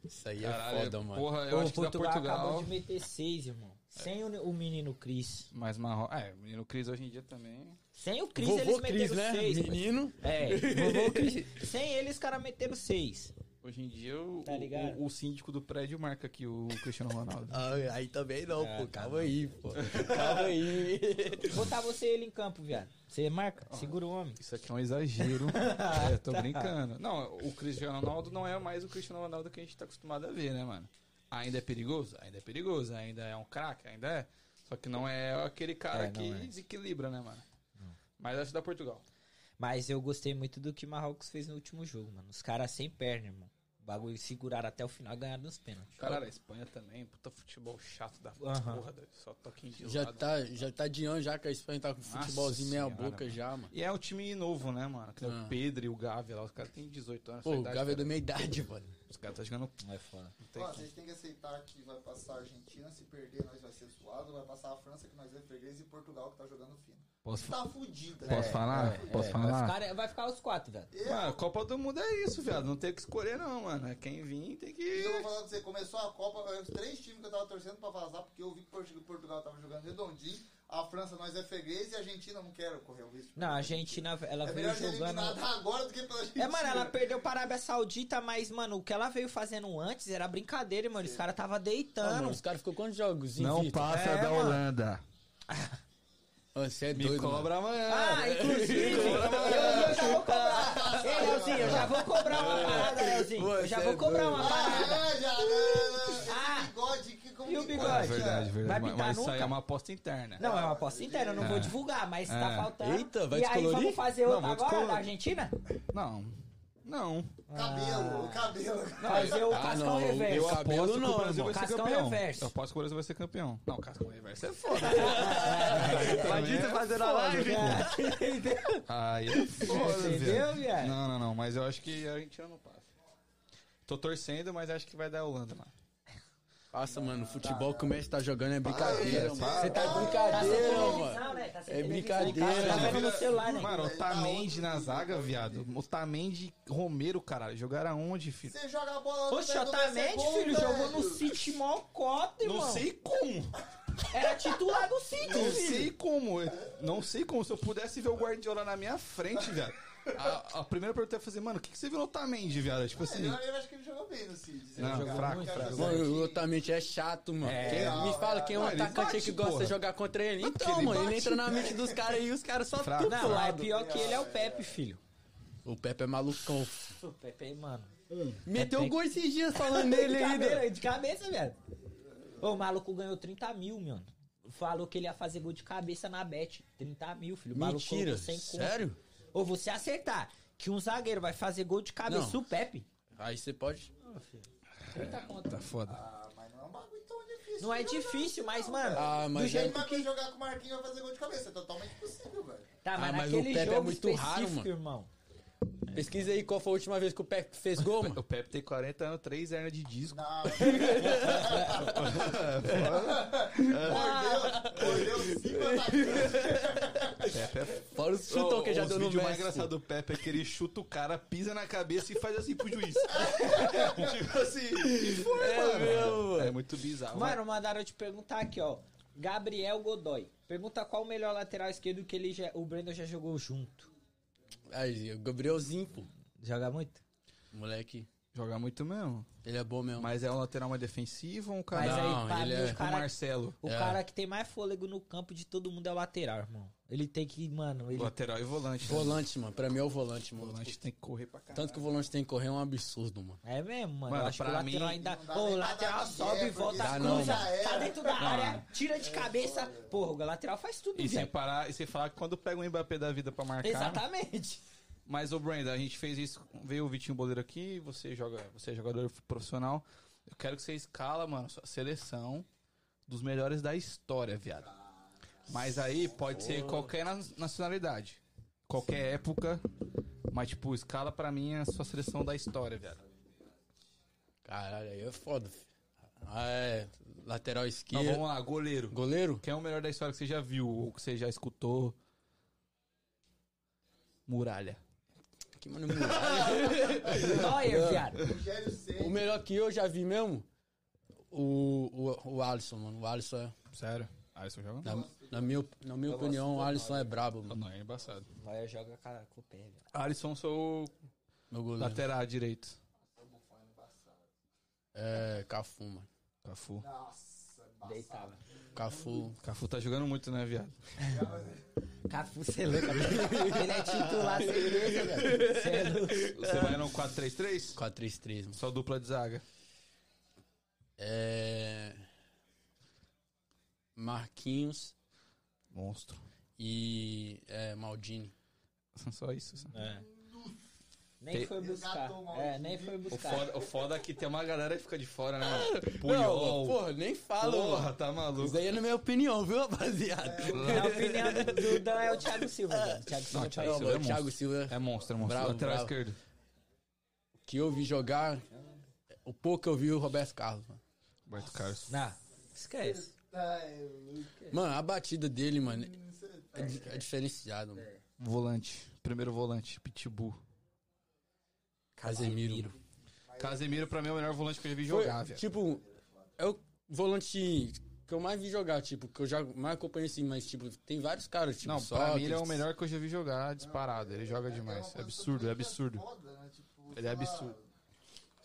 Speaker 4: essa aí
Speaker 1: Caralho,
Speaker 4: é foda, mano.
Speaker 1: Porra, eu
Speaker 2: Pô,
Speaker 1: acho que dá
Speaker 2: Portugal, acabou
Speaker 1: Portugal.
Speaker 2: de meter seis, irmão. Sem o, o menino Cris.
Speaker 1: Mas Marrocos. É, o menino Cris hoje em dia também.
Speaker 2: Sem o Cris,
Speaker 4: Vovô
Speaker 2: eles
Speaker 4: Cris,
Speaker 2: meteram
Speaker 4: né?
Speaker 2: seis. velho.
Speaker 4: Menino.
Speaker 2: É, vovô Cris. Sem ele, os caras meteram seis.
Speaker 1: Hoje em dia o,
Speaker 2: Tá ligado?
Speaker 1: o, o síndico do prédio marca aqui o Cristiano Ronaldo.
Speaker 4: Ai, aí também não,
Speaker 2: Ah,
Speaker 4: pô.
Speaker 2: tá
Speaker 4: Calma aí, pô. Calma aí.
Speaker 2: Botar você e ele em campo, viado. Você marca, segura o homem.
Speaker 1: Isso aqui é um exagero. é, tô brincando. Não, o Cristiano Ronaldo não é mais o Cristiano Ronaldo que a gente tá acostumado a ver, né, mano? Ainda é perigoso? Ainda é perigoso. Ainda é um craque? Ainda é. Só que não é aquele cara
Speaker 2: É, não
Speaker 1: que
Speaker 2: é.
Speaker 1: desequilibra, né, mano? Mas acho da Portugal.
Speaker 2: Mas eu gostei muito do que Marrocos fez no último jogo, mano. Os caras sem perna, irmão. O bagulho seguraram até o final e ganharam nos pênaltis.
Speaker 1: Caralho, a Espanha também. Puta futebol chato da
Speaker 2: Aham.
Speaker 1: porra. da- Só toquinho de
Speaker 4: Já
Speaker 1: lado.
Speaker 4: tá, já tá de ano, já que a Espanha tá com
Speaker 1: Nossa
Speaker 4: futebolzinho meia
Speaker 1: senhora,
Speaker 4: boca
Speaker 1: mano.
Speaker 4: já, mano.
Speaker 1: E é um time novo, né, mano? Que tem
Speaker 4: Ah.
Speaker 1: o Pedro e o Gavi lá. Os caras têm 18 anos.
Speaker 4: Pô,
Speaker 1: essa
Speaker 4: o
Speaker 1: idade, tá
Speaker 4: Gavi é da
Speaker 1: cara.
Speaker 4: minha idade, mano.
Speaker 1: Os caras tá jogando.
Speaker 2: Não é foda.
Speaker 1: Não tem
Speaker 3: Ó,
Speaker 1: como.
Speaker 3: vocês têm que aceitar que vai passar a Argentina, se perder nós vai ser zoado, vai passar a França que nós é freguês e Portugal que tá jogando fino.
Speaker 1: Posso
Speaker 3: Tá fudida.
Speaker 1: Posso
Speaker 3: É,
Speaker 1: falar?
Speaker 3: é.
Speaker 1: Posso falar?
Speaker 2: Vai ficar, vai ficar os quatro, velho.
Speaker 3: Eu,
Speaker 1: Mano, Copa do Mundo é isso, viado. Não tem o que escolher, não, mano. É Quem vir tem
Speaker 3: e eu vou
Speaker 1: que.
Speaker 3: falar assim, pra você, começou a Copa, os três times que eu tava torcendo pra vazar, porque eu vi que Portu- Portugal tava jogando redondinho, a França nós é freguês e a Argentina não quero correr o risco.
Speaker 2: Não, a Argentina, ela
Speaker 3: é
Speaker 2: veio
Speaker 3: melhor ser
Speaker 2: jogando.
Speaker 3: eliminada agora do que pela Argentina.
Speaker 2: É, mano, ela perdeu para a Arábia Saudita, mas, mano, o que ela veio fazendo antes era brincadeira, mano. Os caras tava
Speaker 4: Ah,
Speaker 2: deitando.
Speaker 4: mano, os caras ficou quantos jogos?
Speaker 1: Não
Speaker 4: invicto?
Speaker 1: passa
Speaker 2: É,
Speaker 1: da
Speaker 2: mano.
Speaker 1: Holanda.
Speaker 4: Ah, Você é
Speaker 1: Me
Speaker 4: doido, mano.
Speaker 1: cobra amanhã. É
Speaker 2: Ah,
Speaker 4: É.
Speaker 2: inclusive, eu, eu já vou cobrar. Ei, Leozinho, eu já vou cobrar
Speaker 4: É.
Speaker 2: uma parada, Leozinho. Eu já vou cobrar uma parada.
Speaker 3: Ah, é, já, né?
Speaker 2: Ah.
Speaker 3: Esse bigode, que, como
Speaker 2: E o
Speaker 3: que
Speaker 2: bigode?
Speaker 3: tá?
Speaker 1: É verdade,
Speaker 2: Vai
Speaker 1: verdade. Mas,
Speaker 2: pintar
Speaker 1: mas isso aí
Speaker 2: nunca?
Speaker 1: é uma aposta interna.
Speaker 2: Não, é uma aposta interna, eu não vou divulgar, mas tá
Speaker 1: É.
Speaker 2: faltando.
Speaker 4: Eita, vai
Speaker 2: E aí,
Speaker 4: descolorir?
Speaker 2: vamos fazer
Speaker 1: Não,
Speaker 2: outra
Speaker 1: vou
Speaker 2: agora, da
Speaker 1: descolorir.
Speaker 2: Argentina?
Speaker 1: Não. Não.
Speaker 3: Cabelo, o cabelo.
Speaker 2: Fazer o
Speaker 4: Ah,
Speaker 2: Cascão
Speaker 4: não, eu
Speaker 2: Reverso.
Speaker 4: aposto Cabelo
Speaker 1: que
Speaker 4: não,
Speaker 1: o Brasil
Speaker 2: irmão.
Speaker 1: vai ser
Speaker 2: Cascão
Speaker 1: campeão.
Speaker 2: reverso.
Speaker 1: Eu aposto que o Brasil vai ser campeão. Não, Cascão Reverso é foda. é
Speaker 5: Imagina você fazendo a
Speaker 2: Tá
Speaker 5: live.
Speaker 1: Aí é foda,
Speaker 2: Entendeu, viado?
Speaker 1: Não, não, não. Mas eu acho que a Argentina não passa. Tô torcendo, mas acho que vai dar a Holanda, mano.
Speaker 4: Passa, mano, o futebol que o Messi tá jogando é brincadeira, mano. Você
Speaker 2: Tá
Speaker 4: tá de
Speaker 2: sem
Speaker 4: brincadeira,
Speaker 2: televisão,
Speaker 4: mano.
Speaker 2: né? Tá sem
Speaker 4: É
Speaker 2: televisão em
Speaker 4: brincadeira,
Speaker 2: casa, Tá
Speaker 4: mano.
Speaker 2: vendo no celular, né?
Speaker 1: Mano, Otamendi na zaga, viado. Otamendi e Romero, caralho. Jogaram aonde, filho?
Speaker 3: Você joga a bola no
Speaker 2: Oxe,
Speaker 3: pé do
Speaker 2: Otamendi,
Speaker 3: Messi, é
Speaker 2: tá filho,
Speaker 3: gol,
Speaker 2: jogou no
Speaker 3: velho.
Speaker 2: City mocota, irmão.
Speaker 1: Não sei como.
Speaker 2: Era titular do City,
Speaker 1: Não
Speaker 2: filho.
Speaker 1: sei como. Não sei como. Se eu pudesse ver o Guardiola na minha frente, viado. A, a primeira pergunta é fazer, mano, o que, que você viu no Otamendi, viado? Tipo assim.
Speaker 3: É, Eu, eu acho que ele jogou bem no Cid. se
Speaker 1: Não,
Speaker 3: ele jogar.
Speaker 1: fraco,
Speaker 3: Cara,
Speaker 1: fraco.
Speaker 3: jogar.
Speaker 4: Mano, o Otamendi é chato, mano. Quem-
Speaker 3: não,
Speaker 4: me fala quem é um
Speaker 1: não, ele
Speaker 4: atacante aí
Speaker 1: bate,
Speaker 4: que gosta
Speaker 1: porra.
Speaker 4: de jogar contra ele.
Speaker 1: porque
Speaker 4: Então,
Speaker 1: ele
Speaker 4: mano,
Speaker 1: bate.
Speaker 4: ele entra na mente dos caras e os caras só
Speaker 1: Fraco.
Speaker 4: tudo
Speaker 2: Não, é
Speaker 4: lado.
Speaker 2: pior que ele é o Pepe, filho.
Speaker 4: O Pepe é malucão.
Speaker 2: O Pepe, mano.
Speaker 4: Meteu
Speaker 2: Pepe.
Speaker 4: gol esses dias falando dele
Speaker 2: de,
Speaker 4: ainda.
Speaker 2: cabeça, de cabeça, velho. Ô, O maluco ganhou 30 mil, mano. Falou que ele ia fazer gol de cabeça na bet. 30 mil, filho. O maluco
Speaker 4: Mentira,
Speaker 2: colocou sem conta.
Speaker 4: sério?
Speaker 2: Ou você acertar que um zagueiro vai fazer gol de cabeça,
Speaker 4: Não.
Speaker 2: o Pepe.
Speaker 4: Aí você pode...
Speaker 2: 30 conta.
Speaker 1: Tá foda.
Speaker 3: Ah, mas não é um bagulho tão difícil.
Speaker 2: Não é
Speaker 3: de jogar.
Speaker 2: difícil, mas, mano.
Speaker 4: Ah,
Speaker 2: do
Speaker 4: mas é-
Speaker 2: jeito
Speaker 3: Mas
Speaker 2: que.
Speaker 3: quem jogar com o Marquinhos vai fazer gol de cabeça. É totalmente possível, velho.
Speaker 2: Tá, mas,
Speaker 4: Ah, mas o
Speaker 2: naquele
Speaker 4: Pepe é
Speaker 2: jogo
Speaker 4: muito
Speaker 2: específico,
Speaker 4: raro, mano.
Speaker 2: irmão.
Speaker 4: Pesquisa aí qual foi a última vez que o Pepe fez gol, mano.
Speaker 1: O Pepe tem 40 anos, 3 hernias de disco.
Speaker 3: Não. Mordeu, mordeu cinco atacantes.
Speaker 1: Pepe é
Speaker 4: Fora os chutão que já deu no
Speaker 1: vídeo mais
Speaker 4: Messi.
Speaker 1: engraçado do Pepe é que ele chuta o cara, pisa na cabeça e faz assim pro juiz. tipo assim, que foi,
Speaker 4: É
Speaker 1: mano?
Speaker 4: mesmo, mano.
Speaker 1: É muito bizarro.
Speaker 2: Mano, mandaram eu te perguntar aqui, ó. Gabriel Godoy. Pergunta qual o melhor lateral esquerdo que ele já- o Breno já jogou junto.
Speaker 4: Aí, o Gabrielzinho, pô.
Speaker 2: Joga muito?
Speaker 4: Moleque,
Speaker 1: Joga muito mesmo.
Speaker 4: ele é bom mesmo.
Speaker 1: Mas é um lateral mais defensivo ou um
Speaker 2: Mas
Speaker 1: cara
Speaker 4: Não,
Speaker 2: aí, pra
Speaker 4: ele
Speaker 2: mim,
Speaker 4: é-
Speaker 2: o
Speaker 1: com o
Speaker 2: cara
Speaker 1: Marcelo?
Speaker 2: O
Speaker 4: É.
Speaker 2: cara que tem mais fôlego no campo de todo mundo é o lateral, irmão. Ele tem que, mano, ele.
Speaker 1: Lateral e volante. né?
Speaker 4: Volante, mano. Pra mim é o volante,
Speaker 1: O
Speaker 4: mano.
Speaker 1: volante tem que correr pra caralho.
Speaker 4: Tanto que o volante tem que correr é um absurdo, mano.
Speaker 2: É mesmo, mano.
Speaker 1: Mano,
Speaker 2: Eu acho que o
Speaker 1: pra
Speaker 2: lateral
Speaker 1: mim-
Speaker 2: ainda.
Speaker 3: Não
Speaker 2: Ô,
Speaker 3: dá nem
Speaker 2: o
Speaker 3: pra
Speaker 2: lateral
Speaker 3: dar
Speaker 2: sobe,
Speaker 3: migué,
Speaker 2: volta,
Speaker 4: porque- Dá não,
Speaker 2: cruza,
Speaker 3: mano.
Speaker 2: tá dentro da área, tira de cabeça. Porra, o lateral faz tudo,
Speaker 1: E
Speaker 4: é.
Speaker 1: sem
Speaker 2: velho.
Speaker 1: parar, e sem falar que quando pega o Mbappé da vida é pra marcar.
Speaker 2: Exatamente.
Speaker 1: Mas, ô Brenda, a gente fez isso. Veio o Vitinho Boleiro aqui, você joga, você é jogador profissional. Eu quero que você escala, mano, sua seleção dos melhores da história, viado. Mas aí pode ser qualquer na- nacionalidade. Qualquer época. Mas, tipo, escala pra mim a sua seleção da história, viado.
Speaker 4: Caralho, aí é foda, filho. Ah, é. Lateral
Speaker 1: Então
Speaker 4: esquerdo.
Speaker 1: vamos lá, goleiro.
Speaker 4: Goleiro?
Speaker 1: Quem é o melhor da história que você já viu ou que você já escutou? Muralha.
Speaker 4: Que mano, Muralha.
Speaker 2: Neuer, viado.
Speaker 3: Rogério
Speaker 4: o
Speaker 3: Ceni.
Speaker 4: melhor que eu já vi mesmo, o, o, o Alisson, mano. O Alisson, é-
Speaker 1: Sério? Ah, isso joga?
Speaker 4: na, na minha, na minha opinião, o Alisson é brabo, mano.
Speaker 1: Não, é embaçado.
Speaker 2: Neuer joga cara, com o pé, velho.
Speaker 1: Alisson, sou
Speaker 4: Meu goleiro.
Speaker 1: lateral direito.
Speaker 4: É, Cafu, mano.
Speaker 1: Cafu.
Speaker 3: Nossa, é
Speaker 2: Deitava.
Speaker 4: Cafu.
Speaker 1: Cafu tá jogando muito, né, viado?
Speaker 2: Cafu, você é louco. Ele é titular certeza, velho. Você é louco.
Speaker 1: Você vai no 4-3-3?
Speaker 4: 4-3-3, mano.
Speaker 1: Só dupla de zaga.
Speaker 4: É. Marquinhos
Speaker 1: Monstro.
Speaker 4: e é, Maldini.
Speaker 1: Só isso. só.
Speaker 2: É. Nem
Speaker 1: Tem-
Speaker 2: foi buscar.
Speaker 3: Resgatou o Maldini.
Speaker 2: É,
Speaker 4: um
Speaker 2: nem foi
Speaker 1: O,
Speaker 2: buscar.
Speaker 1: foda, o foda é que tem uma galera que fica de fora, né, mano?
Speaker 4: Não,
Speaker 1: Puyol.
Speaker 4: porra, nem falo.
Speaker 1: Porra, É,
Speaker 4: mano.
Speaker 1: tá
Speaker 4: Isso
Speaker 1: maluco.
Speaker 4: aí é na minha opinião, viu, rapaziada?
Speaker 2: Na opinião do- do Dan é o Thiago Silva,
Speaker 4: Ah.
Speaker 2: velho. Thiago
Speaker 1: Não,
Speaker 2: Silva
Speaker 1: Thiago
Speaker 2: tá aí.
Speaker 4: Não,
Speaker 1: Silva é
Speaker 4: mano, o Thiago Silva,
Speaker 1: É monstro, é monstro.
Speaker 4: Bravo,
Speaker 1: lateral
Speaker 4: bravo.
Speaker 1: esquerdo.
Speaker 4: que eu vi jogar, o pouco que eu vi o Roberto Carlos, mano.
Speaker 1: Roberto Carlos.
Speaker 2: Não, esquece.
Speaker 3: Ai, Luca.
Speaker 4: Mano, a batida dele, mano, é, di- é diferenciado, mano.
Speaker 1: Volante. Primeiro volante. Pitbull.
Speaker 4: Casemiro.
Speaker 1: Casemiro, pra mim, é o melhor volante que eu já vi
Speaker 4: Foi,
Speaker 1: jogar, velho.
Speaker 4: tipo, é o volante que eu mais vi jogar, tipo, que eu já mais acompanhei assim, mas, tipo, tem vários caras, tipo,
Speaker 1: Não, pra mim ele é o
Speaker 4: Sócrates.
Speaker 1: melhor que eu já vi jogar disparado. Ele joga demais. É absurdo, é absurdo.
Speaker 3: Foda, né? Tipo,
Speaker 1: Ele é
Speaker 3: sei lá,
Speaker 1: absurdo.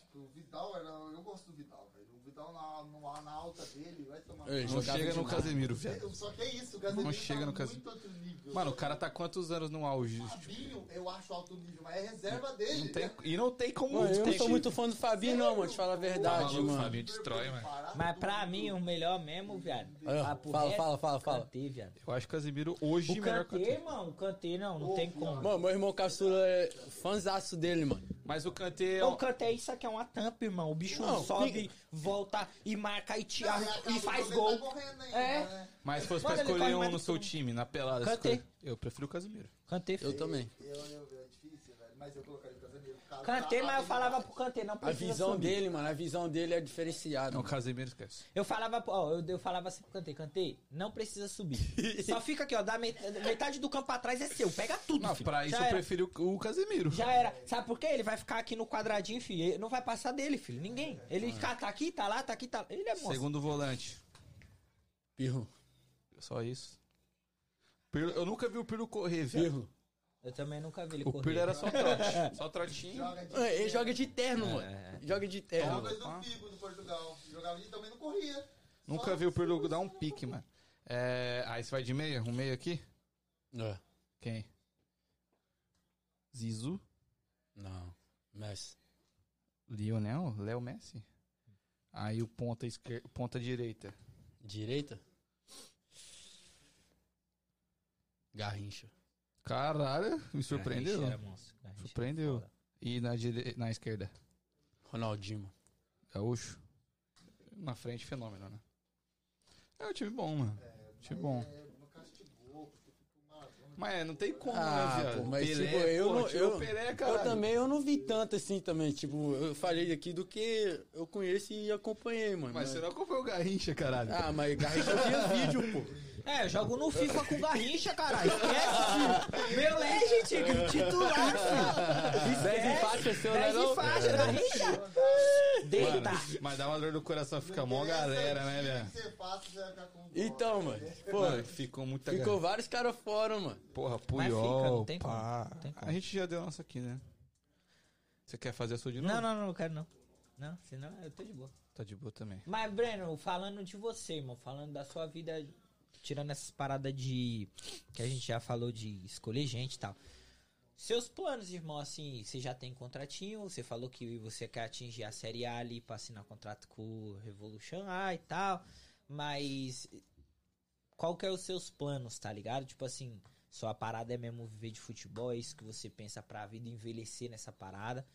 Speaker 3: Tipo, o Vidal era. Eu gosto do Vidal, velho. O Vidal na, no- na alta dele vai tomar.
Speaker 4: Ei,
Speaker 1: Não
Speaker 4: Jogava
Speaker 1: chega no
Speaker 4: demais.
Speaker 1: Casemiro, viado.
Speaker 3: Só que é isso, o Casemiro
Speaker 1: Não chega
Speaker 3: tá
Speaker 1: no
Speaker 3: muito
Speaker 1: Casemiro.
Speaker 3: outro nível.
Speaker 1: Mano, o cara tá quantos anos no auge?
Speaker 3: O Fabinho, eu acho alto nível, mas é reserva dele.
Speaker 1: Não tem- e não tem como.
Speaker 4: Mano, eu não sou
Speaker 1: discutir.
Speaker 4: muito fã do Fabinho, não, mano, te falar a
Speaker 1: Tá
Speaker 4: verdade,
Speaker 1: maluco,
Speaker 4: mano.
Speaker 1: Fabinho destrói, mano.
Speaker 3: Parado
Speaker 2: Mas
Speaker 3: do
Speaker 2: pra
Speaker 3: mundo.
Speaker 2: mim, o melhor mesmo, viado.
Speaker 4: Ah,
Speaker 2: papo
Speaker 4: fala,
Speaker 2: reto,
Speaker 4: fala, fala, fala.
Speaker 2: Kanté, viado.
Speaker 1: Eu acho que o Casemiro hoje
Speaker 2: O
Speaker 1: melhor que o
Speaker 2: Kantê, irmão, o Kantê não, não tem como.
Speaker 4: Mano, meu irmão caçula é fãzaço dele, mano.
Speaker 1: Mas o Kanté... é
Speaker 2: Não,
Speaker 1: um-
Speaker 2: canta é isso aqui, é uma tampa, irmão. O bicho
Speaker 4: Não,
Speaker 2: sobe, volta e marca e tira e faz
Speaker 3: é, Ele
Speaker 2: gol.
Speaker 3: Tá correndo ainda,
Speaker 2: É.
Speaker 3: né?
Speaker 1: Mas se fosse
Speaker 2: Mano,
Speaker 1: pra
Speaker 2: ele
Speaker 1: escolher
Speaker 2: corre
Speaker 1: um
Speaker 2: mais do
Speaker 1: no
Speaker 2: que
Speaker 1: seu
Speaker 2: todo
Speaker 1: time, na pelada...
Speaker 2: Kanté.
Speaker 1: escolhe- Eu prefiro o Casemiro.
Speaker 2: Cantei.
Speaker 4: Eu também.
Speaker 3: Eu, eu, é difícil, velho. Mas eu colocaria o Casemiro. por causa
Speaker 2: Cantei,
Speaker 3: da-
Speaker 2: mas eu falava pro Cantei, não
Speaker 4: A
Speaker 2: precisa
Speaker 4: visão
Speaker 2: subir.
Speaker 4: dele, mano, a visão dele é diferenciada.
Speaker 1: Não, o Casemiro esquece.
Speaker 2: Eu falava, pro- ó, eu, eu falava assim pro Cantei, Cantei, não precisa subir. Só fica aqui, ó, da met- metade do campo atrás é seu, pega tudo,
Speaker 1: Não,
Speaker 2: filho.
Speaker 1: pra isso
Speaker 2: Já
Speaker 1: eu
Speaker 2: era.
Speaker 1: prefiro o o Casemiro.
Speaker 2: Já era. Sabe por quê? Ele vai ficar aqui no quadradinho, filho. Ele Não vai passar dele, filho. Ninguém. Ele fica, tá aqui, tá lá, tá aqui, tá lá. Ele é monstro.
Speaker 1: Ah. Segundo volante.
Speaker 4: Pirro.
Speaker 1: Só isso. Pirlo- eu nunca vi o Pirlo correr, velho.
Speaker 4: Pirro.
Speaker 2: Eu também nunca vi ele
Speaker 1: O Pirlo
Speaker 2: correr.
Speaker 1: era só trote. Só trotinho.
Speaker 3: Joga de-
Speaker 4: É, Ele joga de terno, mano. Joga de
Speaker 3: É uma
Speaker 4: terno.
Speaker 3: coisa do Figo do Portugal. Jogava e também não corria.
Speaker 1: Nunca vi o Pirlo dar um pique, mano. É, aí você vai de meia? Um meia aqui?
Speaker 4: É.
Speaker 1: Quem? Zizu?
Speaker 4: Não. Messi.
Speaker 1: Lionel? Léo Messi? Aí o ponta, esquer... ponta direita.
Speaker 4: Direita? Garrincha.
Speaker 1: Caralho, me
Speaker 4: É,
Speaker 1: surpreendeu.
Speaker 2: Garrincha era monstro. Garrincha era
Speaker 1: Surpreendeu.
Speaker 2: foda.
Speaker 1: E na, dire... na esquerda?
Speaker 4: Ronaldinho, mano.
Speaker 1: Gaúcho. Na frente, fenômeno, né? É um time bom, mano. Um time bom. Mas não tem como,
Speaker 4: Ah,
Speaker 1: né, viado?
Speaker 4: pô, mas,
Speaker 1: Pelé,
Speaker 4: tipo, eu
Speaker 1: pô,
Speaker 4: não-
Speaker 1: tirou
Speaker 4: eu-
Speaker 1: o Pelé,
Speaker 4: Eu
Speaker 1: cara.
Speaker 4: também, eu não vi tanto assim também. Tipo, eu falei aqui do que eu conheço e acompanhei, mano.
Speaker 1: Mas você não acompanhou o Garrincha, caralho.
Speaker 4: Ah, mas Garrincha eu via vídeo, pô.
Speaker 2: É, eu jogo no FIFA com Garrincha, caralho. Esquece, filho. Meu
Speaker 1: É.
Speaker 2: legend, titular, filho.
Speaker 4: Dez
Speaker 2: Esquece.
Speaker 4: empates é seu, né?
Speaker 2: Dez
Speaker 4: não?
Speaker 2: de faixa, Garrincha.
Speaker 1: Mano,
Speaker 2: Deita.
Speaker 1: mas dá uma dor no coração, fica mó galera, né,
Speaker 3: O
Speaker 1: velho?
Speaker 3: que você faça, você vai ficar com dó.
Speaker 4: Então, mano.
Speaker 1: Mano,
Speaker 4: Pô,
Speaker 1: ficou muita
Speaker 4: ficou vários caras fora, mano.
Speaker 1: Porra,
Speaker 2: Mas fica,
Speaker 1: Puyol,
Speaker 2: não tem como.
Speaker 1: pá.
Speaker 2: Não tem como.
Speaker 1: A gente já deu a nossa aqui, né? Você quer fazer a sua de novo?
Speaker 2: Não, não, não, não quero não. Não, senão eu tô de boa.
Speaker 1: Tá de boa também.
Speaker 2: Mas, Breno, falando de você, irmão, falando da sua vida, tirando essas paradas de. que a gente já falou de escolher gente e tal. Seus planos, irmão, assim, você já tem contratinho, você falou que você quer atingir a Série A ali pra assinar contrato com o Revolution A e tal, mas. Qual que é os seus planos, tá ligado? Tipo assim, sua parada é mesmo viver de futebol, é isso que você pensa pra vida envelhecer nessa parada?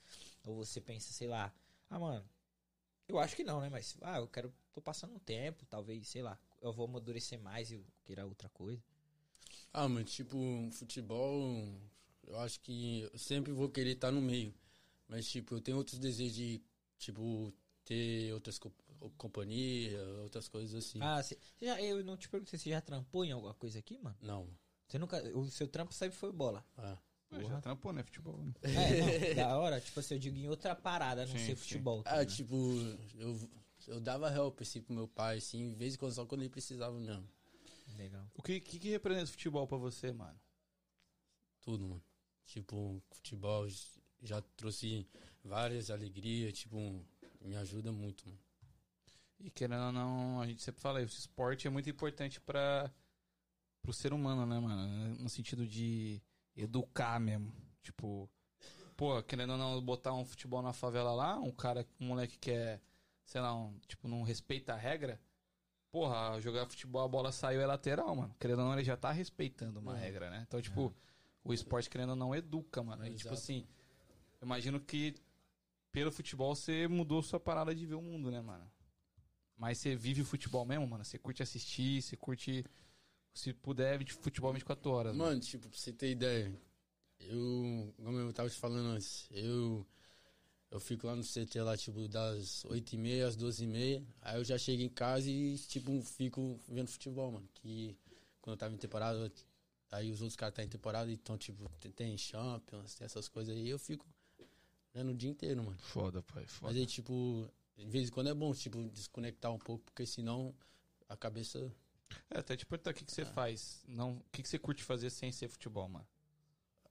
Speaker 2: Ou você pensa, sei lá, ah, mano, eu acho que não, né? Mas, ah, eu quero. Tô passando um tempo, talvez, sei lá. Eu vou amadurecer mais e eu queira outra coisa.
Speaker 4: Ah, mano, tipo, futebol, eu acho que eu sempre vou querer estar no meio. Mas, tipo, eu tenho outros desejos de, tipo, ter outras co companhias, outras coisas assim.
Speaker 2: Ah, você você já, eu não te perguntei, você já trampou em alguma coisa aqui, mano?
Speaker 4: Não.
Speaker 2: Você nunca. O seu trampo sempre foi bola.
Speaker 4: Ah.
Speaker 1: Pô, já trampou, né, futebol? né?
Speaker 2: É, não, da hora, tipo assim, eu digo em outra parada, a não
Speaker 1: Sim, sim.
Speaker 2: ser futebol. tá
Speaker 4: Ah,
Speaker 2: ligado?
Speaker 4: tipo, eu, eu dava help, assim, pro meu pai, assim, de vez em quando, só quando ele precisava mesmo.
Speaker 2: Legal.
Speaker 1: O que, que, que representa o futebol pra você, mano?
Speaker 4: Tudo, mano. Tipo, futebol j- já trouxe várias alegrias, tipo, me ajuda muito, mano.
Speaker 1: E querendo ou não, a gente sempre fala isso, esporte é muito importante para pro ser humano, né, mano? No sentido de educar mesmo. Tipo, pô, querendo ou não, botar um futebol na favela lá, um cara, um moleque que é, sei lá, um, tipo, não respeita a regra, porra, jogar futebol, a bola saiu, é lateral, mano. Querendo ou não, ele já tá respeitando uma
Speaker 4: Uhum.
Speaker 1: regra, né? Então, tipo, o esporte, querendo ou não, educa, mano. E, tipo
Speaker 4: Exato.
Speaker 1: assim, eu imagino que pelo futebol você mudou sua parada de ver o mundo, né, mano? Mas você vive o futebol mesmo, mano? Você curte assistir, você curte. Se puder, de futebol 24 horas. Mano,
Speaker 4: Mano, tipo, pra você ter ideia, eu, como eu tava te falando antes, eu, eu fico lá no CT lá, tipo, das 8h30 às 12h30, aí eu já chego em casa e, tipo, fico vendo futebol, mano, que quando eu tava em temporada, aí os outros caras tá em temporada, então, tipo, tem- tem Champions, tem essas coisas aí, eu fico vendo o dia inteiro, mano.
Speaker 1: foda, pai,
Speaker 4: Mas aí, tipo, de vez em quando é bom, tipo, desconectar um pouco, porque senão a cabeça...
Speaker 1: É, até te perguntar o que, que você faz. Não, o que, que você curte fazer sem ser futebol, mano?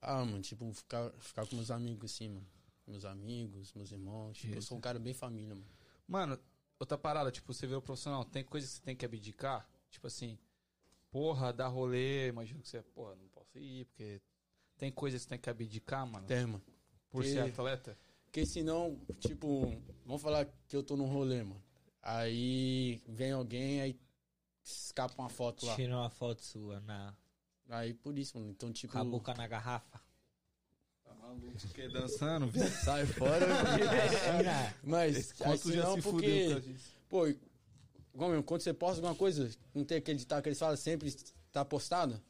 Speaker 4: Ah, mano, tipo, ficar, ficar com meus amigos, assim, mano. Meus amigos, meus irmãos. Tipo, eu sou um cara bem família, mano.
Speaker 1: Mano, outra parada, tipo, você vê o profissional, tem coisa que você tem que abdicar? Tipo assim, porra, dar rolê, imagino que você, porra, não posso ir, porque. Tem coisa que você tem que abdicar, mano?
Speaker 4: Tem, mano.
Speaker 1: Por
Speaker 4: Tem.
Speaker 1: ser atleta?
Speaker 4: Porque senão, tipo, vamos falar que eu tô num rolê, mano. Aí vem alguém, aí escapa uma foto lá.
Speaker 2: Tira uma foto sua na,
Speaker 4: Aí por isso, mano. Então, tipo.
Speaker 2: com a boca na garrafa.
Speaker 1: Tá Maluco que dançando, viu?
Speaker 4: Sai fora. Mas
Speaker 2: Ah,
Speaker 1: Esse
Speaker 4: aí
Speaker 1: conto
Speaker 4: se
Speaker 1: já
Speaker 4: não,
Speaker 1: se
Speaker 4: porque,
Speaker 1: fudeu com a gente.
Speaker 4: pô, igual mesmo, quando você posta alguma coisa, não tem aquele ditado que eles falam, sempre tá postado?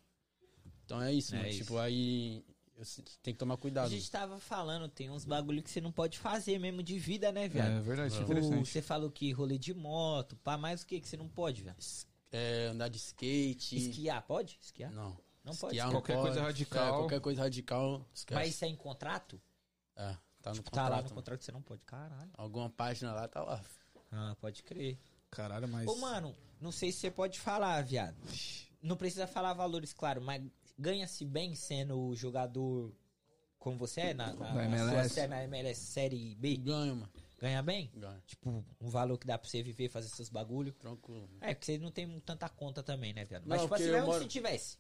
Speaker 4: Então é isso,
Speaker 2: É
Speaker 4: mano.
Speaker 2: isso.
Speaker 4: Tipo, aí eu se- tem que tomar
Speaker 2: A
Speaker 4: cuidado.
Speaker 2: gente tava falando, tem uns bagulho que você não pode fazer mesmo de vida, né,
Speaker 1: É
Speaker 2: viado?
Speaker 1: verdade, isso é
Speaker 2: Tipo,
Speaker 1: interessante.
Speaker 2: você falou que rolê de moto, pá, mais o que que você não pode, velho?
Speaker 4: É, andar de skate.
Speaker 2: Esquiar, pode? Esquiar?
Speaker 4: Não.
Speaker 2: Não pode.
Speaker 4: Esquiar
Speaker 1: Qualquer coisa radical.
Speaker 4: É, qualquer coisa radical, esquece.
Speaker 2: Mas isso é em contrato?
Speaker 4: É, tá no
Speaker 2: Tipo, tá
Speaker 4: contrato.
Speaker 2: lá no
Speaker 4: mano.
Speaker 2: contrato que você não pode. Caralho.
Speaker 4: Alguma página lá tá lá.
Speaker 2: Ah, pode crer.
Speaker 1: Caralho, mas.
Speaker 2: Ô, mano, não sei se você pode falar, viado. Não precisa falar valores, claro, mas ganha-se bem sendo o jogador como você é na, na,
Speaker 1: Da
Speaker 2: na sua
Speaker 1: MLS.
Speaker 2: sé- na MLS Série
Speaker 4: E
Speaker 2: B.
Speaker 4: ganha, mano.
Speaker 2: Ganha bem?
Speaker 4: Ganha.
Speaker 2: Tipo, um valor que dá pra você viver, fazer seus bagulho.
Speaker 4: Tranquilo.
Speaker 2: É, porque você não tem tanta conta também, né, viado? Mas,
Speaker 4: Não,
Speaker 2: tipo assim,
Speaker 4: porque eu
Speaker 2: mesmo
Speaker 4: moro-
Speaker 2: se tivesse,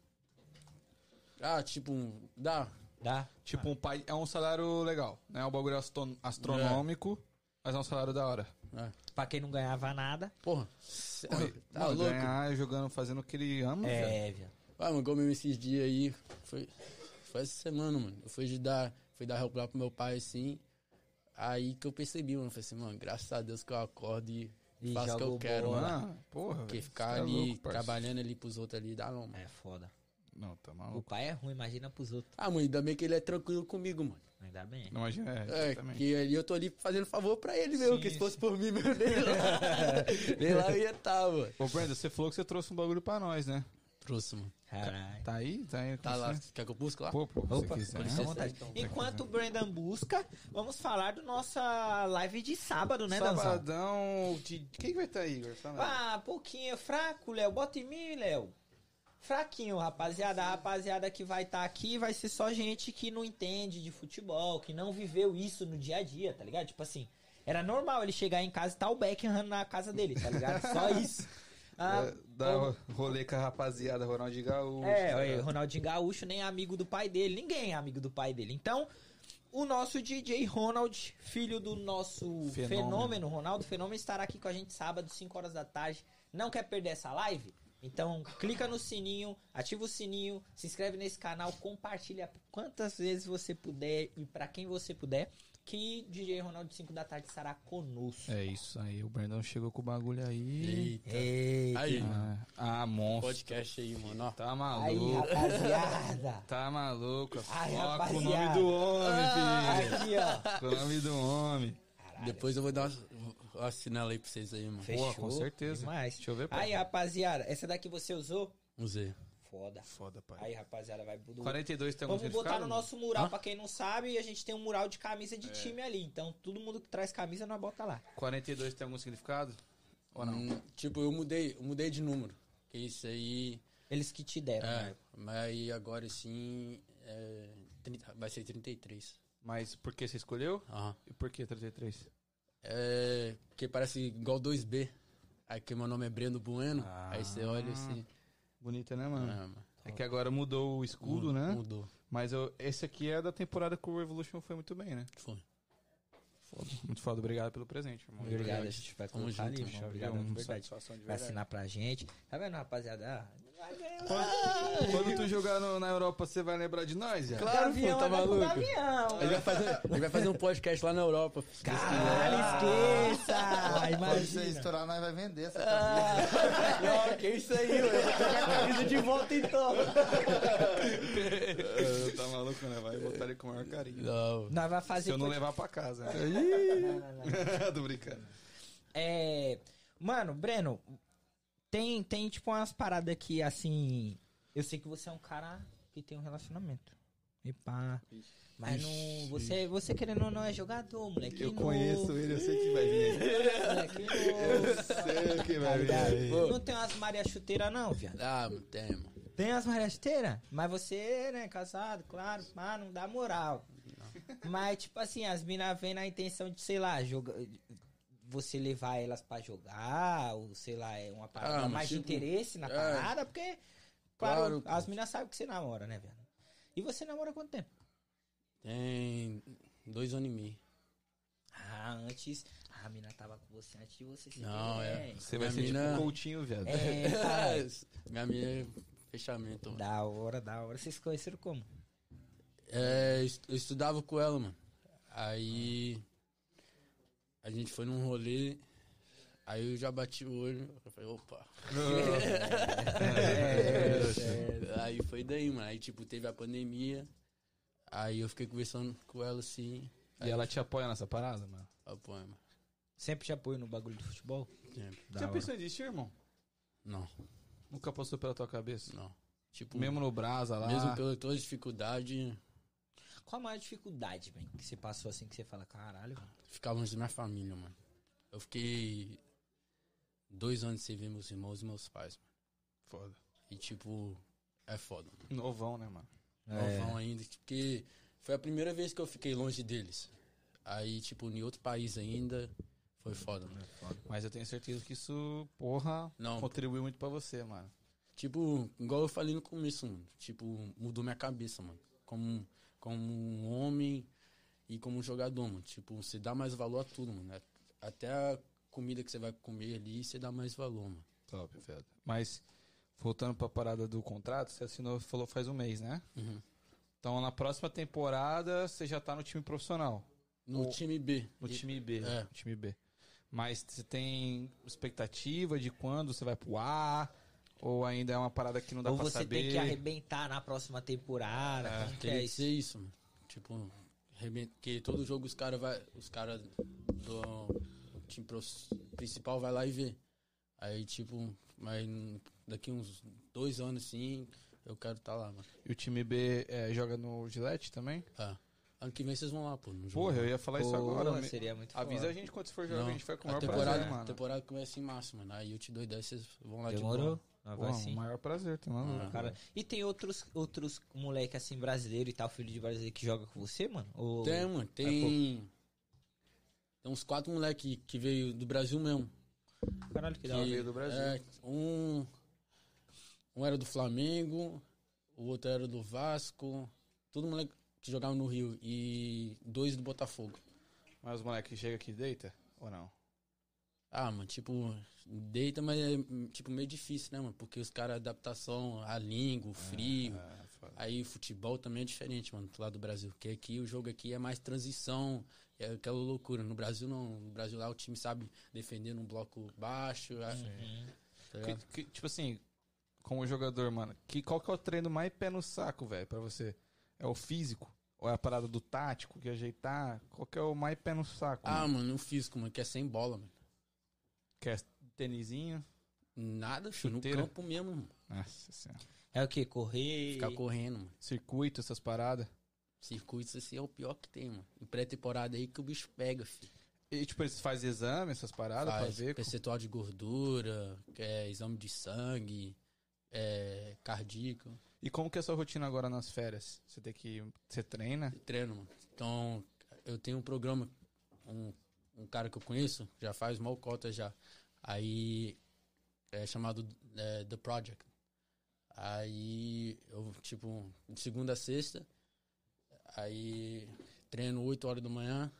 Speaker 4: Ah, tipo, um- dá.
Speaker 2: dá?
Speaker 1: Tipo, um pai. É um salário legal, né? É um bagulho aston- astronômico, mas é um salário da hora.
Speaker 2: Pra quem não ganhava nada.
Speaker 4: Porra. cê- tá
Speaker 1: Mano,
Speaker 4: louco?
Speaker 1: Ganhar jogando, figurinha, fazendo o que ele ama, velho.
Speaker 2: É, viado.
Speaker 4: Ah, mano, igual mesmo esses dias aí. Foi, foi essa semana, mano. Eu fui ajudar, fui dar help lá pro meu pai, assim. Aí que eu percebi, mano. eu Falei assim, mano, graças a Deus que eu acordo e,
Speaker 2: E
Speaker 4: faço o que
Speaker 2: jogo
Speaker 4: eu quero,
Speaker 2: bola.
Speaker 4: mano.
Speaker 1: Ah, porra.
Speaker 4: Porque
Speaker 1: velho,
Speaker 4: ficar
Speaker 1: você é
Speaker 4: ali,
Speaker 1: louco, parça.
Speaker 4: trabalhando ali pros outros ali, dá não, mano.
Speaker 2: É foda.
Speaker 1: Não, tá
Speaker 2: O
Speaker 1: maluco.
Speaker 2: pai é ruim, imagina pros outros.
Speaker 4: Ah, mano, ainda bem que ele é tranquilo comigo, mano.
Speaker 2: Ainda bem.
Speaker 1: Não imagina. É,
Speaker 4: É,
Speaker 1: exatamente.
Speaker 4: que ali eu tô ali fazendo favor pra ele mesmo,
Speaker 2: Sim,
Speaker 4: que se
Speaker 2: sim.
Speaker 4: fosse por mim, meu nem lá, nem lá eu ia tá, mano.
Speaker 1: Ô, Brenda, você falou que você trouxe um bagulho pra nós, né?
Speaker 4: Trouxe, mano.
Speaker 2: Caralho.
Speaker 1: Tá aí? Tá aí.
Speaker 4: Tá
Speaker 1: com
Speaker 4: lá.
Speaker 1: você?
Speaker 4: Quer que eu busque lá?
Speaker 1: Pô, pô, se
Speaker 2: Opa,
Speaker 1: quiser. né?
Speaker 2: com licença, à vontade. Enquanto o Brandon busca, vamos falar do nossa live de sábado, né, Danzão?
Speaker 1: Sabadão de... Quem que vai estar aí, Igor? Fala aí.
Speaker 2: Ah, pouquinho, fraco, Léo. Bota em mim, Léo. Fraquinho, rapaziada. A rapaziada que vai estar aqui vai ser só gente que não entende de futebol, que não viveu isso no dia a dia, tá ligado? Tipo assim, era normal ele chegar em casa e tá o Beckham na casa dele, tá ligado? Só isso. Ah,
Speaker 1: É, Dá ro- rolê com a rapaziada, Ronaldinho Gaúcho.
Speaker 2: É,
Speaker 1: tá
Speaker 2: o
Speaker 1: ligado?
Speaker 2: Ronaldinho Gaúcho nem é amigo do pai dele, ninguém é amigo do pai dele. Então, o nosso DJ Ronald, filho do nosso
Speaker 1: Fenômeno.
Speaker 2: fenômeno, Ronaldo Fenômeno, estará aqui com a gente sábado, 5 horas da tarde. Não quer perder essa live? Então, clica no sininho, ativa o sininho, se inscreve nesse canal, compartilha quantas vezes você puder e pra quem você puder, que DJ Ronaldo 5 da tarde estará conosco.
Speaker 1: É isso aí, o Brandão chegou com o bagulho aí.
Speaker 4: Eita.
Speaker 2: Eita.
Speaker 4: Aí, mano.
Speaker 1: Ah, ah, monstro.
Speaker 4: Podcast aí, mano. ó.
Speaker 1: Tá
Speaker 2: Aí,
Speaker 1: maluco.
Speaker 2: rapaziada.
Speaker 1: Tá maluco.
Speaker 2: Ai,
Speaker 1: Ó, com o
Speaker 2: rapaziada. Ah.
Speaker 1: nome do homem, filho.
Speaker 2: Aqui, ó.
Speaker 1: Com o nome do homem.
Speaker 4: Depois eu vou dar uma- uma assinala aí pra vocês aí, mano.
Speaker 2: Fechou.
Speaker 1: Boa, com certeza.
Speaker 2: Demais.
Speaker 1: Deixa eu ver, pô.
Speaker 2: Aí, rapaziada, essa daqui você usou?
Speaker 4: Vamos ver.
Speaker 2: Foda.
Speaker 1: Foda, pai.
Speaker 2: Aí, rapaziada, vai do...
Speaker 1: 42 tem algum
Speaker 2: Vamos botar
Speaker 1: certificado?
Speaker 2: no nosso mural,
Speaker 4: Hã?
Speaker 2: pra quem não sabe, a gente tem um mural de camisa de time ali. Então, todo mundo que traz camisa, nós bota lá.
Speaker 1: 42 tem algum significado? Ou não?
Speaker 4: Hum, tipo, eu mudei, eu mudei de número. Que isso aí.
Speaker 2: Eles que te deram,
Speaker 4: É,
Speaker 2: né?
Speaker 4: mas aí agora sim. É, 30 vai ser 33.
Speaker 1: Mas por que você escolheu?
Speaker 4: Aham.
Speaker 1: E por que 33?
Speaker 4: É. Porque parece igual 2B. Aí que meu nome é Breno Bueno.
Speaker 1: Ah.
Speaker 4: Aí você olha assim.
Speaker 1: Bonita, né, mano?
Speaker 4: Ah, mano.
Speaker 1: É que agora mudou o
Speaker 2: Hum,
Speaker 1: escudo, né?
Speaker 4: Mudou.
Speaker 1: Mas eu- esse aqui é da temporada que o Revolution foi muito bem, né?
Speaker 4: Foi.
Speaker 1: Foda. Muito foda. Obrigado pelo presente, irmão.
Speaker 2: Obrigado, a gente vai
Speaker 4: Tamo
Speaker 2: colocar
Speaker 4: junto,
Speaker 2: ali,
Speaker 4: irmão.
Speaker 2: irmão.
Speaker 1: Obrigado,
Speaker 2: Obrigado,
Speaker 1: é
Speaker 2: de
Speaker 1: uma
Speaker 2: verdade.
Speaker 1: satisfação de
Speaker 2: Vai
Speaker 1: verdade.
Speaker 2: assinar pra gente. Tá vendo, rapaziada? Ah, vai ganhar.
Speaker 1: Quando, quando tu jogar no- na Europa, você vai lembrar de nós, já?
Speaker 4: Claro, pô,
Speaker 2: Gavião
Speaker 4: tá
Speaker 2: anda com
Speaker 4: maluco.
Speaker 2: Gavião. é
Speaker 4: Ele vai, fazer, ele vai fazer um podcast lá na Europa.
Speaker 2: Caralho, esqueça!
Speaker 3: Quando você
Speaker 2: Ah, Imagina.
Speaker 3: estourar, nós vai vender
Speaker 1: É.
Speaker 3: essa camisa.
Speaker 2: Ó, que isso aí, mano. Eu vou pegar a camisa de volta então.
Speaker 1: É, tá maluco, né? Vai botar ele com o maior carinho.
Speaker 4: Não.
Speaker 2: Nós vai
Speaker 1: Se
Speaker 2: fazer.
Speaker 1: eu não
Speaker 2: pod-
Speaker 1: levar pra casa. né? Tô brincando.
Speaker 2: É. Mano, Breno, tem, tem tipo umas paradas que assim. Eu sei que você é um cara que tem um relacionamento. E pá. Mas não. Você, você querendo ou não é jogador, moleque.
Speaker 1: Eu
Speaker 2: novo,
Speaker 1: conheço ele, eu sei que vai vir.
Speaker 2: Moleque novo.
Speaker 1: Sei que
Speaker 2: tá
Speaker 1: vai vir.
Speaker 2: ligado?
Speaker 4: Pô.
Speaker 2: Não tem umas Maria Chuteira, não, viado.
Speaker 4: Ah, mano, tem, mano.
Speaker 2: Tem as Maria Chuteira, mas você, né, casado, claro, pá, não dá moral. Mas, tipo assim, as minas vêm na intenção de, sei lá, joga... você levar elas pra jogar, ou sei lá, é uma parada
Speaker 4: mas
Speaker 2: mais de
Speaker 4: tipo,
Speaker 2: interesse na
Speaker 4: é.
Speaker 2: parada, porque, claro,
Speaker 4: Claro,
Speaker 2: as minas sabem que você namora, né, velho? E você namora há quanto tempo?
Speaker 4: Tem dois anos e meio.
Speaker 2: Ah, antes. Ah, a mina tava com você antes de você se
Speaker 4: Não,
Speaker 2: ver.
Speaker 4: é.
Speaker 1: Você vai
Speaker 4: Minha
Speaker 1: ser tipo
Speaker 4: mina-
Speaker 1: um coutinho, viado.
Speaker 2: É, caralho.
Speaker 4: Minha mina é fechamento, mano.
Speaker 2: Da hora, da hora. Vocês se conheceram como?
Speaker 4: É, est- eu estudava com ela, mano. Aí a gente foi num rolê, aí eu já bati o olho, eu falei, opa. aí foi daí, mano. Aí tipo, teve a pandemia, aí eu fiquei conversando com ela assim,
Speaker 1: E ela te apoia nessa parada, mano?
Speaker 4: ó, pô, mano.
Speaker 2: Sempre te apoio no bagulho do futebol?
Speaker 1: Você pensou em desistir, irmão?
Speaker 4: Não,
Speaker 1: Nunca passou pela tua cabeça?
Speaker 4: não. Tipo, mesmo,
Speaker 1: Hum. Mesmo no Brasa lá.
Speaker 4: pela toda dificuldade,
Speaker 2: Qual a maior dificuldade, velho, que você passou assim que você fala, caralho, mano?
Speaker 4: ficar longe da minha família, mano. Eu fiquei dois anos sem ver meus irmãos e meus pais, mano.
Speaker 1: Foda.
Speaker 4: E tipo, é foda, mano.
Speaker 1: Novão, né, mano?
Speaker 4: Novão ainda, porque foi a primeira vez que eu fiquei longe deles. Aí, tipo, em outro país ainda, foi foda, mano.
Speaker 1: Mas eu tenho certeza que isso, porra,
Speaker 4: Não.
Speaker 1: contribuiu muito pra você, mano.
Speaker 4: Tipo, igual eu falei no começo, mano. Tipo, mudou minha cabeça, mano. Como, como um homem e como um jogador, mano. Tipo, você dá mais valor a tudo, mano. Até a comida que você vai comer ali, você dá mais valor, mano.
Speaker 1: Top, velho. Mas, voltando pra parada do contrato, você assinou, falou faz um mês, né?
Speaker 4: Uhum.
Speaker 1: Então, na próxima temporada, você já tá no time profissional.
Speaker 4: No
Speaker 1: O-
Speaker 4: time B.
Speaker 1: No
Speaker 4: e-
Speaker 1: time B.
Speaker 4: é.
Speaker 1: no time B. Mas você tem expectativa de quando você vai pro A? Ou ainda é uma parada que não dá
Speaker 2: Ou
Speaker 1: pra
Speaker 2: você
Speaker 1: saber?
Speaker 2: tem que arrebentar na próxima temporada? como que
Speaker 4: Teria
Speaker 2: é
Speaker 4: que
Speaker 2: isso?
Speaker 4: ser isso, mano. Tipo, arrebenta- porque todo jogo os caras vai. Os caras do time pros- principal vai lá e vê. Aí, tipo, mas n- daqui uns dois anos sim, eu quero estar lá, mano.
Speaker 1: E o time B é, joga no Gillette também?
Speaker 4: Ah, ano que vem vocês vão lá, pô. no jogo.
Speaker 1: Porra, eu ia falar isso
Speaker 2: Pô,
Speaker 1: agora. me-
Speaker 2: seria muito
Speaker 1: Avisa
Speaker 2: foda.
Speaker 1: a gente quando você for jogar,
Speaker 4: Não,
Speaker 1: a gente vai com o
Speaker 4: a
Speaker 1: maior
Speaker 4: temporada,
Speaker 1: prazer, né, mano.
Speaker 4: temporada começa em março, mano. Aí eu te dou ideia, vocês vão lá de
Speaker 2: Demorou?
Speaker 4: novo.
Speaker 2: Ah,
Speaker 1: Pô,
Speaker 2: vai
Speaker 1: o
Speaker 2: sim.
Speaker 1: maior prazer, tá maluco?
Speaker 4: Ah.
Speaker 2: Cara, e tem outros, outros moleque assim, brasileiro e tal, filho de brasileiro que joga com você, mano? Ou...
Speaker 4: Tem,
Speaker 1: um
Speaker 4: mano. Tem. Tem uns quatro moleque que veio do Brasil mesmo.
Speaker 2: Caralho, que
Speaker 4: Que,
Speaker 2: da hora.
Speaker 3: veio do Brasil.
Speaker 4: é, um, um era do Flamengo, o outro era do Vasco. Todo moleque que jogava no Rio. E dois do Botafogo.
Speaker 1: Mas os moleques chegam aqui e deita? Ou não?
Speaker 4: Ah, mano, tipo, deita, mas é tipo meio difícil, né, mano? Porque os caras, adaptação à língua, o frio.
Speaker 1: É, foda.
Speaker 4: Aí o futebol também é diferente, mano, lá do Brasil. Porque aqui o jogo aqui é mais transição, é aquela loucura. No Brasil não. No Brasil lá o time sabe defender num bloco baixo. a-
Speaker 2: Hum.
Speaker 4: tá
Speaker 1: Que-
Speaker 4: ligado?
Speaker 1: que- tipo assim, como jogador, mano, que, qual que é o treino mais pé no saco, velho, pra você? É o físico? Ou é a parada do tático, que ajeitar? Qual que é o mais pé no saco?
Speaker 4: Ah,
Speaker 1: mano?
Speaker 4: mano, o físico, mano, que é sem bola, mano.
Speaker 1: Quer tênisinho?
Speaker 4: Nada, filho, no
Speaker 1: Chuteira.
Speaker 4: campo mesmo, mano.
Speaker 1: Nossa senhora.
Speaker 2: É o que? Correr.
Speaker 4: Ficar correndo, mano.
Speaker 1: Circuito, essas paradas.
Speaker 4: Circuitos assim é o pior que tem, mano. Em pré-temporada aí que o bicho pega, filho.
Speaker 1: E, tipo, eles fazem exame, essas paradas,
Speaker 4: Faz
Speaker 1: pra ver? co-
Speaker 4: percentual de gordura, é, exame de sangue, é, cardíaco.
Speaker 1: E como que é a sua rotina agora nas férias? Você tem que... Você treina?
Speaker 4: treino, mano. Então, eu tenho um programa, um, um cara que eu conheço, já faz mal cota já. Aí, é chamado é, The Project. Aí, eu, tipo, de segunda a sexta, aí treino 8 horas da manhã,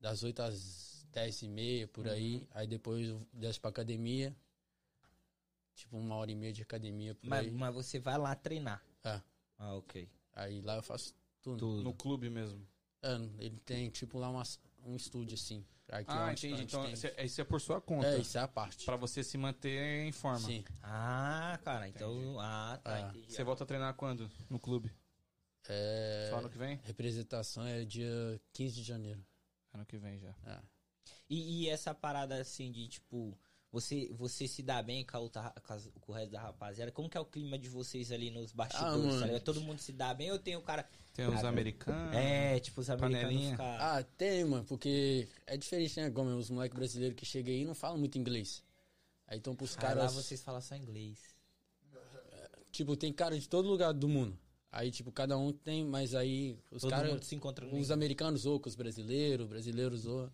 Speaker 4: das 8 às 10 e meia, por aí. Aí depois eu desço pra academia, tipo uma hora e meia de academia, por
Speaker 2: Mas,
Speaker 4: aí.
Speaker 2: mas você vai lá treinar.
Speaker 4: Ah,
Speaker 2: Ah, ok.
Speaker 4: aí lá eu faço tudo.
Speaker 1: É. No clube mesmo.
Speaker 4: É, ele tem tipo lá uma, um estúdio assim. Aqui
Speaker 1: ah,
Speaker 4: onde
Speaker 1: entendi.
Speaker 4: a gente
Speaker 1: Então,
Speaker 4: tem-
Speaker 1: isso é, isso é por sua conta.
Speaker 4: É, isso é a parte.
Speaker 1: Pra você se manter em forma.
Speaker 4: Sim.
Speaker 2: Ah, cara, então. Ah, tá.
Speaker 4: Ah.
Speaker 2: entendi.
Speaker 1: É. Você volta a treinar quando? No clube?
Speaker 4: É,
Speaker 1: Só ano que vem?
Speaker 4: Representação é dia 15 de janeiro.
Speaker 1: Ano que vem já.
Speaker 4: É.
Speaker 2: E, e essa parada assim de tipo. Você, você se dá bem com, a outra, ra- com, as- com o resto da rapaziada? Como que é o clima de vocês ali nos bastidores?
Speaker 4: Ah, mano.
Speaker 2: tá ligado? Todo mundo se dá bem ou tem o cara.
Speaker 1: Tem os
Speaker 2: Cara,
Speaker 1: americanos.
Speaker 2: É, tipo, os americanos
Speaker 1: Panelinha.
Speaker 2: ficam.
Speaker 4: Ah, tem, mano, porque é diferente, né? Como os moleques brasileiros que chegam aí não falam muito inglês. Aí então pros
Speaker 2: cara, Ah, lá
Speaker 4: caras.
Speaker 2: vocês falam só inglês.
Speaker 4: Tipo, tem cara de todo lugar do mundo. Aí, tipo, cada um tem, mas aí os
Speaker 2: Todo
Speaker 4: caras.
Speaker 2: mundo se encontra no
Speaker 4: Os americanos ou com os brasileiros, brasileiros ou.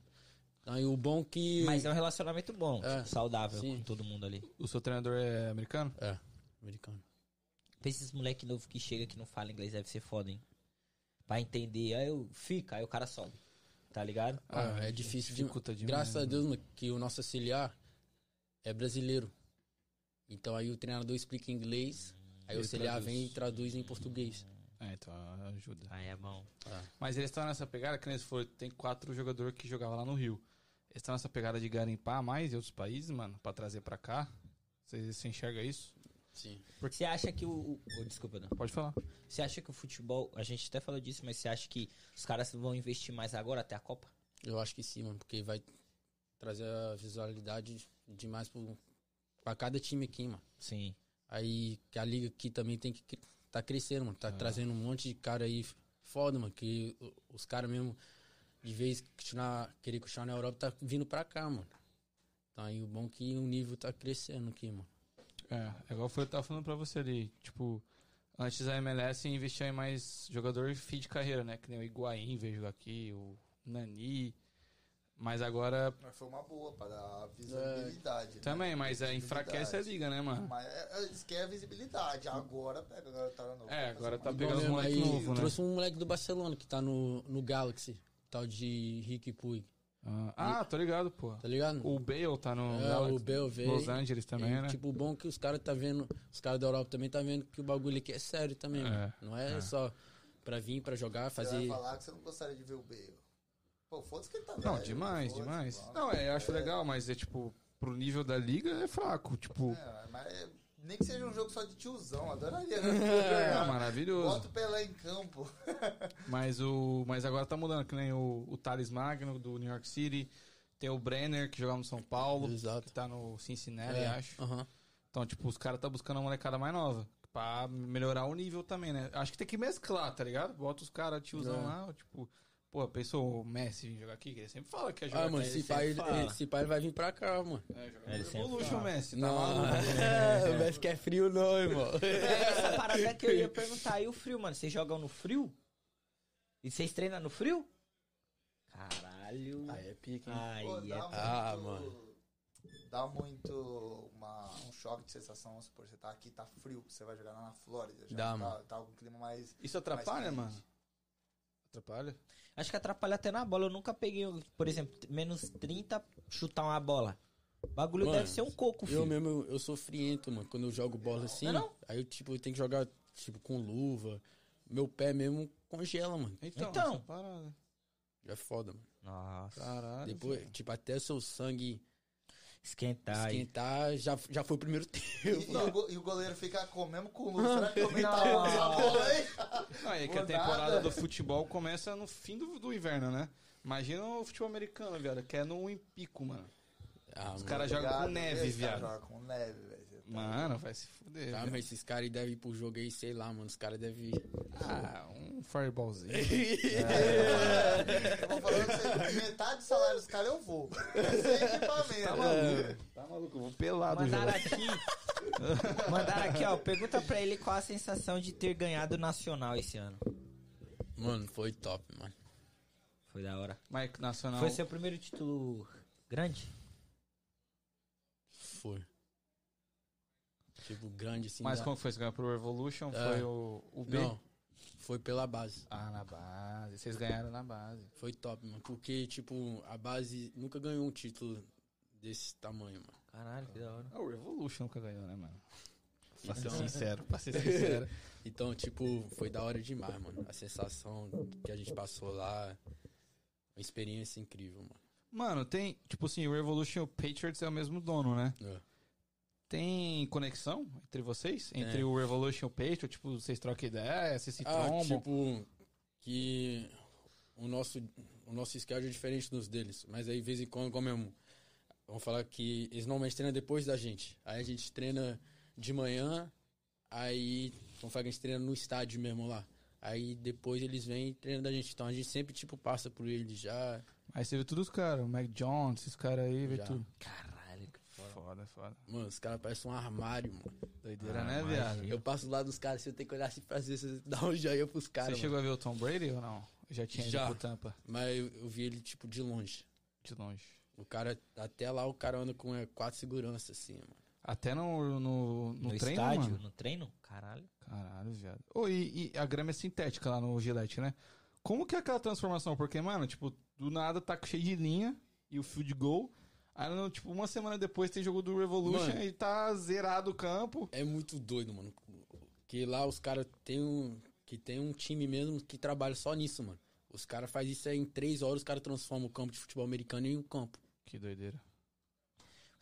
Speaker 4: Aí o bom que.
Speaker 2: Mas é um relacionamento bom,
Speaker 4: É,
Speaker 2: tipo, saudável
Speaker 4: sim.
Speaker 2: com todo mundo ali.
Speaker 1: O seu treinador é americano?
Speaker 4: É, americano.
Speaker 2: Pra esses moleque novo que chega que não fala inglês deve ser foda, hein? Pra entender, aí eu fica, aí o cara sobe. Tá ligado?
Speaker 4: Ah, é difícil de.
Speaker 1: dificulta demais, né?
Speaker 4: Graças a
Speaker 1: mano.
Speaker 4: Deus mano, que o nosso auxiliar é brasileiro. Então aí o treinador explica em inglês, aí o
Speaker 1: Ele
Speaker 4: auxiliar
Speaker 1: traduz.
Speaker 4: vem e traduz em português.
Speaker 1: É, então ajuda.
Speaker 2: Ah, é bom.
Speaker 1: Mas eles estão nessa pegada, que nem se for, tem quatro jogadores que jogavam lá no Rio. Eles estão nessa pegada de garimpar mais em outros países, mano, pra trazer pra cá. Você você enxerga isso?
Speaker 4: Sim.
Speaker 2: Você acha que o. o- o- desculpa, não.
Speaker 1: Pode falar.
Speaker 2: Você acha que o futebol. A gente até falou disso, mas você acha que os caras vão investir mais agora até a Copa?
Speaker 4: Eu acho que sim, mano, porque vai trazer a visualidade demais pro, pra cada time aqui, mano.
Speaker 2: Sim.
Speaker 4: Aí que a liga aqui também tem que cre- tá crescendo, mano. Tá trazendo um monte de cara aí f- foda, mano. Que o- os caras mesmo, de vez que continuar, querer continuar na Europa, tá vindo pra cá, mano. Então aí o bom é que o nível tá crescendo aqui, mano.
Speaker 1: É, é igual foi eu tava falando pra você ali. Tipo, antes a MLS investia em mais jogador fim de carreira, né? Que nem o Higuaín veio jogar aqui, o Nani. Mas agora
Speaker 3: Mas foi uma boa para a visibilidade. né?
Speaker 1: também, mas é,
Speaker 3: Visibilidade.
Speaker 1: enfraquece a liga, né, mano?
Speaker 3: Mas é, é, isso que é visibilidade. Agora pega a garotada nova.
Speaker 1: É, agora tá
Speaker 4: Bom
Speaker 1: pegando os
Speaker 4: mesmo,
Speaker 1: moleques
Speaker 4: aí
Speaker 1: novos, né?
Speaker 4: Trouxe um moleque do Barcelona que tá no, no Galaxy, tal de Rick Puig,
Speaker 1: Ah, tô ligado, pô.
Speaker 4: tá ligado?
Speaker 1: O Bale tá no
Speaker 4: É,
Speaker 1: Galaxy,
Speaker 4: o Bel veio.
Speaker 1: Los Angeles também,
Speaker 4: E,
Speaker 1: né?
Speaker 4: Tipo, o bom é que os caras tá vendo, os caras da Europa também tá vendo que o bagulho aqui é sério também,
Speaker 1: É,
Speaker 4: mano. Não é,
Speaker 1: é.
Speaker 4: só pra vir, pra jogar,
Speaker 3: Você vai
Speaker 4: fazer.
Speaker 3: falar que você não gostaria de ver o Bale. Pô, foda-se que ele tá
Speaker 1: Não,
Speaker 3: velho,
Speaker 1: demais,
Speaker 3: foda-se, né?
Speaker 1: demais.
Speaker 3: vamos.
Speaker 1: Não, é, eu acho legal, mas é tipo, pro nível da liga é fraco. Tipo,
Speaker 3: É, mas é- nem que seja um jogo só de tiozão, adoraria.
Speaker 1: é,
Speaker 3: né?
Speaker 1: maravilhoso.
Speaker 3: Bota o Pelé em campo.
Speaker 1: Mas o. Mas agora tá mudando, que nem o, o Thales Magno do New York City. Tem o Brenner, que jogava no São Paulo,
Speaker 4: Exato.
Speaker 1: que tá no Cincinnati,
Speaker 4: É,
Speaker 1: acho.
Speaker 4: aham.
Speaker 1: Então, tipo, os caras tá buscando uma molecada mais nova. Pra melhorar o nível também, né? Acho que tem que mesclar, tá ligado? Bota os caras tiozão
Speaker 4: É.
Speaker 1: lá, tipo. Pô, pensou o Messi vir jogar aqui? Que ele sempre fala que é jogar
Speaker 4: Ah, mano,
Speaker 1: aqui.
Speaker 4: esse
Speaker 2: sempre
Speaker 4: pai,
Speaker 2: fala.
Speaker 4: esse pai vai vir pra cá, mano.
Speaker 1: É, jogar
Speaker 2: Ele sempre
Speaker 1: Evolution,
Speaker 2: fala.
Speaker 1: Messi. Tá
Speaker 4: Não,
Speaker 1: maluco?
Speaker 4: é, o Messi que é frio não, irmão.
Speaker 2: É, Essa parada que eu ia perguntar. E o frio, mano? Vocês jogam no frio? E vocês treinam no frio? Caralho.
Speaker 4: é pique,
Speaker 2: Aí
Speaker 3: Pô,
Speaker 2: é.
Speaker 3: dá um-
Speaker 4: Ah,
Speaker 3: muito-
Speaker 4: mano.
Speaker 3: Dá muito uma- um choque de sensação, vamos supor, você tá aqui, tá frio, você vai jogar lá na Flórida. Já
Speaker 4: Dá,
Speaker 3: tá,
Speaker 4: mano.
Speaker 3: Tá um clima mais...
Speaker 1: Isso atrapalha,
Speaker 3: mais quente.
Speaker 1: mano? Atrapalha?
Speaker 2: Acho que atrapalha até na bola. Eu nunca peguei, por exemplo, menos 30 chutar uma bola. O bagulho
Speaker 4: Mano,
Speaker 2: deve ser um coco, filho.
Speaker 4: Eu mesmo, eu, eu sou friento, mano. Quando eu jogo bola assim,
Speaker 2: Não é não?
Speaker 4: aí eu, tipo, eu tenho que jogar, tipo, com luva. Meu pé mesmo congela, mano.
Speaker 1: Então,
Speaker 2: Então.
Speaker 1: essa parada.
Speaker 4: É foda, mano.
Speaker 2: Nossa.
Speaker 4: Tá.
Speaker 1: Caralho.
Speaker 4: Depois, tipo, até o seu sangue
Speaker 2: Esquentar. aí.
Speaker 4: esquentar, já, já foi o primeiro tempo.
Speaker 3: E, e o, go- e o goleiro fica com, mesmo com luz. Será que eu vou tá com essa bola aí?
Speaker 1: Não, é que a
Speaker 3: Rodada.
Speaker 1: temporada do futebol começa no fim do, do inverno, né? Imagina o futebol americano, viado, que é no em pico, mano.
Speaker 4: Ah,
Speaker 1: Os
Speaker 4: mano.
Speaker 1: caras jogam com
Speaker 3: Obrigado,
Speaker 1: neve,
Speaker 3: esse cara
Speaker 1: viado.
Speaker 3: joga Com neve, velho. Você tá-
Speaker 1: Mano, vai se fuder.
Speaker 4: Ah,
Speaker 1: viado.
Speaker 4: mas esses caras aí devem ir pro jogo aí, sei lá, mano. Os caras devem.
Speaker 1: Ah, um fireballzinho. É.
Speaker 3: Eu vou falando pra você, metade do salário dos caras eu vou. Sem equipamento.
Speaker 1: Tá maluco. Tá maluco, eu vou pelado,
Speaker 2: Mandaram
Speaker 1: jogar.
Speaker 2: aqui. Mandaram aqui, ó. Pergunta pra ele qual a sensação de ter ganhado o Nacional esse ano.
Speaker 4: Mano, foi top, mano.
Speaker 2: Foi da hora.
Speaker 1: Mas nacional.
Speaker 2: Foi seu primeiro título grande?
Speaker 4: Foi. Tipo, grande assim.
Speaker 1: Mas
Speaker 4: da-
Speaker 1: como que foi? Você ganhou pro Evolution?
Speaker 4: É.
Speaker 1: Foi o, o B?
Speaker 4: Não, foi pela base.
Speaker 1: Ah, na base. Vocês ganharam na base.
Speaker 4: Foi top, mano. Porque, tipo, a base nunca ganhou um título desse tamanho, mano.
Speaker 2: Caralho, que da hora.
Speaker 1: Ah, o Evolution nunca ganhou, né, mano? Pra ser
Speaker 4: Então-
Speaker 1: sincero, pra ser sincero.
Speaker 4: Então, tipo, foi da hora demais, mano. A sensação que a gente passou lá. Uma experiência incrível, mano.
Speaker 1: Mano, tem. Tipo assim, o Revolution e o Patriots é o mesmo dono, né?
Speaker 4: É.
Speaker 1: Tem conexão entre vocês?
Speaker 4: Tem.
Speaker 1: Entre o Revolution e o Patriot? Tipo, vocês trocam ideia, vocês se
Speaker 4: Ah,
Speaker 1: trombam?
Speaker 4: tipo, que o nosso, o nosso schedule é diferente dos deles. Mas aí, de vez em quando, como mesmo. Vamos falar que eles normalmente treinam depois da gente. Aí a gente treina de manhã. Aí, vamos falar que a gente treina no estádio mesmo lá. Aí depois eles vêm e treinam da gente. Então a gente sempre, tipo, passa por eles já.
Speaker 1: Aí você vê todos os caras, o Mac Jones, esses caras aí, vê
Speaker 4: Já.
Speaker 1: tudo.
Speaker 2: Caralho, que foda.
Speaker 1: Foda, foda.
Speaker 4: Mano, os caras parecem um armário, mano.
Speaker 1: Doideira,
Speaker 2: Ah,
Speaker 1: né,
Speaker 2: imagina.
Speaker 1: viado?
Speaker 4: Eu passo lá dos caras, se eu tenho que olhar assim pra vocês, vocês dão um joinha pros
Speaker 1: Você
Speaker 4: caras. mano.
Speaker 1: chegou a ver o Tom Brady ou não? Eu já tinha
Speaker 4: Já.
Speaker 1: ido pro Tampa,
Speaker 4: Mas eu, eu vi ele, tipo, de longe.
Speaker 1: de longe.
Speaker 4: O cara, até lá, o cara anda com é, quatro seguranças, assim, mano.
Speaker 1: Até no, no, no,
Speaker 2: No,
Speaker 1: treino,
Speaker 2: estádio?
Speaker 1: mano.
Speaker 2: No treino? Caralho.
Speaker 1: Caralho, viado. Ô, e, e a grama é sintética lá no Gillette, né? Como que é aquela transformação? Porque, mano, tipo, do nada tá cheio de linha e o field goal. Aí, no- tipo, uma semana depois tem jogo do Revolution
Speaker 4: Mano.
Speaker 1: e tá zerado o campo.
Speaker 4: É muito doido, mano. Porque lá os caras tem um. Que tem um time mesmo que trabalha só nisso, mano. Os caras fazem isso aí em três horas, os caras transformam o campo de futebol americano em um campo.
Speaker 1: Que doideira.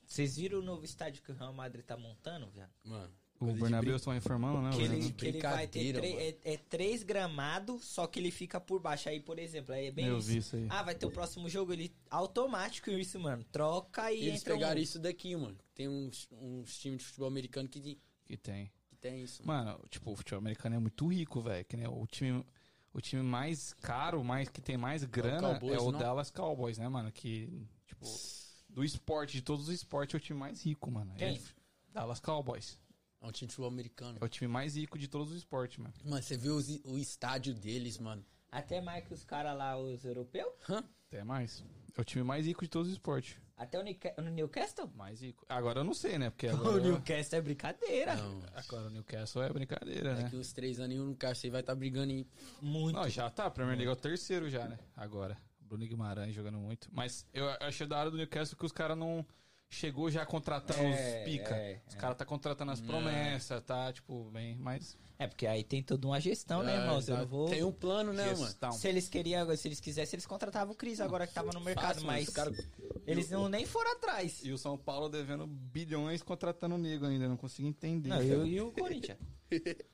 Speaker 2: Vocês viram o novo estádio que o Real Madrid tá montando, viado?
Speaker 4: Mano.
Speaker 1: O
Speaker 4: coisa de
Speaker 1: Bernabéu estão reformando, né?
Speaker 2: Que
Speaker 1: velho?
Speaker 2: ele,
Speaker 4: de
Speaker 2: que ele vai ter
Speaker 4: brincadeira,
Speaker 2: tre- é, é três gramados, só que ele fica por baixo. Aí, por exemplo, aí é bem
Speaker 1: Eu
Speaker 2: isso.
Speaker 1: vi isso aí.
Speaker 2: Ah, vai ter o próximo jogo, ele automático isso, mano. Troca e
Speaker 4: Eles
Speaker 2: entra um-
Speaker 4: pegaram isso daqui, mano. Tem uns, uns times de futebol americano que, que
Speaker 1: Que tem.
Speaker 4: tem isso. Mano.
Speaker 1: Mano, tipo, o futebol americano é muito rico, velho. Que nem o time, o time mais caro, mais, que tem mais grana, é o,
Speaker 4: Cowboys, não?
Speaker 1: Dallas Cowboys, né, mano? Que, tipo, do esporte, de todos os esportes, é o time mais rico, mano. É
Speaker 2: Quem?
Speaker 1: f- Dallas Cowboys.
Speaker 4: É um time de futebol americano.
Speaker 1: É o time mais rico de todos os esportes, mano.
Speaker 4: Mano, você viu os- o estádio deles, mano.
Speaker 2: Até mais que os caras lá, os europeus.
Speaker 1: Até mais. É o time mais rico de todos os esportes.
Speaker 2: Até o, Nique- o Newcastle.
Speaker 1: Mais rico. Agora eu não sei, né? Porque
Speaker 2: O
Speaker 1: agora,
Speaker 2: Newcastle
Speaker 1: Tá.
Speaker 2: é brincadeira.
Speaker 4: Não,
Speaker 1: agora o Newcastle é brincadeira, né?
Speaker 4: daqui uns três anos no caixa você vai estar brigando em.
Speaker 2: Muito.
Speaker 1: Não, já tá. A Premier League é o terceiro já, né? Agora. Bruno Guimarães jogando muito. Mas eu achei da hora do Newcastle que os caras não chegou já contratando
Speaker 2: É,
Speaker 1: os tá pica.
Speaker 2: é,
Speaker 1: os caras tá contratando as promessas, tá? Tipo, bem, mas...
Speaker 2: É, porque aí tem toda uma gestão, né,
Speaker 4: Ah,
Speaker 2: irmão? Eu
Speaker 4: exato.
Speaker 2: não vou...
Speaker 4: Tem um plano, né, mano?
Speaker 1: gestão.
Speaker 2: Se eles queriam, se eles quisessem, eles contratavam o Cris agora que tava no mercado,
Speaker 4: Fácil, mano.
Speaker 2: mas
Speaker 4: Os cara-
Speaker 2: eles não nem foram atrás.
Speaker 1: E o São Paulo devendo bilhões contratando o nego ainda. Não consigo entender.
Speaker 2: Não, eu e o Corinthians.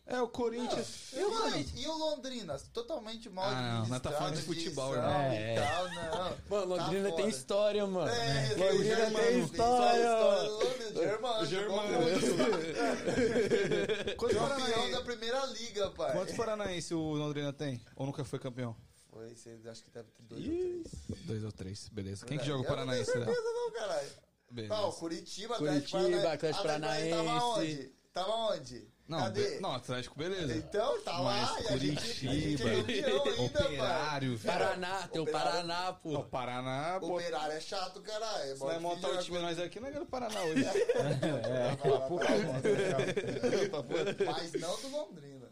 Speaker 1: É, o Corinthians...
Speaker 3: E, o- e o Londrina? Totalmente mal
Speaker 1: Ah, não, nós tá
Speaker 3: administrado,
Speaker 1: falando de futebol,
Speaker 3: gestão
Speaker 1: irmão.
Speaker 3: e
Speaker 1: É.
Speaker 3: tal, não.
Speaker 4: Mano, Londrina
Speaker 3: Tá
Speaker 4: tem
Speaker 3: fora.
Speaker 4: história, mano.
Speaker 3: É,
Speaker 4: Londrina
Speaker 3: o Germano,
Speaker 4: tem história.
Speaker 3: Londrina, Germano,
Speaker 1: né?
Speaker 3: Campeão da primeira liga, pai.
Speaker 1: Quantos paranaense o Londrina tem? Ou nunca foi campeão?
Speaker 3: Foi, você acho que deve ter dois ou três.
Speaker 1: Dois ou três, beleza. Quem que joga
Speaker 3: Verdade.
Speaker 1: o
Speaker 3: Eu não
Speaker 1: Paranaense? né?
Speaker 3: tenho certeza não, caralho.
Speaker 1: Beleza.
Speaker 3: Não, Curitiba,
Speaker 4: Curitiba,
Speaker 3: Atlético Tava
Speaker 4: Atlético Paranaense.
Speaker 3: onde? Tava onde?
Speaker 1: Não,
Speaker 3: Cadê?
Speaker 1: be- não, Atlético, beleza.
Speaker 3: Então, tá lá.
Speaker 1: Mas
Speaker 3: e a gente, a gente
Speaker 1: Curitiba,
Speaker 3: é campeão ainda, pai.
Speaker 1: Operário, velho.
Speaker 4: Paraná, tem o
Speaker 3: Operário.
Speaker 4: Paraná, pô.
Speaker 1: Não, Paraná, pô.
Speaker 3: Operário é chato, caralho. É
Speaker 1: Se vai montar o time nós aqui, nós ganhamos o Paraná hoje.
Speaker 3: né? Mas não do Londrina.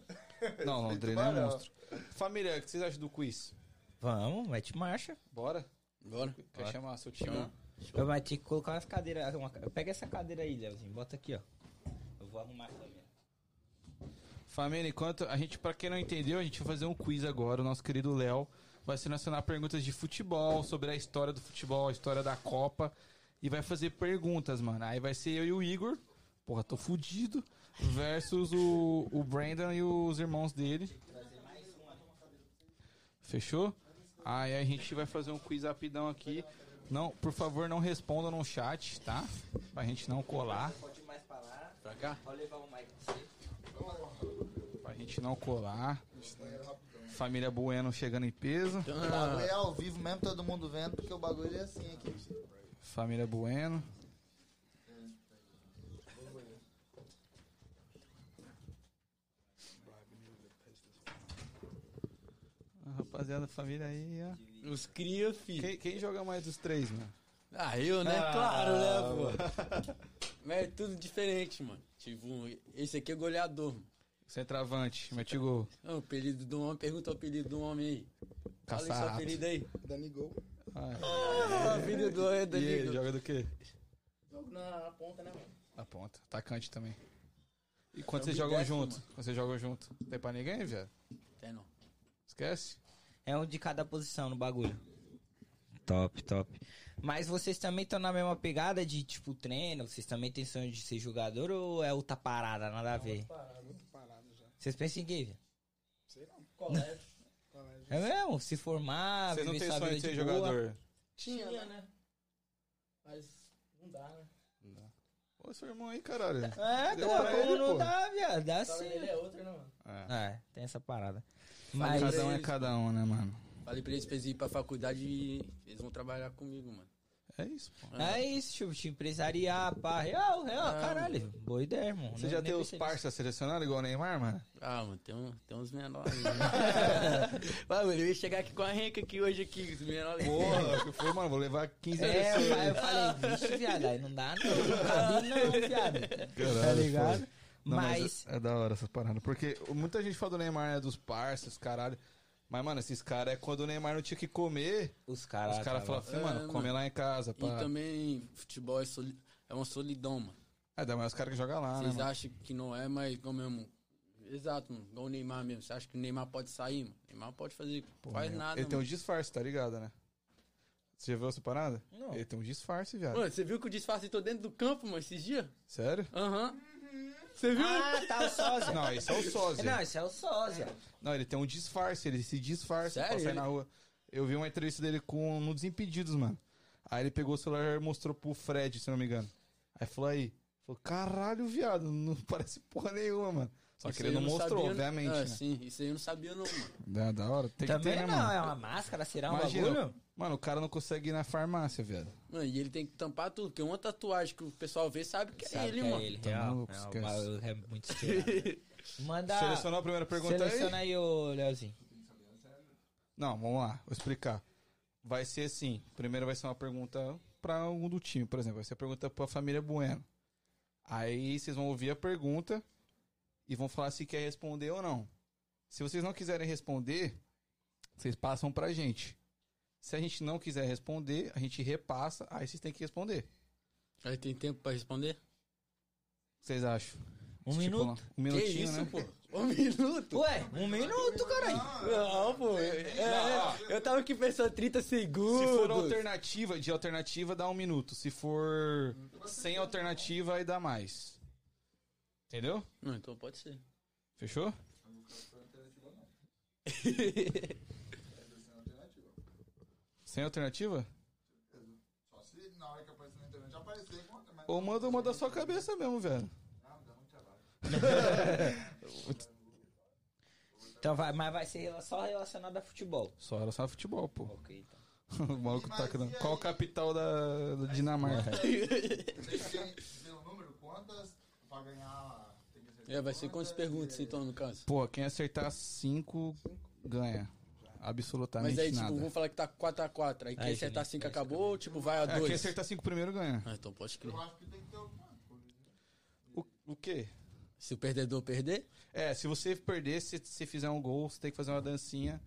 Speaker 1: Não, Londrina é
Speaker 3: Tubarão.
Speaker 1: monstro. Família, o que vocês acham do quiz?
Speaker 2: Vamos, mete marcha.
Speaker 1: Bora?
Speaker 4: Bora.
Speaker 1: Quer chamar seu time?
Speaker 4: Chama.
Speaker 2: Eu vai ter que colocar as cadeiras. uma- pega essa cadeira aí, Leozinho. Bota aqui, ó. Eu vou arrumar a câmera.
Speaker 1: Família, enquanto a gente, pra quem não entendeu, a gente vai fazer um quiz agora. O nosso querido Léo vai selecionar perguntas de futebol, sobre a história do futebol, a história da Copa. E vai fazer perguntas, mano. Aí vai ser eu e o Igor. Porra, tô fudido. Versus o, o Brandon e os irmãos dele. Fechou? Aí a gente vai fazer um quiz rapidão aqui. Não, por favor, não respondam no chat, tá? Pra gente não colar.
Speaker 2: Pode ir mais pra lá.
Speaker 4: Pra cá?
Speaker 2: Pode levar o Mike pra você.
Speaker 1: Pra gente não colar. Família Bueno chegando em peso.
Speaker 3: O bagulho é ao vivo mesmo, todo mundo vendo, porque o bagulho é assim aqui.
Speaker 1: Família Bueno. Ah, Rapaziada, família aí, ó.
Speaker 4: Os cria, filho.
Speaker 1: Quem, quem joga mais dos três, mano?
Speaker 4: Ah, eu, né? claro, né, pô? Mas é tudo diferente, mano. Tipo, esse aqui é goleador. mano.
Speaker 1: Centroavante, é mete gol.
Speaker 4: Ah, o apelido do homem, pergunta o apelido do homem aí. Fala aí seu
Speaker 1: Caçarato.
Speaker 4: apelido é aí.
Speaker 6: Danigol.
Speaker 1: Ah,
Speaker 4: Ah, o apelido do homem é
Speaker 1: e ele
Speaker 4: Danilo.
Speaker 1: joga do quê?
Speaker 6: Jogo na, na ponta, né, mano?
Speaker 1: Na ponta. Atacante também. E quando
Speaker 4: É um
Speaker 1: vocês jogam
Speaker 4: bidete,
Speaker 1: junto?
Speaker 4: mano.
Speaker 1: Quando vocês jogam junto? Não tem pra ninguém, velho?
Speaker 4: É, não.
Speaker 1: Esquece?
Speaker 2: É um de cada posição no bagulho. Top, top. Mas vocês também estão na mesma pegada de, tipo, treino? Vocês também têm sonho de ser jogador ou é outra parada? Nada a ver.
Speaker 6: Parado, muito parado já.
Speaker 2: Vocês pensam em quê? velho?
Speaker 6: Sei não. Colégio. Colégio.
Speaker 2: É mesmo? Se
Speaker 4: Ah,
Speaker 2: formar,
Speaker 1: Vocês não
Speaker 2: viver
Speaker 1: têm
Speaker 2: sua
Speaker 1: sonho
Speaker 2: vida
Speaker 4: é
Speaker 1: de ser
Speaker 2: boa.
Speaker 1: jogador?
Speaker 6: Tinha, né? Mas não dá, né?
Speaker 1: Ô, seu irmão aí, caralho.
Speaker 2: É,
Speaker 1: Deu
Speaker 2: cara,
Speaker 1: pra
Speaker 2: como
Speaker 1: ele,
Speaker 2: não
Speaker 1: pô.
Speaker 2: dá, viado? Dá
Speaker 6: A história
Speaker 2: sim.
Speaker 6: dele é outra, né, mano?
Speaker 1: É.
Speaker 2: É, tem essa parada.
Speaker 1: Mas
Speaker 2: Mas
Speaker 1: cada um é
Speaker 4: eles-
Speaker 1: cada um, né, mano?
Speaker 4: Falei pra eles pra eles irem pra faculdade e eles vão trabalhar comigo, mano.
Speaker 1: É isso, pô.
Speaker 2: é isso, tipo, te empresariar, pá. Real, real,
Speaker 4: Ah,
Speaker 2: caralho. Boa ideia, irmão.
Speaker 1: Você
Speaker 2: Nem-
Speaker 1: já
Speaker 2: nem
Speaker 1: tem os
Speaker 2: pensei nisso.
Speaker 1: parceiros selecionados igual o Neymar, mano?
Speaker 4: Ah, mano, tem, um, tem uns menores. né? Vai, mano, eu ia chegar aqui com a renca aqui hoje aqui, os menores.
Speaker 1: Porra, que foi, mano? Vou levar 15
Speaker 2: É, eu,
Speaker 1: anos.
Speaker 2: fa- eu falei, vixe, viado, aí não dá não, não cabe não, viado. tá ligado?
Speaker 1: Não,
Speaker 2: mas,
Speaker 1: É, é da hora essas paradas. Porque muita gente fala do Neymar, né? Dos parceiros, caralho. Mas, mano, esses caras é quando o Neymar não tinha que comer,
Speaker 2: os caras...
Speaker 1: os caras falam
Speaker 2: tava-
Speaker 1: assim, mano,
Speaker 4: É,
Speaker 1: come lá em casa,
Speaker 4: E
Speaker 1: pá.
Speaker 4: também, futebol é, soli- é uma solidão, mano. Ah,
Speaker 1: É, dá mais os caras que jogam lá, né?
Speaker 4: Vocês
Speaker 1: mano?
Speaker 4: acham que não é, mas como eu, Exato, mano. Igual o Neymar mesmo. Você acha que o Neymar pode sair, mano? O Neymar pode fazer.
Speaker 1: Pô,
Speaker 4: faz
Speaker 1: meu,
Speaker 4: nada.
Speaker 1: Ele tem
Speaker 4: mano.
Speaker 1: um disfarce, tá ligado, né? Você já viu essa parada?
Speaker 2: Não.
Speaker 1: Ele tem um disfarce, viado.
Speaker 4: Mano, você viu que o disfarce tô dentro do campo, mano, esses dias?
Speaker 1: Sério?
Speaker 4: Aham. Você viu?
Speaker 2: Ah, tá, o sósia.
Speaker 1: Não, esse é o sósia.
Speaker 2: Não, esse é o sósia.
Speaker 1: Não, ele tem um disfarce, ele se disfarça
Speaker 4: Sério?
Speaker 1: pra sair
Speaker 4: Ele-
Speaker 1: na rua. Eu vi uma entrevista dele com no Desimpedidos, mano. Aí ele pegou o celular e mostrou pro Fred, se não me engano. Aí falou aí. Falou, caralho, viado, não parece porra nenhuma, mano. Só
Speaker 4: Isso
Speaker 1: que ele
Speaker 4: aí eu
Speaker 1: não mostrou,
Speaker 4: sabia.
Speaker 1: obviamente,
Speaker 4: Ah,
Speaker 1: né?
Speaker 4: sim. Isso aí eu não sabia, não, mano.
Speaker 1: Da, da hora. Tem
Speaker 2: Também
Speaker 1: que ter, né,
Speaker 2: não,
Speaker 1: mano?
Speaker 2: é uma máscara, será um
Speaker 1: Imagina.
Speaker 2: bagulho?
Speaker 1: Mano, o cara não consegue ir na farmácia, viado.
Speaker 4: Mano, e ele tem que tampar tudo, porque uma tatuagem que o pessoal vê sabe que é
Speaker 2: Sabe
Speaker 4: ele,
Speaker 2: que
Speaker 4: mano.
Speaker 2: É ele,
Speaker 1: Tá
Speaker 2: real.
Speaker 1: maluco,
Speaker 2: é, o
Speaker 1: esquece.
Speaker 2: bagulho é muito estourado. Manda...
Speaker 1: Selecionou a primeira pergunta aí?
Speaker 2: Seleciona aí, ô Leozinho. Um
Speaker 1: Não, vamos lá, vou explicar. Vai ser assim: primeiro vai ser uma pergunta pra algum do time, por exemplo. Vai ser a pergunta pra família Bueno. Aí vocês vão ouvir a pergunta e vão falar se quer responder ou não. Se vocês não quiserem responder, vocês passam pra gente. Se a gente não quiser responder, a gente repassa, aí vocês têm que responder.
Speaker 4: Aí tem tempo pra responder?
Speaker 1: O que Vocês acham?
Speaker 2: Um
Speaker 1: Tipo,
Speaker 2: minuto?
Speaker 1: Um
Speaker 4: Que
Speaker 1: minutinho,
Speaker 4: isso,
Speaker 1: né?
Speaker 4: pô? Um minuto?
Speaker 2: Ué, um minuto, caralho.
Speaker 4: Não, pô. É, eu tava aqui pensando 30 segundos.
Speaker 1: Se for alternativa, de alternativa dá um minuto. Se for sem alternativa, aí dá mais. Entendeu?
Speaker 4: Não, então pode ser.
Speaker 1: Fechou? Sem alternativa?
Speaker 3: Só se na hora que aparecer na internet aparecer, conta, mas
Speaker 1: Ou manda uma da sua cabeça mesmo, velho.
Speaker 3: não, dá muito trabalho.
Speaker 2: Então vai, mas vai ser rela- só relacionado a futebol.
Speaker 1: Só era só futebol, pô.
Speaker 2: Ok, então.
Speaker 1: O maluco tá
Speaker 3: Mas
Speaker 1: querendo.
Speaker 3: e aí?
Speaker 1: Qual a capital da, da Dinamarca?
Speaker 3: Vocês querem dizer o número? Quantas pra ganhar? Tem que acertar
Speaker 4: É, vai ser quantas perguntas, então, no caso?
Speaker 1: Pô, quem acertar cinco ganha. Absolutamente
Speaker 4: Mas aí, tipo,
Speaker 1: nada.
Speaker 4: vamos falar que tá 4x4. Aí quem
Speaker 2: Aí,
Speaker 4: acertar
Speaker 2: gente,
Speaker 4: 5 acabou, tipo, vai a
Speaker 1: É, quem
Speaker 4: 2.
Speaker 1: acertar cinco primeiro ganha.
Speaker 4: Ah, então pode crer.
Speaker 3: Eu acho que tem que ter alguma coisa.
Speaker 1: O, o quê?
Speaker 4: Se o perdedor perder,
Speaker 1: É, se você perder, se você fizer um gol, você tem que fazer uma dancinha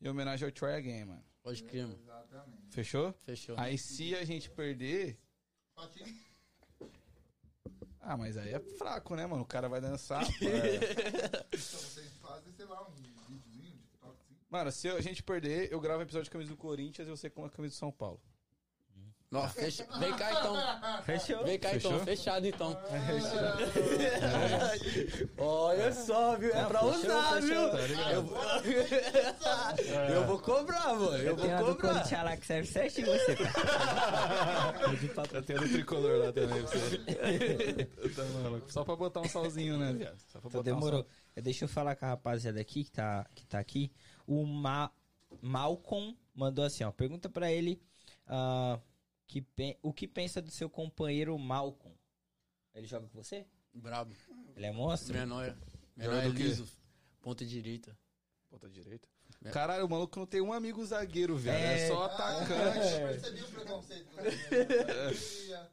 Speaker 1: em homenagem ao Try Again, mano.
Speaker 4: pode crer, mano.
Speaker 3: Exatamente.
Speaker 1: Fechou?
Speaker 4: Fechou.
Speaker 1: Aí se a gente perder.
Speaker 3: Só tinha que
Speaker 1: Ah, mas aí é fraco, né, mano? O cara vai dançar. pá.
Speaker 3: vocês fazem, sei lá, um videozinho, um TikTok assim.
Speaker 1: mano, se a gente perder, eu gravo episódio de camisa do Corinthians e você com a camisa do São Paulo.
Speaker 4: Nossa, fecha. Vem cá, então.
Speaker 2: Fechou.
Speaker 4: Vem cá,
Speaker 1: Fechou?
Speaker 4: então. Fechado, então. Olha só, viu? É pra
Speaker 2: fechou,
Speaker 4: usar,
Speaker 2: fechou.
Speaker 4: viu?
Speaker 2: Tá
Speaker 4: Eu vou... eu vou cobrar, mano. Eu
Speaker 2: Tem uma
Speaker 4: vou
Speaker 2: do
Speaker 4: cobrar.
Speaker 2: Corinthians lá que serve certinho você, cara. Eu de papo.
Speaker 1: Eu tenho do um tricolor lá também, pra você. Tá maluco. Só pra botar um salzinho, né, viado? Só pra
Speaker 2: Então
Speaker 1: botar um
Speaker 2: demorou. Eu- Deixa eu falar com a rapaziada aqui que tá, que tá aqui. O Ma Malcolm mandou assim, ó. Pergunta pra ele ah, que pen- o que pensa do seu companheiro Malcolm. Ele joga com você?
Speaker 4: Brabo.
Speaker 2: Ele é monstro?
Speaker 1: Né?
Speaker 4: Minha noia. Minha noia é
Speaker 1: Joga do quê?
Speaker 4: liso. Ponta direita.
Speaker 1: Ponta direita.
Speaker 4: É.
Speaker 1: Caralho, o maluco não tem um amigo zagueiro, velho. É,
Speaker 2: É.
Speaker 1: só atacante.
Speaker 3: Eu percebi o preconceito. que eu tinha.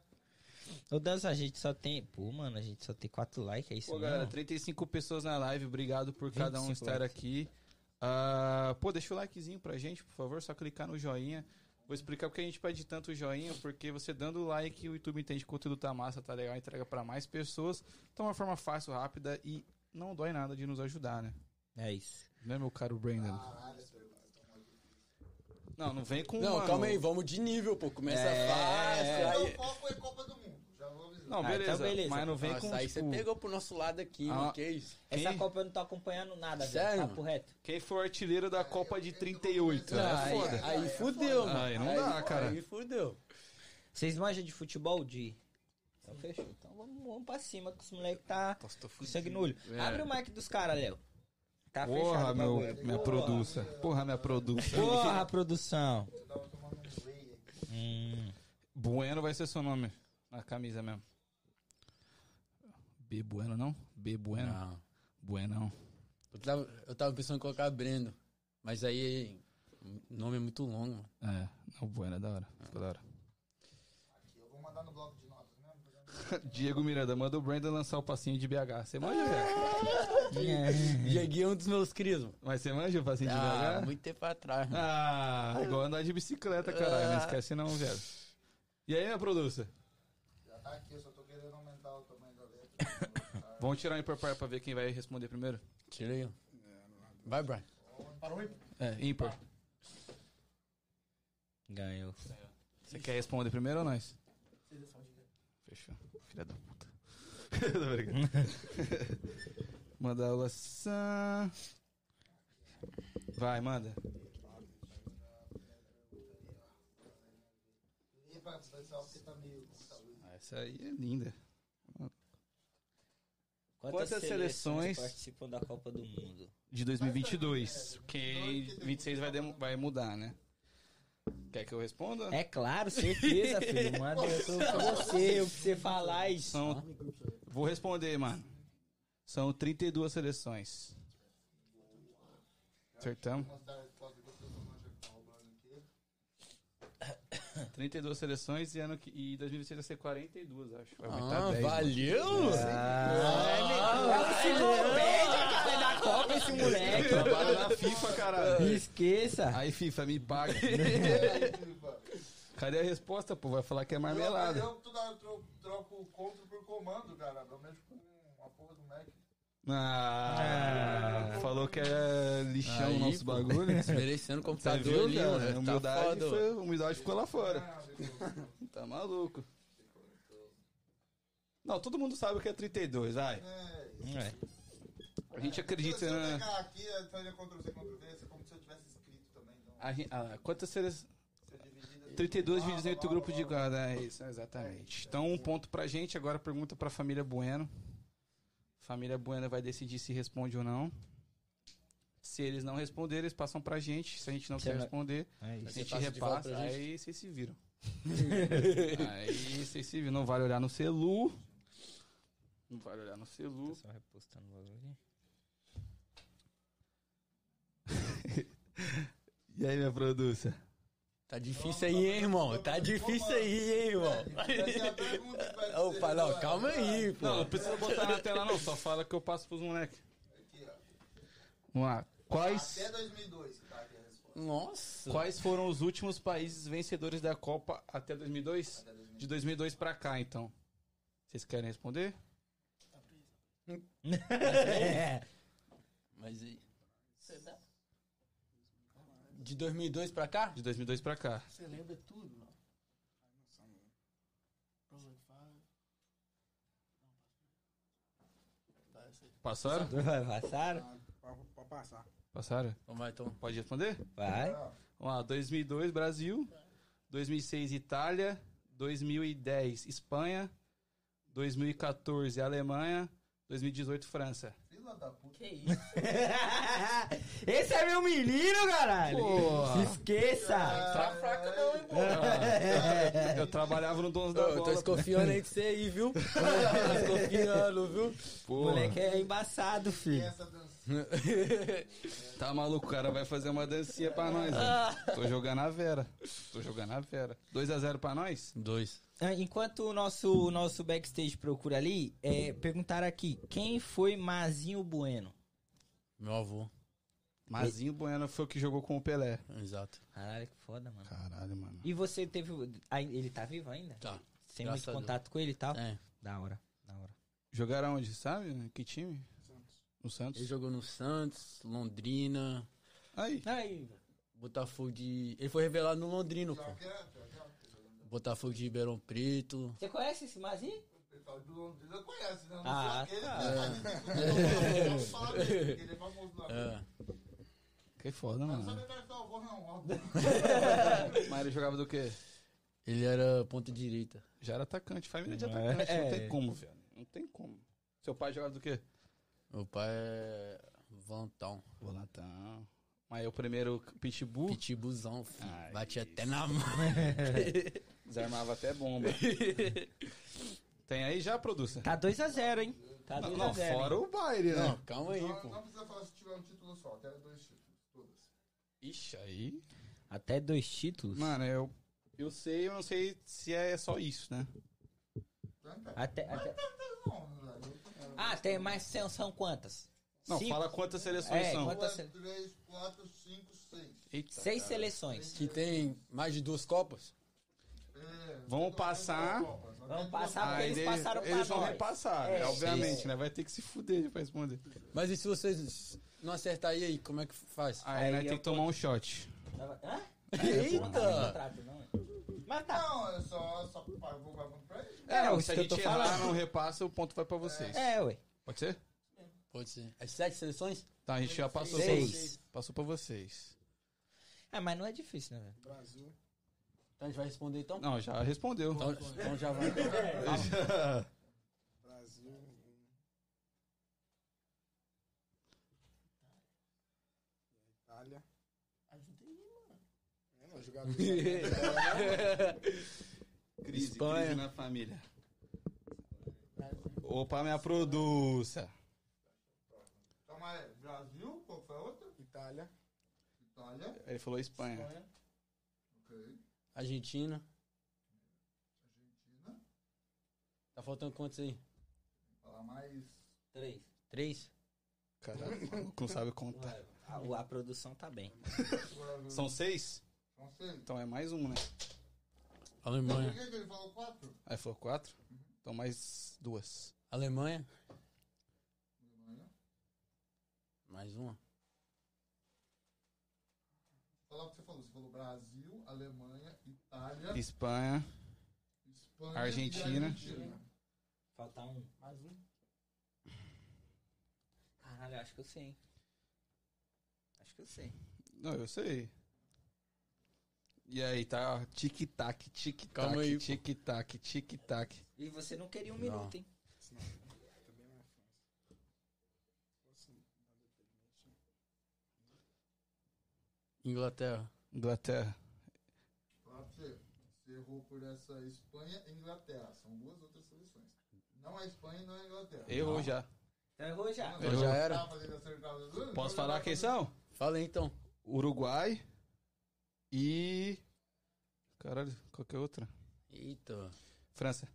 Speaker 2: Ô, Dança, a gente só tem... Pô, mano, a gente só tem quatro likes, é isso
Speaker 1: Pô,
Speaker 2: mesmo?
Speaker 1: galera, 35 pessoas na live. Obrigado por cada um
Speaker 2: 25
Speaker 1: estar
Speaker 2: likes.
Speaker 1: aqui. Ah, pô, deixa o likezinho pra gente, por favor. Só clicar no joinha. Vou explicar porque a gente pede tanto joinha, porque você dando like, o YouTube entende que o conteúdo tá massa, tá legal, entrega pra mais pessoas. Então é uma forma fácil, rápida e não dói nada de nos ajudar, né?
Speaker 2: É isso.
Speaker 1: Né, meu caro Brandon? Não, não vem com.
Speaker 4: Não,
Speaker 1: mano,
Speaker 4: calma aí, vamos de nível, pô. Começa
Speaker 2: É,
Speaker 4: fácil.
Speaker 3: Meu
Speaker 4: Aí...
Speaker 3: foco é Copa do Mundo. Já vou avisar.
Speaker 1: Não,
Speaker 2: Ah,
Speaker 1: beleza,
Speaker 2: então beleza.
Speaker 1: Mas não vem
Speaker 4: Nossa,
Speaker 1: com.
Speaker 4: aí
Speaker 1: tipo,
Speaker 4: você pegou pro nosso lado aqui, mano.
Speaker 1: Ah.
Speaker 4: Que isso?
Speaker 2: Essa
Speaker 1: Quem?
Speaker 2: Copa eu não tô acompanhando nada, velho.
Speaker 4: Sério?
Speaker 2: Papo reto.
Speaker 1: Quem foi o artilheiro da Copa de 38?
Speaker 4: Não,
Speaker 1: É
Speaker 4: aí, tá
Speaker 1: foda.
Speaker 4: aí fudeu, mano.
Speaker 1: Aí não dá, cara.
Speaker 4: Aí fudeu.
Speaker 2: Vocês manjam de futebol, de... Então fechou. Então vamos, vamos pra cima, que os moleques tá...
Speaker 1: Nossa, tô
Speaker 2: Com sangue no olho. Abre o mic dos caras, Léo. Tá
Speaker 1: É. Porra,
Speaker 2: fechado o
Speaker 1: meu,
Speaker 2: bagulho.
Speaker 1: minha
Speaker 2: Porra.
Speaker 1: produça. Porra, minha produça.
Speaker 2: Porra, produção.
Speaker 3: Eu tava tomando um whey aqui.
Speaker 2: Hum.
Speaker 1: Bueno vai ser seu nome na camisa mesmo. B Bueno não? B Bueno?
Speaker 4: Não.
Speaker 1: Buenão.
Speaker 4: Eu tava, eu tava pensando em colocar Brendo. Mas aí o nome é muito longo, mano.
Speaker 1: É, não, Bueno é da hora. Ficou da hora.
Speaker 3: Eu vou mandar no bloco de notas mesmo. porque eu não-
Speaker 1: Diego Miranda, manda o Brandon lançar o passinho de BH. Você manja, velho?
Speaker 4: Dieguinho é um dos meus crios, mano.
Speaker 1: Mas você manja o passinho de
Speaker 4: Ah,
Speaker 1: BH?
Speaker 4: muito tempo atrás, mano.
Speaker 1: Ah, é igual andar de bicicleta, caralho. Não esquece não, velho. E aí, minha produça?
Speaker 3: Já tá aqui, eu só tô querendo aumentar o tamanho da letra.
Speaker 1: Vamos tirar um ímpar par pra ver quem vai responder primeiro?
Speaker 4: Tirei, ó. Vai, Brian.
Speaker 6: Parou aí?
Speaker 1: É, ímpar.
Speaker 2: Ganhou.
Speaker 1: Você quer responder primeiro ou nós?
Speaker 6: Vocês são de
Speaker 1: Fechou. Filha da puta. Tô brincando. manda aula. sã. Vai, manda.
Speaker 3: Epa, pessoal, você tá meio com saúde.
Speaker 1: Ah, Essa aí é linda.
Speaker 2: Quantas,
Speaker 1: Quantas seleções
Speaker 2: seleções participam da Copa do Mundo?
Speaker 1: De 2022. Porque 26 vai, demo- vai mudar, né? Quer que eu responda?
Speaker 2: É claro, certeza, filho. Manda eu tô pra você, o que você falar isso.
Speaker 1: São... Vou responder, mano. São 32 seleções. Acertamos?
Speaker 3: Posso dar a resposta que eu tô tomando, já que tá roubando aqui?
Speaker 1: 32 seleções e, ano que... e 2026 vai ser 42, acho. Vai aumentar
Speaker 4: Ah,
Speaker 1: 10, mano.
Speaker 4: valeu!
Speaker 1: Ah.
Speaker 2: É enciclopédia, cara, é da Copa esse moleque.
Speaker 1: Trabalha na FIFA, caralho.
Speaker 2: Esqueça.
Speaker 1: Aí, FIFA, me paga.
Speaker 3: tipo,
Speaker 1: Cadê a resposta, pô? Vai falar que é
Speaker 3: Marmelada.
Speaker 1: marmelada.
Speaker 3: Eu, toda hora eu tro- troco o contra por comando, cara. Eu mexo com uma porra do Mac.
Speaker 1: Ah, falou que é lixão
Speaker 4: Aí,
Speaker 1: o nosso
Speaker 4: pô.
Speaker 1: bagulho.
Speaker 4: Desmerecendo o
Speaker 1: Tá
Speaker 4: computador,
Speaker 1: viu,
Speaker 4: cara.
Speaker 1: cara?
Speaker 4: Tá
Speaker 1: Humildade,
Speaker 4: foda,
Speaker 1: foi, humildade ficou lá fora.
Speaker 3: Ah, depois-
Speaker 1: Tá maluco. Não, todo mundo sabe o que é 32, vai.
Speaker 3: É,
Speaker 1: A gente
Speaker 3: Se
Speaker 1: acredita né?
Speaker 3: eu
Speaker 1: na...
Speaker 3: pegar aqui, eu faria Ctrl C, Ctrl V, é como se eu tivesse escrito também. Então,
Speaker 1: a gen- ah, quantas seleções...
Speaker 3: se eu dividir...
Speaker 1: 32 vídeos dentro do grupo de guarda, é isso, exatamente. Então, um ponto pra gente, agora pergunta pra família Bueno. Família Bueno vai decidir se responde ou não. Se eles não responderem, eles passam pra gente. Se a gente não
Speaker 2: Se
Speaker 1: quer
Speaker 2: não-
Speaker 1: responder,
Speaker 2: É
Speaker 1: a
Speaker 4: Você
Speaker 1: gente
Speaker 4: passa de volta
Speaker 1: repassa.
Speaker 4: pra gente?
Speaker 1: Aí vocês se viram. aí vocês se viram. Não vale olhar no celu. Não vale olhar no celu.
Speaker 2: Só repostando o bagulho aqui.
Speaker 1: E aí, minha produção?
Speaker 4: Tá difícil aí, hein, irmão? Tá difícil aí, hein, irmão?
Speaker 3: Essa é a pergunta que vai ser.
Speaker 4: Opa, não, calma aí, pô.
Speaker 1: Não, não precisa botar na tela, não. Só fala que eu passo pros moleques.
Speaker 3: Aqui, ó.
Speaker 1: Vamos lá. Quais.
Speaker 3: Até 2002 que tá aqui a resposta.
Speaker 4: Nossa.
Speaker 1: Quais foram os últimos países vencedores da Copa até 2002? De 2002 pra cá, então. Vocês querem responder?
Speaker 2: É.
Speaker 4: Mas e-
Speaker 6: Você dá-
Speaker 4: de 2002 pra cá?
Speaker 1: De 2002 pra cá.
Speaker 6: você lembra tudo, mano? um Frozen Five. Tá, essa aí.
Speaker 1: Passaram?
Speaker 2: Vai, passaram?
Speaker 5: Pra passar.
Speaker 1: Passaram?
Speaker 4: Vamos lá, então.
Speaker 1: Pode responder?
Speaker 2: Vai.
Speaker 1: Vamos lá. 2002, Brasil.
Speaker 6: Tá.
Speaker 1: 2006, Itália. 2010, Espanha. 2014, Alemanha. 2018, França.
Speaker 3: Filha da puta.
Speaker 6: Que isso?
Speaker 2: Esse é meu menino, caralho.
Speaker 1: Porra.
Speaker 2: Esqueça.
Speaker 4: Tá fraca não, hein, pô.
Speaker 1: Eu trabalhava no Donos da
Speaker 4: Eu tô
Speaker 1: Bola.
Speaker 4: então desconfiando aí de você aí, viu? Tô desconfiando, viu?
Speaker 2: O
Speaker 1: Porra.
Speaker 2: moleque é embaçado,
Speaker 3: E
Speaker 2: filho.
Speaker 3: essa dança.
Speaker 1: Tá maluco, o cara vai fazer uma dancinha pra nós. né? Tô jogando a Vera. Tô jogando a Vera. 2x0 pra nós?
Speaker 4: Dois.
Speaker 2: Ah, Enquanto o nosso, o nosso backstage procura ali, é, perguntaram aqui, quem foi Mazinho Bueno?
Speaker 4: Meu avô.
Speaker 1: Mazinho Bueno foi o que jogou com o Pelé.
Speaker 4: Exato.
Speaker 2: Caralho, que foda, mano.
Speaker 1: Caralho, mano.
Speaker 2: E você teve... ah, Ele tá vivo ainda?
Speaker 4: Tá.
Speaker 2: Sem
Speaker 4: graças
Speaker 2: muito
Speaker 4: a Deus.
Speaker 2: contato com ele e tal?
Speaker 4: É.
Speaker 2: Da hora, da hora.
Speaker 1: Jogaram onde, sabe? Que time? No Santos.
Speaker 4: Ele jogou no Santos, Londrina,
Speaker 1: Aí.
Speaker 2: Aí,
Speaker 4: Botafogo de... Ele foi revelado no Londrino, pô. Botafogo de Ribeirão Preto.
Speaker 2: você conhece esse Mazinho?
Speaker 3: Pessoal de Londres eu conheço, né? Eu Não
Speaker 2: Ah,
Speaker 3: sei aquele.
Speaker 2: tá.
Speaker 3: Eu não falo dele, porque Ele é famoso lá.
Speaker 4: É.
Speaker 1: Que foda,
Speaker 3: Eu não sabia
Speaker 1: mano.
Speaker 3: que era seu avô, não. ó.
Speaker 1: Mas ele jogava do quê?
Speaker 4: Ele era ponta direita.
Speaker 1: Já era atacante. Família de
Speaker 2: É.
Speaker 1: atacante. Não tem
Speaker 2: É.
Speaker 1: como, velho. Não tem como. Seu pai jogava do quê?
Speaker 4: Meu pai é Vantão.
Speaker 1: Volantão. Mas eu primeiro pitbull.
Speaker 4: Pitibuzão, filho.
Speaker 1: Uh. Ai.
Speaker 4: Batia até na mão.
Speaker 1: Desarmava até bomba. tem aí já, produção?
Speaker 2: Tá 2x0, hein? Tá 2x0.
Speaker 1: Não, fora o baile, né?
Speaker 4: Não, calma aí,
Speaker 3: Não,
Speaker 4: pô.
Speaker 3: não precisa falar se tiver um título só. Quero dois títulos. Todas.
Speaker 1: Ixi, aí.
Speaker 2: Até dois títulos?
Speaker 1: Mano, eu. Eu sei, eu não sei se é só isso, né?
Speaker 2: Até, até-
Speaker 3: Não, velho.
Speaker 2: Ah, tem mais são, são quantas?
Speaker 1: Não,
Speaker 2: Cinco?
Speaker 1: fala quantas seleções
Speaker 2: É,
Speaker 1: são.
Speaker 2: quantas- Tá
Speaker 3: Duas,
Speaker 2: certo.
Speaker 3: três, quatro, cinco, seis.
Speaker 1: Eita,
Speaker 2: Seis
Speaker 1: cara.
Speaker 2: seleções.
Speaker 4: Que tem mais de duas copas?
Speaker 3: É,
Speaker 1: Vamos
Speaker 3: tô-
Speaker 1: passar.
Speaker 3: tô- tô- tô- tô- tô- tô-
Speaker 2: Vamos passar porque
Speaker 1: Aí
Speaker 2: eles
Speaker 1: ele-
Speaker 2: passaram pra
Speaker 1: Eles vão
Speaker 2: nós.
Speaker 1: repassar,
Speaker 2: É,
Speaker 1: obviamente,
Speaker 2: isso.
Speaker 1: né? Vai ter que se fuder pra responder.
Speaker 4: Mas e se vocês não acertarem aí, como é que faz?
Speaker 1: Aí,
Speaker 2: Aí
Speaker 1: vai ter
Speaker 2: eu
Speaker 1: que tomar um shot.
Speaker 2: Hã?
Speaker 4: Eita!
Speaker 2: Contrato, não é? Mas tá.
Speaker 3: Não, eu só, só vou pagar pra ele.
Speaker 2: É,
Speaker 1: não,
Speaker 2: isso
Speaker 1: se a
Speaker 2: que eu
Speaker 1: gente
Speaker 2: tô
Speaker 1: errar,
Speaker 2: falando.
Speaker 1: não repassa, o ponto vai pra vocês.
Speaker 2: É, ué.
Speaker 1: Pode ser?
Speaker 4: Pode ser. As sete seleções?
Speaker 1: Tá, a gente já passou pra
Speaker 2: Seis.
Speaker 1: vocês. Passou pra vocês.
Speaker 2: Ah, mas não é difícil, né, velho?
Speaker 6: Brasil.
Speaker 4: Então a gente vai responder então?
Speaker 1: Não, já respondeu.
Speaker 4: Então, então já vai.
Speaker 2: É,
Speaker 6: Brasil. um. Itália. Ajuda aí, mano. É, não, jogador.
Speaker 1: Crise,
Speaker 4: Espanha.
Speaker 1: crise na família. Opa, minha produça.
Speaker 3: Então é Brasil, qual foi a outra?
Speaker 6: Itália.
Speaker 3: Itália.
Speaker 1: Ele falou Espanha.
Speaker 6: Espanha.
Speaker 3: Ok.
Speaker 4: Argentina.
Speaker 3: Argentina.
Speaker 4: Tá faltando quantos aí?
Speaker 3: Falar mais.
Speaker 2: Três.
Speaker 4: Três?
Speaker 1: Caralho, o maluco não sabe contar.
Speaker 2: A, o- a produção tá bem.
Speaker 1: São seis?
Speaker 3: Não sei.
Speaker 1: Então é mais um, né?
Speaker 3: Por
Speaker 4: Alemanha.
Speaker 3: que, que ele falou quatro?
Speaker 1: Aí falou quatro? Então mais duas.
Speaker 4: Alemanha. Mais uma.
Speaker 3: Falar o que você falou. Você falou Brasil, Alemanha, Itália,
Speaker 1: Espanha.
Speaker 3: Espanha. e
Speaker 1: Argentina.
Speaker 3: Argentina.
Speaker 2: Falta um.
Speaker 6: Mais um.
Speaker 2: Caralho, eu acho que eu sei, hein? Acho que eu sei.
Speaker 1: Não, eu sei. E aí, tá? ó, Tic-tac,
Speaker 4: Calma
Speaker 1: tic-tac,
Speaker 4: aí,
Speaker 1: tic-tac, tic-tac.
Speaker 2: E você não queria um
Speaker 4: Não.
Speaker 2: minuto, hein?
Speaker 6: Senão, tá bem na França. Fosse nada permite.
Speaker 4: Inglaterra.
Speaker 1: Inglaterra.
Speaker 3: Falar pra você. Você errou por essa Espanha e Inglaterra. São duas outras seleções. Não é Espanha e não é Inglaterra. Tá
Speaker 1: Errou
Speaker 4: Não.
Speaker 1: já.
Speaker 2: Então errou já.
Speaker 1: Eu
Speaker 4: já era.
Speaker 3: Tava ali na cercada do- Então
Speaker 1: Posso
Speaker 3: já
Speaker 1: falar é
Speaker 3: vai
Speaker 1: quem
Speaker 3: fazer-
Speaker 1: são?
Speaker 4: Fala aí então.
Speaker 1: Uruguai e. Caralho, qualquer outra.
Speaker 4: Eita.
Speaker 1: França.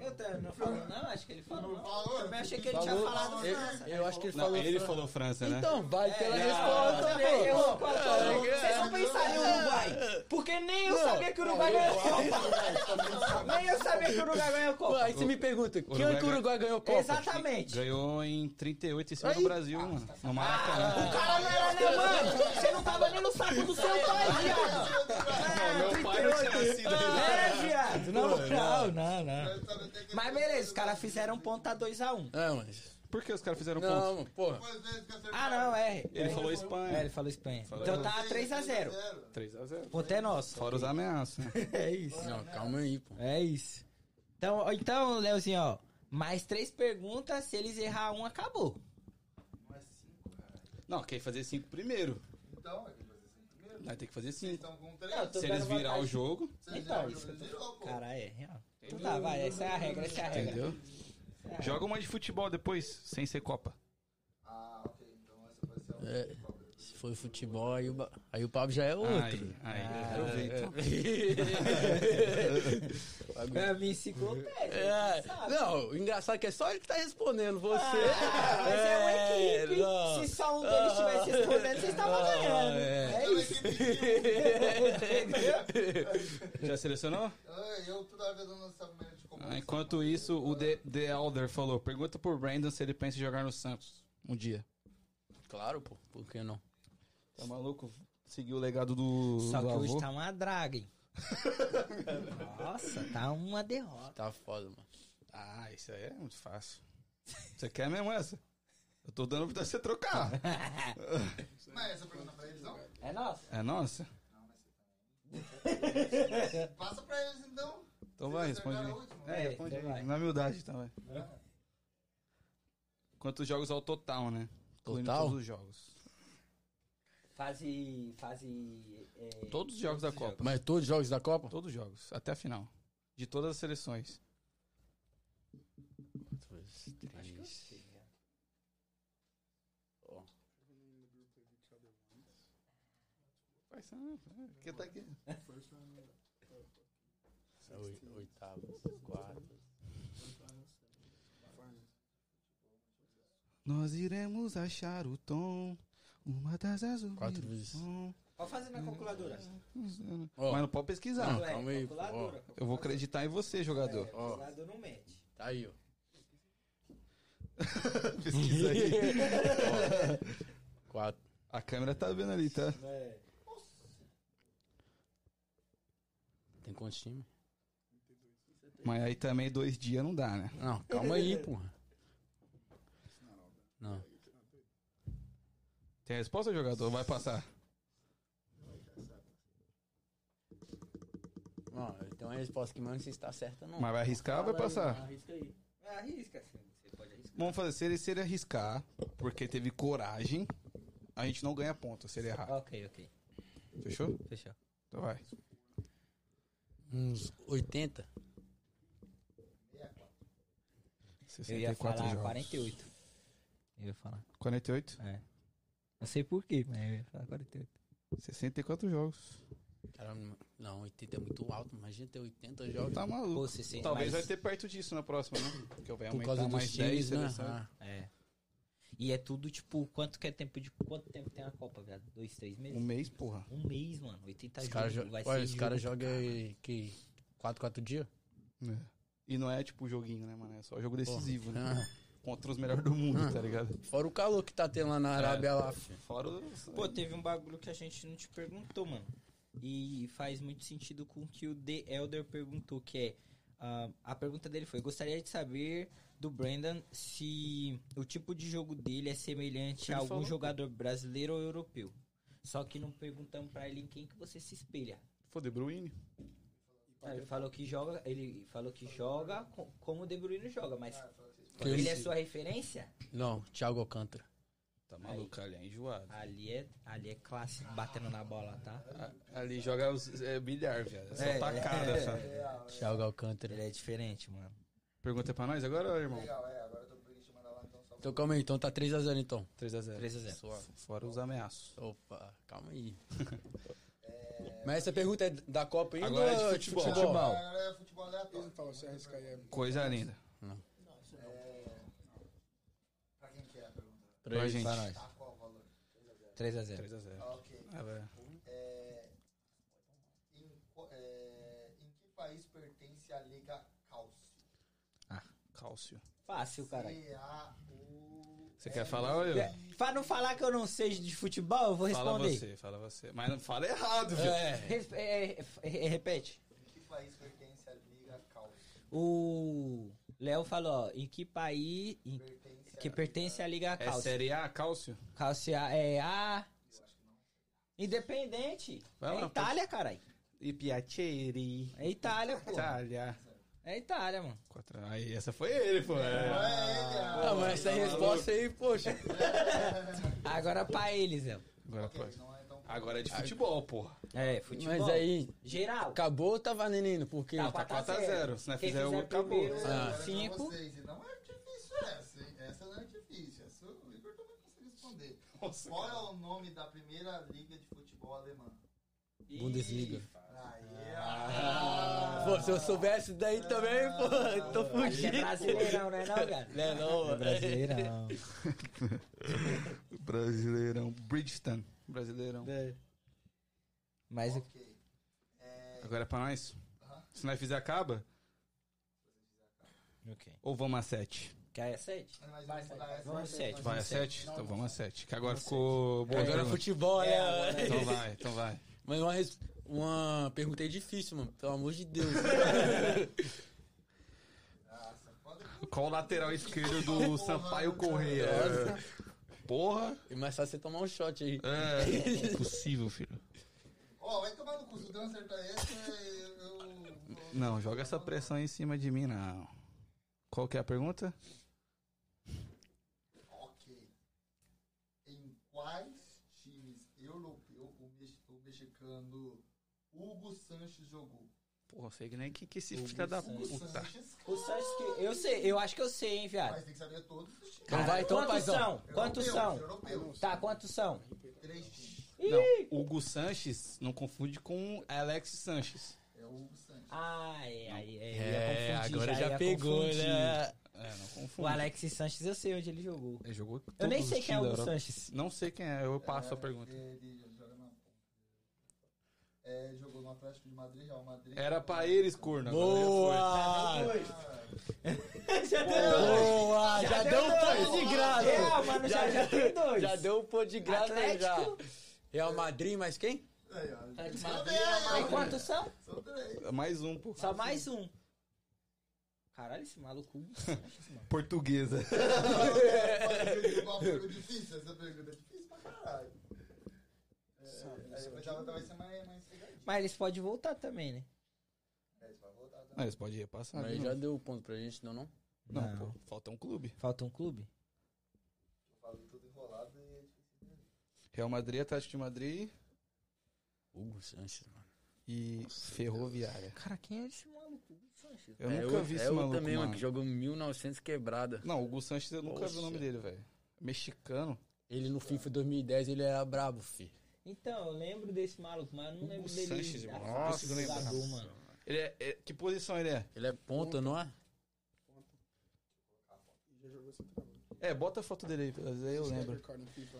Speaker 2: Eu tô- não falou, não? Acho que ele falou. Não.
Speaker 3: Falou.
Speaker 2: Eu achei que ele tinha
Speaker 4: Falou.
Speaker 2: falado um-
Speaker 4: Eu,
Speaker 2: França.
Speaker 4: eu acho que ele
Speaker 1: Não,
Speaker 4: falou.
Speaker 1: ele
Speaker 4: Fran-
Speaker 1: falou França, né?
Speaker 4: Então, vai pela resposta,
Speaker 2: também
Speaker 4: pô.
Speaker 2: É, errou. qual é foi? Vocês não pensaram em Uruguai. Porque nem eu
Speaker 4: É, Não.
Speaker 2: sabia que o Uruguai ganhou a Copa. Nem eu sabia que o Uruguai ganhou a
Speaker 4: Pô,
Speaker 2: Copa.
Speaker 4: Aí você me pergunta, quem
Speaker 1: Uruguai
Speaker 4: é que o
Speaker 1: ganha-
Speaker 4: Uruguai ganhou a Copa?
Speaker 2: Exatamente.
Speaker 1: Ganhou em 38 em cima do
Speaker 4: Aí. Ah!
Speaker 1: Brasil, mano. No Maracanã.
Speaker 2: Cara, não era nem, mano. Você não tava nem no saco do seu pai, viado.
Speaker 1: meu pai não tinha nascido
Speaker 2: É, viado. Não, não, não, não.
Speaker 3: Vai saber até que-
Speaker 2: Mas beleza, os caras fizeram um ponto a 2x1. Um.
Speaker 4: Não, É, mas.
Speaker 1: Por que os caras fizeram ponto?
Speaker 4: Não, porra.
Speaker 3: Depois deles que acertaram.
Speaker 2: Ah, não, é.
Speaker 1: Ele falou
Speaker 2: É, ele
Speaker 1: Espanha.
Speaker 2: falou Espanha.
Speaker 1: Falou.
Speaker 2: Então tá 3x0.
Speaker 1: 3x0.
Speaker 2: Ponto é nosso.
Speaker 1: Fora os ameaços. né?
Speaker 2: É isso.
Speaker 4: Não, calma aí, pô.
Speaker 2: É isso. Então, ó, então Leozinho, ó. Mais três perguntas, se eles errar um, acabou.
Speaker 1: Não, quer fazer 5 primeiro.
Speaker 3: Então, é que vai ser assim primeiro.
Speaker 1: Vai ter que fazer
Speaker 3: Vocês
Speaker 1: 5.
Speaker 3: estão com
Speaker 2: Não, então tô-
Speaker 3: três.
Speaker 1: Se eles virar o jogo,
Speaker 3: Vocês
Speaker 2: Então,
Speaker 3: já
Speaker 2: isso que eu tô-
Speaker 3: virou, pô.
Speaker 2: Cara, é. real. Então tá, vai. Essa é a regra, essa é a regra.
Speaker 1: então, entendeu? Joga uma de futebol depois, sem ser Copa.
Speaker 3: Ah, ok. Então essa vai ser a
Speaker 4: É, se for futebol, aí o, ba- aí o papo já é outro.
Speaker 1: Aí, aí, Ah, aproveita.
Speaker 4: É,
Speaker 2: Pra mim, enciclopédia.
Speaker 4: É,
Speaker 2: sabe?
Speaker 4: não, o engraçado é que é só ele que tá respondendo, você.
Speaker 2: Ah, mas é uma equipe.
Speaker 4: não.
Speaker 2: Se só um deles estivesse respondendo, vocês estavam
Speaker 4: Ah,
Speaker 2: ganhando.
Speaker 4: é.
Speaker 2: É
Speaker 3: Então,
Speaker 2: isso. Entendeu?
Speaker 1: Já selecionou?
Speaker 3: Ah, Eu toda hora dando essa merda de
Speaker 1: Ah,
Speaker 3: comunicação.
Speaker 1: Enquanto isso, o The, The Elder falou: pergunta pro Brandon se ele pensa em jogar no Santos um dia.
Speaker 4: Claro, pô, por que não?
Speaker 1: Tá maluco? Seguiu o legado do,
Speaker 2: Só
Speaker 1: do
Speaker 2: que
Speaker 1: avô.
Speaker 2: hoje tá uma draga, hein? Nossa, tá uma derrota.
Speaker 4: Tá foda, mano.
Speaker 1: Ah, isso aí é muito fácil. Você quer mesmo essa? Eu tô dando pra você trocar.
Speaker 3: Mas essa pergunta pra eles não?
Speaker 2: É nossa.
Speaker 1: É nossa?
Speaker 3: Passa pra eles então.
Speaker 1: Então vai,
Speaker 3: Vocês
Speaker 1: responde
Speaker 3: acertaram
Speaker 1: aí.
Speaker 3: a última?
Speaker 1: É,
Speaker 2: É,
Speaker 1: responde
Speaker 2: então
Speaker 1: aí.
Speaker 2: vai.
Speaker 1: Na humildade também. Quantos jogos ao total, né? Incluindo
Speaker 4: Total?
Speaker 1: Todos os jogos.
Speaker 2: Fase. Fase. é,
Speaker 1: Todos os jogos da Copa.
Speaker 4: Mas todos os jogos da Copa?
Speaker 1: Todos os jogos, até a final. De todas as seleções.
Speaker 4: Dois, três. Ó,
Speaker 1: Vai, sabe? Quem tá aqui?
Speaker 4: oi- Oitavas, quartas.
Speaker 1: Nós iremos achar o tom. Uma das azuis.
Speaker 4: Quatro vezes.
Speaker 1: Tom.
Speaker 2: Pode fazer na calculadora. é,
Speaker 4: Ó,
Speaker 1: Mas não pode pesquisar.
Speaker 4: Não. calma aí, pô,
Speaker 2: calculadora.
Speaker 1: Eu vou acreditar em você, jogador.
Speaker 2: É, calculador não mete.
Speaker 4: tá aí, ó.
Speaker 1: Pesquisa aí.
Speaker 4: Quatro.
Speaker 1: A câmera tá vendo ali, tá?
Speaker 2: É.
Speaker 4: Tem quantos times?
Speaker 1: Mas aí também dois dias não dá, né?
Speaker 4: Não, calma aí, porra.
Speaker 2: é
Speaker 4: Não.
Speaker 1: Tem a resposta, jogador? Vai passar.
Speaker 4: Não, tem uma então resposta que, mano, se está certa, não.
Speaker 1: Mas vai arriscar ou vai passar?
Speaker 4: Arrisca aí.
Speaker 2: Arrisca, assim. Você pode arriscar.
Speaker 1: Vamos fazer. Se ele, se ele arriscar, porque teve coragem, a gente não ganha ponto se ele errar.
Speaker 2: Ok, ok.
Speaker 1: Fechou?
Speaker 2: Fechou.
Speaker 1: Então vai.
Speaker 4: Uns 80?
Speaker 2: Eu ia
Speaker 1: 64
Speaker 2: falar
Speaker 1: jogos.
Speaker 2: 48. Eu ia falar.
Speaker 1: 48?
Speaker 2: É. Não sei porquê, mas eu ia falar 48.
Speaker 1: 64 jogos.
Speaker 4: Caramba, não, 80 é muito alto. Imagina ter 80 jogos.
Speaker 1: Tá maluco.
Speaker 2: Pô, 60,
Speaker 1: Talvez
Speaker 2: mas-
Speaker 1: vai ter perto disso na próxima, né? Porque vai
Speaker 4: Por
Speaker 1: aumentar
Speaker 4: causa
Speaker 1: mais
Speaker 4: dos
Speaker 1: 10
Speaker 4: times, né?
Speaker 1: seleções.
Speaker 4: Ah,
Speaker 2: É. E é tudo, tipo, quanto que é tempo de. Quanto tempo tem a Copa, viado? Dois, três
Speaker 4: Ah.
Speaker 2: meses?
Speaker 1: Um mês, porra.
Speaker 2: Um mês, mano. 80
Speaker 4: os
Speaker 2: jogos.
Speaker 4: caras jo-
Speaker 2: vai
Speaker 4: olha,
Speaker 2: ser
Speaker 4: os
Speaker 2: jogo
Speaker 4: caras
Speaker 2: pra
Speaker 4: jogam
Speaker 2: caralho.
Speaker 4: aí que 4, 4 dias.
Speaker 1: E não é tipo joguinho, né, mano? É só jogo decisivo, né?
Speaker 4: Ah,
Speaker 1: Contra os melhores do mundo, tá ligado?
Speaker 4: fora o calor que tá tendo lá
Speaker 1: É.
Speaker 4: na Arábia lá. filho.
Speaker 1: Fora os...
Speaker 2: Pô, teve um bagulho que a gente não te perguntou, mano. E faz muito sentido com o que o The Elder perguntou, que é. ah, a pergunta dele foi: gostaria de saber do Brandon se o tipo de jogo dele é semelhante
Speaker 1: Ele
Speaker 2: a algum
Speaker 1: falou.
Speaker 2: jogador brasileiro ou europeu. Só que não perguntamos pra ele em quem que você se espelha.
Speaker 1: Pô, De Bruyne.
Speaker 2: Ah, ele falou que joga, ele falou que joga co- como o De Bruyne joga, mas
Speaker 4: Que
Speaker 2: ele é
Speaker 4: esse-
Speaker 2: sua referência?
Speaker 4: Não, Thiago Alcântara.
Speaker 1: Tá maluco, ali é enjoado.
Speaker 2: Ali é, ali é classe batendo na bola, tá?
Speaker 1: A- Ah, Ali joga os, é, bilhar, velho. É só
Speaker 2: É,
Speaker 1: tacada
Speaker 2: é.
Speaker 1: essa.
Speaker 4: Thiago Alcântara.
Speaker 2: Ele é diferente, mano.
Speaker 1: Pergunta pra nós agora, irmão?
Speaker 3: Legal, é. Agora eu tô com preguiça de mandar lá, então só.
Speaker 4: Então calma aí, então tá 3x0 então.
Speaker 1: 3x0.
Speaker 2: 3x0.
Speaker 1: Fora os ameaços.
Speaker 4: Opa, calma aí. Mas essa pergunta é da Copa ainda
Speaker 1: Agora é de
Speaker 4: ou
Speaker 1: futebol.
Speaker 3: Ah, Agora é futebol
Speaker 6: Ele
Speaker 3: aleatório.
Speaker 6: fala, se arriscar aí é
Speaker 1: Coisa linda.
Speaker 3: É, Pra quem que é a pergunta?
Speaker 4: Pra
Speaker 1: Pra
Speaker 4: gente.
Speaker 1: gente.
Speaker 4: pra nós.
Speaker 3: Tá, qual o valor?
Speaker 2: 3x0.
Speaker 1: 3x0.
Speaker 3: Ah, ok.
Speaker 1: Ah, velho.
Speaker 3: É, em, co- é, em que país pertence a Liga Calcio?
Speaker 1: Cálcio.
Speaker 2: Fácil, caralho.
Speaker 3: C-A-U...
Speaker 1: Você quer falar ou eu?
Speaker 2: É, Pra não falar que eu não sei de futebol, eu vou
Speaker 1: Fala
Speaker 2: responder.
Speaker 1: você, fala você. Mas não fala errado, viu?
Speaker 2: Res- é, é, é, repete.
Speaker 3: Em que país pertence a Liga Calcio?
Speaker 2: O Léo falou, ó, em que país em-
Speaker 3: Pertence
Speaker 2: que
Speaker 3: a
Speaker 2: pertence à Liga
Speaker 1: É
Speaker 2: Calcio?
Speaker 1: Série A, Cálcio?
Speaker 2: Calcio A- é A... Independente.
Speaker 1: Vai lá,
Speaker 2: é Itália, caralho.
Speaker 1: E Piaceri.
Speaker 2: É Itália, pô.
Speaker 1: Itália.
Speaker 2: É Itália, mano.
Speaker 1: Quatro- Aí, essa foi ele, pô. É.
Speaker 4: Ah, mas essa resposta aí, poxa.
Speaker 2: Agora pra eles, Léo.
Speaker 1: Agora pode.
Speaker 3: Não é tão...
Speaker 1: Agora é de futebol, porra.
Speaker 2: É, futebol.
Speaker 4: Mas aí,
Speaker 2: Geral.
Speaker 4: acabou ou tá valendo ainda? Porque
Speaker 2: Tá, tá
Speaker 1: 4x0. Se não
Speaker 2: Quem
Speaker 1: fizer o
Speaker 2: fizer
Speaker 1: acabou.
Speaker 2: primeiro-
Speaker 4: Ah.
Speaker 3: Agora é pra
Speaker 2: Cinco.
Speaker 3: Vocês. E não é difícil essa, hein? Essa não é difícil. Essa o Igor também consegue responder.
Speaker 1: Nossa,
Speaker 3: Qual é o nome da primeira liga de futebol alemã?
Speaker 4: Bundesliga.
Speaker 3: Aí, Ah.
Speaker 4: Pô, se eu soubesse daí também, pô, tô
Speaker 2: Aqui é
Speaker 4: fugindo.
Speaker 2: brasileirão, não é não, cara?
Speaker 4: Não é não, mano.
Speaker 2: Brasileirão.
Speaker 1: Brasileirão. Bridgestone. Brasileirão.
Speaker 2: Mas o-
Speaker 3: ok. É,
Speaker 1: Agora é pra nós? Se nós fizer, acaba? Ou vamos a 7?
Speaker 2: Quer é sete?
Speaker 3: mas
Speaker 2: Vai,
Speaker 3: vamos mudar essa.
Speaker 2: vamos sete.
Speaker 1: Vai a 7? Então vamos a 7. Que agora ficou boa.
Speaker 4: Agora é
Speaker 1: pergunta.
Speaker 4: futebol,
Speaker 2: É, agora
Speaker 4: né?
Speaker 1: Então vai, então vai.
Speaker 4: Mas uma, res- uma pergunta aí difícil, mano. Pelo amor de Deus.
Speaker 1: Qual o lateral esquerdo do Sampaio Correia? Porra.
Speaker 4: É mais fácil você tomar um shot aí.
Speaker 1: É. Impossível, filho.
Speaker 3: Ó, vai tomar no cu. Se o tá Dan acertar essa, é eu... eu-
Speaker 1: Não, joga essa pressão aí em cima de mim, não. Qual que é a pergunta?
Speaker 3: Ok. Em quais times europeus o, mex- o mexicano Hugo Sanches jogou?
Speaker 1: Porra, sei que nem que, que esse filho da
Speaker 3: Hugo
Speaker 1: puta.
Speaker 3: Sanches...
Speaker 2: O Santos que. Eu sei, eu acho que eu sei, hein,
Speaker 3: Mas
Speaker 2: viado.
Speaker 3: tem que saber todos os times.
Speaker 4: Então vai, então,
Speaker 2: Quantos
Speaker 4: paizão.
Speaker 2: são? Quantos são?
Speaker 3: Europeus.
Speaker 2: Tá, quantos são?
Speaker 3: Três times.
Speaker 1: Não, Hugo Sanches não confunde com Alex Sanches.
Speaker 3: É o Hugo Sanches.
Speaker 2: Ah, é, aí, é,
Speaker 4: É,
Speaker 2: ia confundir,
Speaker 4: agora já
Speaker 2: ia
Speaker 4: pegou,
Speaker 2: confundir.
Speaker 4: né?
Speaker 1: É, não
Speaker 2: O
Speaker 1: confunde.
Speaker 2: Alex Sanches eu sei onde ele jogou.
Speaker 1: Ele jogou
Speaker 2: Eu nem
Speaker 1: todos
Speaker 2: sei
Speaker 1: os
Speaker 2: quem é o
Speaker 1: times da
Speaker 2: Hugo
Speaker 1: Europa.
Speaker 2: Sanches.
Speaker 3: É,
Speaker 1: Não sei quem é, eu passo a pergunta.
Speaker 3: Ele joga na ponta. É, Atlético de Madrid, Real Madrid. Ah, é,
Speaker 1: Era pra eles, corno. agora já
Speaker 4: Boa!
Speaker 2: já deu
Speaker 4: Boa! Já deu um ponto de graça!
Speaker 2: Real, mano, já, já tem dois.
Speaker 4: Já deu um ponto de graça aí já.
Speaker 2: Atlético.
Speaker 4: Real Madrid, mas quem?
Speaker 3: Aí, ó,
Speaker 2: Tá de Madrid, Real Madrid. Quantos são?
Speaker 3: são três.
Speaker 1: foi. Mais um, pô.
Speaker 2: Só mais um. Caralho, esse maluco.
Speaker 1: Portuguesa.
Speaker 3: Qual foi o difícil? Essa é pergunta é difícil pra caralho. É, aí eu pensava que talvez ser mais, mais pegadinha.
Speaker 2: Mas eles podem voltar também, né?
Speaker 3: É, isso vai voltar também.
Speaker 1: Não, eles podem repassar.
Speaker 4: Mas
Speaker 1: de
Speaker 4: já
Speaker 1: novo.
Speaker 4: deu um ponto pra gente, não, não?
Speaker 1: Não, pô, falta um clube.
Speaker 2: Falta um clube?
Speaker 3: Eu falo tudo enrolado e é difícil.
Speaker 1: Real Madrid, Atlético de Madrid
Speaker 4: Hugo Sanches, mano.
Speaker 1: e Ferroviária.
Speaker 2: Cara, quem é esse maluco? Sanches.
Speaker 1: Eu nunca vi esse
Speaker 4: é
Speaker 1: maluco,
Speaker 4: também,
Speaker 1: mano.
Speaker 4: que jogou 1900 quebrada.
Speaker 1: Não, o Hugo Sanches, eu nunca vi o nome
Speaker 4: Nossa.
Speaker 1: dele, velho. Mexicano.
Speaker 4: Ele no FIFA 2010, ele era brabo, fi.
Speaker 2: Então, eu lembro desse maluco, mas eu não
Speaker 1: Hugo
Speaker 2: lembro
Speaker 1: Sanches,
Speaker 2: dele.
Speaker 1: mano.
Speaker 2: Ah,
Speaker 1: Nossa.
Speaker 2: jogador, mano.
Speaker 1: Ele é, é- Que posição ele é?
Speaker 4: Ele é ponta, não é?
Speaker 6: Já jogou centroavante.
Speaker 1: É, bota a foto dele aí, às vezes eu lembro.
Speaker 6: Record no FIFA.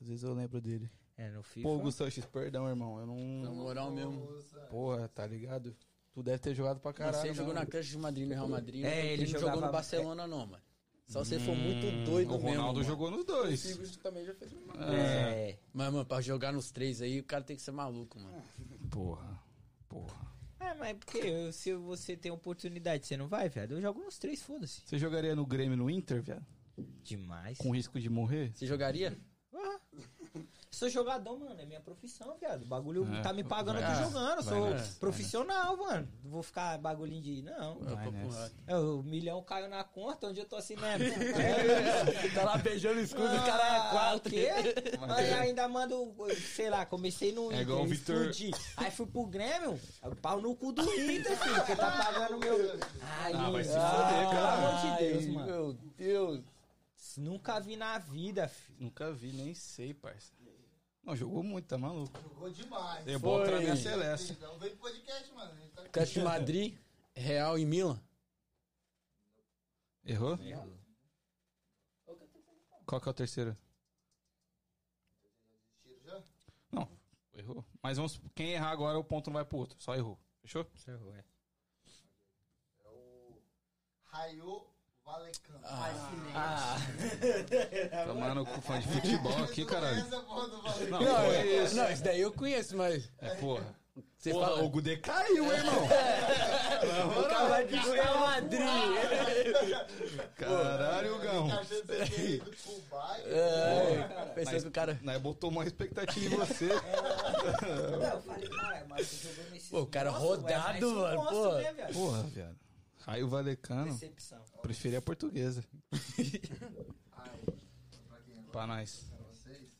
Speaker 1: Às vezes eu lembro dele.
Speaker 2: É, no FIFA.
Speaker 1: Pô, Hugo Sanches, perdão, irmão. Eu
Speaker 4: Na
Speaker 1: não.
Speaker 4: moral É mesmo.
Speaker 3: Nossa,
Speaker 1: Porra, tá ligado? Tu deve ter jogado pra caralho.
Speaker 4: Você jogou
Speaker 1: mano.
Speaker 4: na Atlético de Madrid, no Real Madrid.
Speaker 2: É,
Speaker 4: mas
Speaker 2: ele
Speaker 4: não
Speaker 2: jogava-
Speaker 4: jogou no Barcelona, não, mano. Só se você for muito doido
Speaker 1: Hum, O
Speaker 4: mesmo.
Speaker 1: Ronaldo
Speaker 4: mano.
Speaker 1: jogou nos
Speaker 6: O
Speaker 1: dois.
Speaker 6: Sigurd também já fez o mesmo.
Speaker 2: É.
Speaker 4: Mas, mano, pra jogar nos três aí, o cara tem que ser maluco, mano.
Speaker 1: Porra. Porra.
Speaker 2: Ah, mas porque eu- se você tem oportunidade, você não vai, viado. Eu jogo uns três, foda-se.
Speaker 1: Você jogaria no Grêmio no Inter, viado?
Speaker 2: Demais.
Speaker 1: Com risco de morrer?
Speaker 4: Você jogaria?
Speaker 2: Ah. Sou jogador, mano. É minha profissão, viado. O bagulho
Speaker 1: É,
Speaker 2: tá me pagando, eu
Speaker 1: vai,
Speaker 2: tô jogando.
Speaker 1: vai
Speaker 2: Eu sou
Speaker 1: nessa,
Speaker 2: profissional, mano. Não Vou ficar bagulhinho de. Não.
Speaker 1: Vai
Speaker 4: Eu tô com
Speaker 1: nessa.
Speaker 4: raiva.
Speaker 2: É, O milhão caiu na conta onde eu tô assim assinando.
Speaker 4: tá lá beijando o escudo, o
Speaker 2: Ah,
Speaker 4: cara é
Speaker 2: o
Speaker 4: quatro.
Speaker 2: quê? Aí ainda mando, sei lá, comecei no Inter,
Speaker 1: É igual o Vitor.
Speaker 2: explodi. Aí fui pro Grêmio, é pau no cu do Inter, filho, porque tá pagando meu... Ai,
Speaker 1: Ah, vai se
Speaker 2: pelo
Speaker 1: foder, cara.
Speaker 2: amor de Deus,
Speaker 4: Ai,
Speaker 2: mano.
Speaker 4: Meu Deus.
Speaker 2: Nunca vi na vida, filho.
Speaker 1: Nunca vi, nem sei, parça. Não, jogou muito, tá maluco.
Speaker 3: jogou demais.
Speaker 1: Eu boto na minha
Speaker 4: Foi.
Speaker 1: celeste.
Speaker 3: Então vem pro podcast, mano. A gente tá aqui.
Speaker 4: Atlético de Madrid, Real e Milan.
Speaker 1: Errou? Qual que é o terceiro?
Speaker 3: Tiro já?
Speaker 1: Não, errou. Mas vamos, quem errar agora, o ponto não vai pro outro. Só errou. Fechou?
Speaker 3: É o Raio Valecano.
Speaker 4: Ah,
Speaker 1: Tomando cu Tá fã de futebol aqui, caralho.
Speaker 3: Essa porra do Valecano.
Speaker 1: Não,
Speaker 4: não,
Speaker 1: foi
Speaker 4: é-
Speaker 1: isso.
Speaker 4: não, isso daí eu conheço, mas.
Speaker 1: É porra.
Speaker 4: Você
Speaker 1: porra,
Speaker 4: fala.
Speaker 1: o Gudê caiu, hein, irmão?
Speaker 4: cara
Speaker 2: é
Speaker 4: de Real Madrid.
Speaker 1: Caralho, Gão.
Speaker 3: Tá achando que você tinha ido pro bairro?
Speaker 4: É, pensei
Speaker 1: Mas-
Speaker 4: que o cara.
Speaker 1: Nós botou uma expectativa em você.
Speaker 2: Não, eu falei, cara, mas você jogou nesse...
Speaker 4: Pô, o cara
Speaker 2: Nossa,
Speaker 4: rodado,
Speaker 2: ué, mas
Speaker 4: mano,
Speaker 2: nossa,
Speaker 4: pô.
Speaker 2: né, viado?
Speaker 1: Porra, viado. Raio Valecano.
Speaker 2: Decepção.
Speaker 1: Preferi a portuguesa.
Speaker 3: Ai, pra quem é
Speaker 1: Pra nós.
Speaker 3: pra vocês,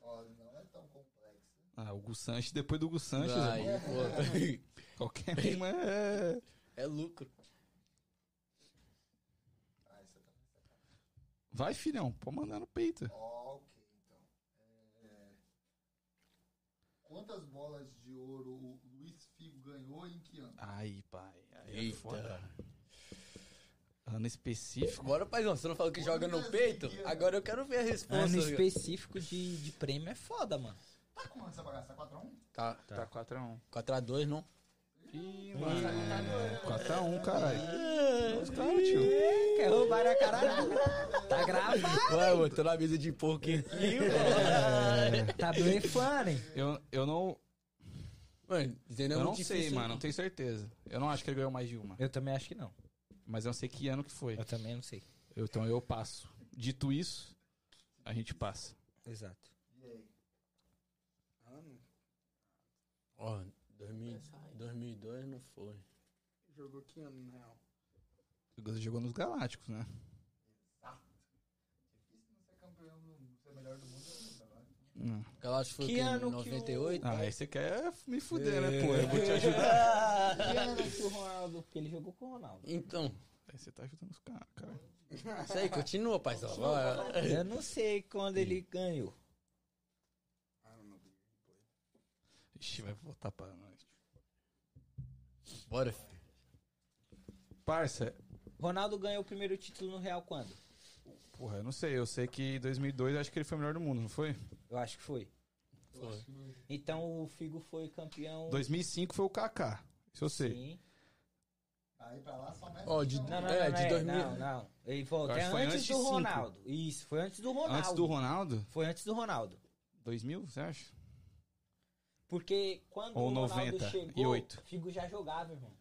Speaker 3: ó, não é tão complexo.
Speaker 1: Ah, o Gu Sanches depois do Gu Sanches.
Speaker 4: Aí,
Speaker 1: irmão.
Speaker 4: pô.
Speaker 1: Qualquer uma é.
Speaker 4: É lucro.
Speaker 3: Ah, isso tá.
Speaker 1: Vai, filhão, pode mandar no peito.
Speaker 3: Ó, ok, então. É, Quantas bolas de ouro o Luiz Figo ganhou em que ano?
Speaker 1: Ai, pai. Aí é foda.
Speaker 4: Eita.
Speaker 1: Ano específico.
Speaker 4: Bora, paizão. Você não falou que joga no peito? Agora eu quero ver a
Speaker 1: Ah,
Speaker 4: resposta.
Speaker 2: Ano específico de, de prêmio é foda, mano.
Speaker 3: Tá com essa bagaça? Tá 4x1?
Speaker 4: Tá,
Speaker 1: Tá 4x1.
Speaker 4: 4x2, não?
Speaker 1: Ih, mano. tá 4x1, caralho. Os caras, tio.
Speaker 2: É, Quer roubar a caralho? Tá gravado.
Speaker 4: Ué, mano, tô na mesa de porquinho.
Speaker 2: Tá blefando, hein?
Speaker 1: Eu, eu não,
Speaker 4: Mano, dizendo é
Speaker 1: eu não
Speaker 4: muito
Speaker 1: sei,
Speaker 4: difícil,
Speaker 1: mano. Não tenho certeza. Eu não acho que ele ganhou mais de uma.
Speaker 2: Eu também acho que não.
Speaker 1: Mas eu não sei que ano que foi.
Speaker 2: Eu também não sei.
Speaker 1: Eu- então eu passo. Dito isso, a gente passa.
Speaker 2: Exato.
Speaker 3: E aí?
Speaker 6: Ano?
Speaker 4: Ó, 2000 2002 não foi.
Speaker 6: Jogou que ano, na real?
Speaker 1: Você jogou nos Galácticos, né? É
Speaker 3: Difícil não ser campeão, do- ser melhor do mundo. né, cara?
Speaker 1: Hum.
Speaker 4: Aquela acho que foi
Speaker 2: Que
Speaker 4: o quê?
Speaker 2: ano que o-
Speaker 4: 98?
Speaker 1: Ah, aí você quer me fuder, né, pô? Eu vou te ajudar.
Speaker 2: Que ano que o Ronaldo... Porque ele jogou com o Ronaldo.
Speaker 4: Então,
Speaker 1: Aí você tá ajudando os caras, cara.
Speaker 4: isso aí, continua, paizão. Ó,
Speaker 2: Eu não sei quando ele ganhou.
Speaker 6: Ah, não, não.
Speaker 1: Ixi, vai voltar pra nós.
Speaker 4: Bora, filho.
Speaker 1: Parça,
Speaker 2: Ronaldo ganhou o primeiro título no Real quando?
Speaker 1: Porra, eu não sei. Eu sei que em 2002 eu acho que ele foi o melhor do mundo, não foi?
Speaker 2: Eu acho que foi.
Speaker 6: Eu acho que não-
Speaker 2: Então o Figo foi campeão.
Speaker 1: 2005 foi o Kaká. Isso eu sei.
Speaker 2: Sim.
Speaker 3: Aí pra lá só um mais.
Speaker 4: Ó, de-
Speaker 2: Não, não,
Speaker 4: É,
Speaker 2: não,
Speaker 4: de
Speaker 2: não,
Speaker 4: 2000.
Speaker 2: não, não. Ele voltou.
Speaker 1: Eu acho
Speaker 2: É
Speaker 1: que foi
Speaker 2: antes,
Speaker 1: antes de
Speaker 2: do
Speaker 1: cinco.
Speaker 2: Ronaldo. Isso, foi antes do Ronaldo.
Speaker 1: Antes do Ronaldo?
Speaker 2: Foi antes do Ronaldo.
Speaker 1: 2000, você acha?
Speaker 2: Porque quando
Speaker 1: Ou
Speaker 2: o Ronaldo
Speaker 1: 90 e
Speaker 2: chegou,
Speaker 1: oito.
Speaker 2: o Figo já jogava, irmão.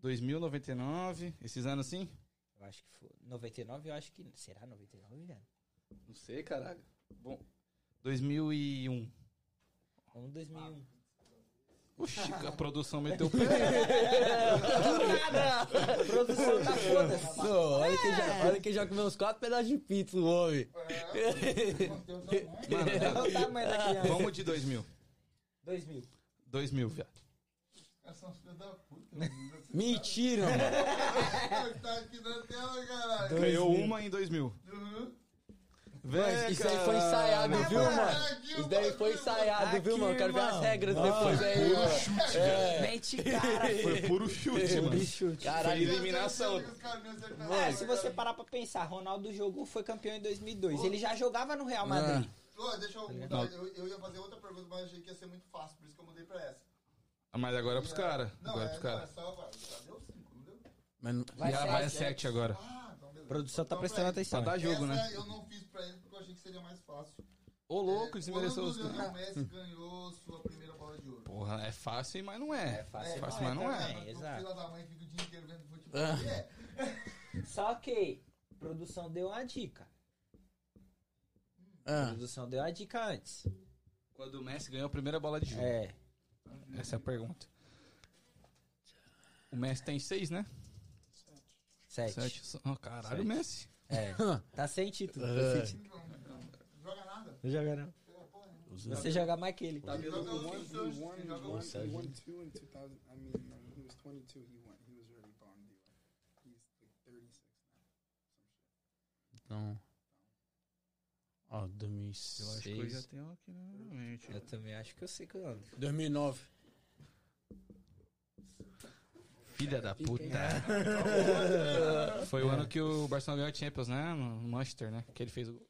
Speaker 1: 2000, 99, esses anos assim?
Speaker 2: Eu acho que foi. 99, eu acho que. Será 99, velho?
Speaker 1: Não sei, caralho. Bom. 2001.
Speaker 2: Vamos 2001.
Speaker 1: Oxi, a produção meteu o pé.
Speaker 2: Nada! Produção da foda-se.
Speaker 5: Não, olha que,
Speaker 2: É.
Speaker 5: já, olha que já comeu uns quatro pedaços de pizza, o homem.
Speaker 2: É.
Speaker 1: Mano,
Speaker 2: Olha o tamanho da criança.
Speaker 1: vamos de 2000.
Speaker 2: 2000.
Speaker 1: 2000, viado.
Speaker 3: Os caras são filhos da puta. mano.
Speaker 5: Mentira, mano.
Speaker 3: Tá aqui na tela, caralho.
Speaker 1: Ganhou uma em 2000. Uhum.
Speaker 5: Mas
Speaker 2: É,
Speaker 1: Véi,
Speaker 5: Isso aí foi
Speaker 1: caralho.
Speaker 5: ensaiado, viu,
Speaker 3: mano.
Speaker 5: mano? Isso daí foi ensaiado,
Speaker 2: Aqui,
Speaker 5: viu, mano? Quero ver as
Speaker 2: irmão.
Speaker 5: regras depois aí, mano. É,
Speaker 2: Mente, cara.
Speaker 1: Foi puro chute, mano. Foi
Speaker 5: caralho.
Speaker 1: eliminação.
Speaker 2: É, se você parar pra pensar, Ronaldo jogou, foi campeão em 2002. Ele já jogava no Real Madrid.
Speaker 3: Ô, deixa eu mudar. Eu, eu ia fazer outra pergunta, mas achei que ia ser muito fácil, por isso que eu mudei pra essa.
Speaker 1: Mas agora é pros caras.
Speaker 3: Não,
Speaker 1: Agora é É
Speaker 3: é,
Speaker 1: pros
Speaker 3: não, é
Speaker 1: caras.
Speaker 3: só agora. Já deu cinco, não deu?
Speaker 4: Mas não-
Speaker 2: Vai
Speaker 1: Já
Speaker 2: ser
Speaker 1: vai
Speaker 2: a
Speaker 1: 7 agora.
Speaker 3: Ah, então beleza.
Speaker 2: A produção tá
Speaker 3: Então,
Speaker 2: prestando
Speaker 3: pra-
Speaker 2: atenção.
Speaker 1: Pra dar jogo, né?
Speaker 3: Essa eu não fiz pra ele porque eu achei que seria mais fácil.
Speaker 1: Ô, louco, né?
Speaker 3: É,
Speaker 1: desmereceu
Speaker 3: quando
Speaker 1: os
Speaker 3: o Lionel
Speaker 1: caras.
Speaker 3: Messi ganhou sua primeira bola de ouro. tá
Speaker 1: Porra, é fácil, mas não é.
Speaker 2: É fácil,
Speaker 1: É
Speaker 2: mas
Speaker 1: fácil, mas
Speaker 2: não
Speaker 1: não
Speaker 2: é
Speaker 1: é.
Speaker 2: também.
Speaker 3: mas
Speaker 2: exato.
Speaker 3: O filho da mãe fica o dia inteiro vendo futebol.
Speaker 4: Ah.
Speaker 3: É,
Speaker 2: Só que produção deu uma dica.
Speaker 4: Ah,
Speaker 2: Produção deu uma dica antes.
Speaker 1: Quando o Messi ganhou a primeira bola de jogo.
Speaker 2: É.
Speaker 1: Essa é a pergunta. O Messi tem seis, né?
Speaker 2: Sete.
Speaker 1: Sete. Oh, caralho,
Speaker 2: Sete.
Speaker 1: Messi.
Speaker 2: É. Tá sem título.
Speaker 4: É.
Speaker 2: Tá sem título.
Speaker 3: não joga nada.
Speaker 2: Não joga não. Você Tá joga mais que ele.
Speaker 3: He
Speaker 6: He
Speaker 3: joga
Speaker 6: won-
Speaker 3: outros
Speaker 6: he
Speaker 3: anos,
Speaker 6: won-
Speaker 3: he joga
Speaker 6: he
Speaker 3: outros
Speaker 6: won- he
Speaker 3: anos.
Speaker 6: won two in 2000. I mean, um, he was 22. He won. He was really bomb. He won. He's like 36
Speaker 4: então. Ó,
Speaker 1: Eu acho que eu já
Speaker 4: 2006.
Speaker 1: tenho aqui novamente.
Speaker 2: Eu também acho que eu sei que eu ando.
Speaker 4: 2009.
Speaker 1: Filha da puta. É. Foi o ano que o Barcelona ganhou a Champions, né? No Manchester, né? Que ele fez o...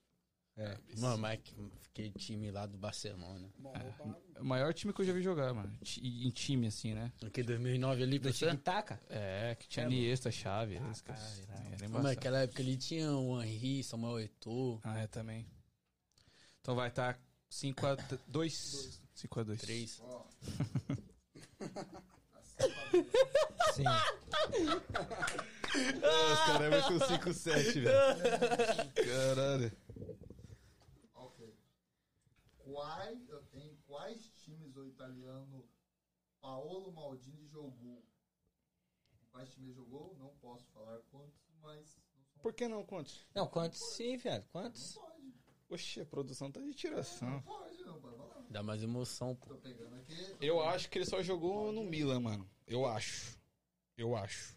Speaker 1: É.
Speaker 4: Mano, mas é que- que time lá do Barcelona.
Speaker 6: now. Mobile bomb.
Speaker 1: é o maior time que eu já vi jogar, mano. Ti- Em time, assim, né?
Speaker 4: Porque 2009 ali,
Speaker 2: Do
Speaker 4: pra você.
Speaker 2: tic-taca?
Speaker 1: É, Ah, que tinha Niesta, chave. esses caras. é Era
Speaker 4: Mas
Speaker 1: embaçado.
Speaker 4: naquela época ali tinha o Henri, Samuel Eto'o,
Speaker 1: Ah, é também. Então vai estar 5 a 2. 5 a 2.
Speaker 4: 3.
Speaker 2: Sim.
Speaker 1: Os caras é com 5 7, velho. Caralho.
Speaker 3: Ok. Quais, em quais times o italiano Paolo Maldini jogou? Em Quais times jogou? Não posso falar quantos, mas não são
Speaker 1: Por que não, Contos?
Speaker 2: Não, quantos sim, velho? Quantos?
Speaker 3: pode.
Speaker 1: Oxi, a produção tá de tiração.
Speaker 3: Não pode, não, pode falar.
Speaker 4: Dá mais emoção, pô.
Speaker 3: Tô pegando aqui.
Speaker 2: É,
Speaker 1: Eu acho que ele só jogou no Milan, mano. Eu acho. Eu acho.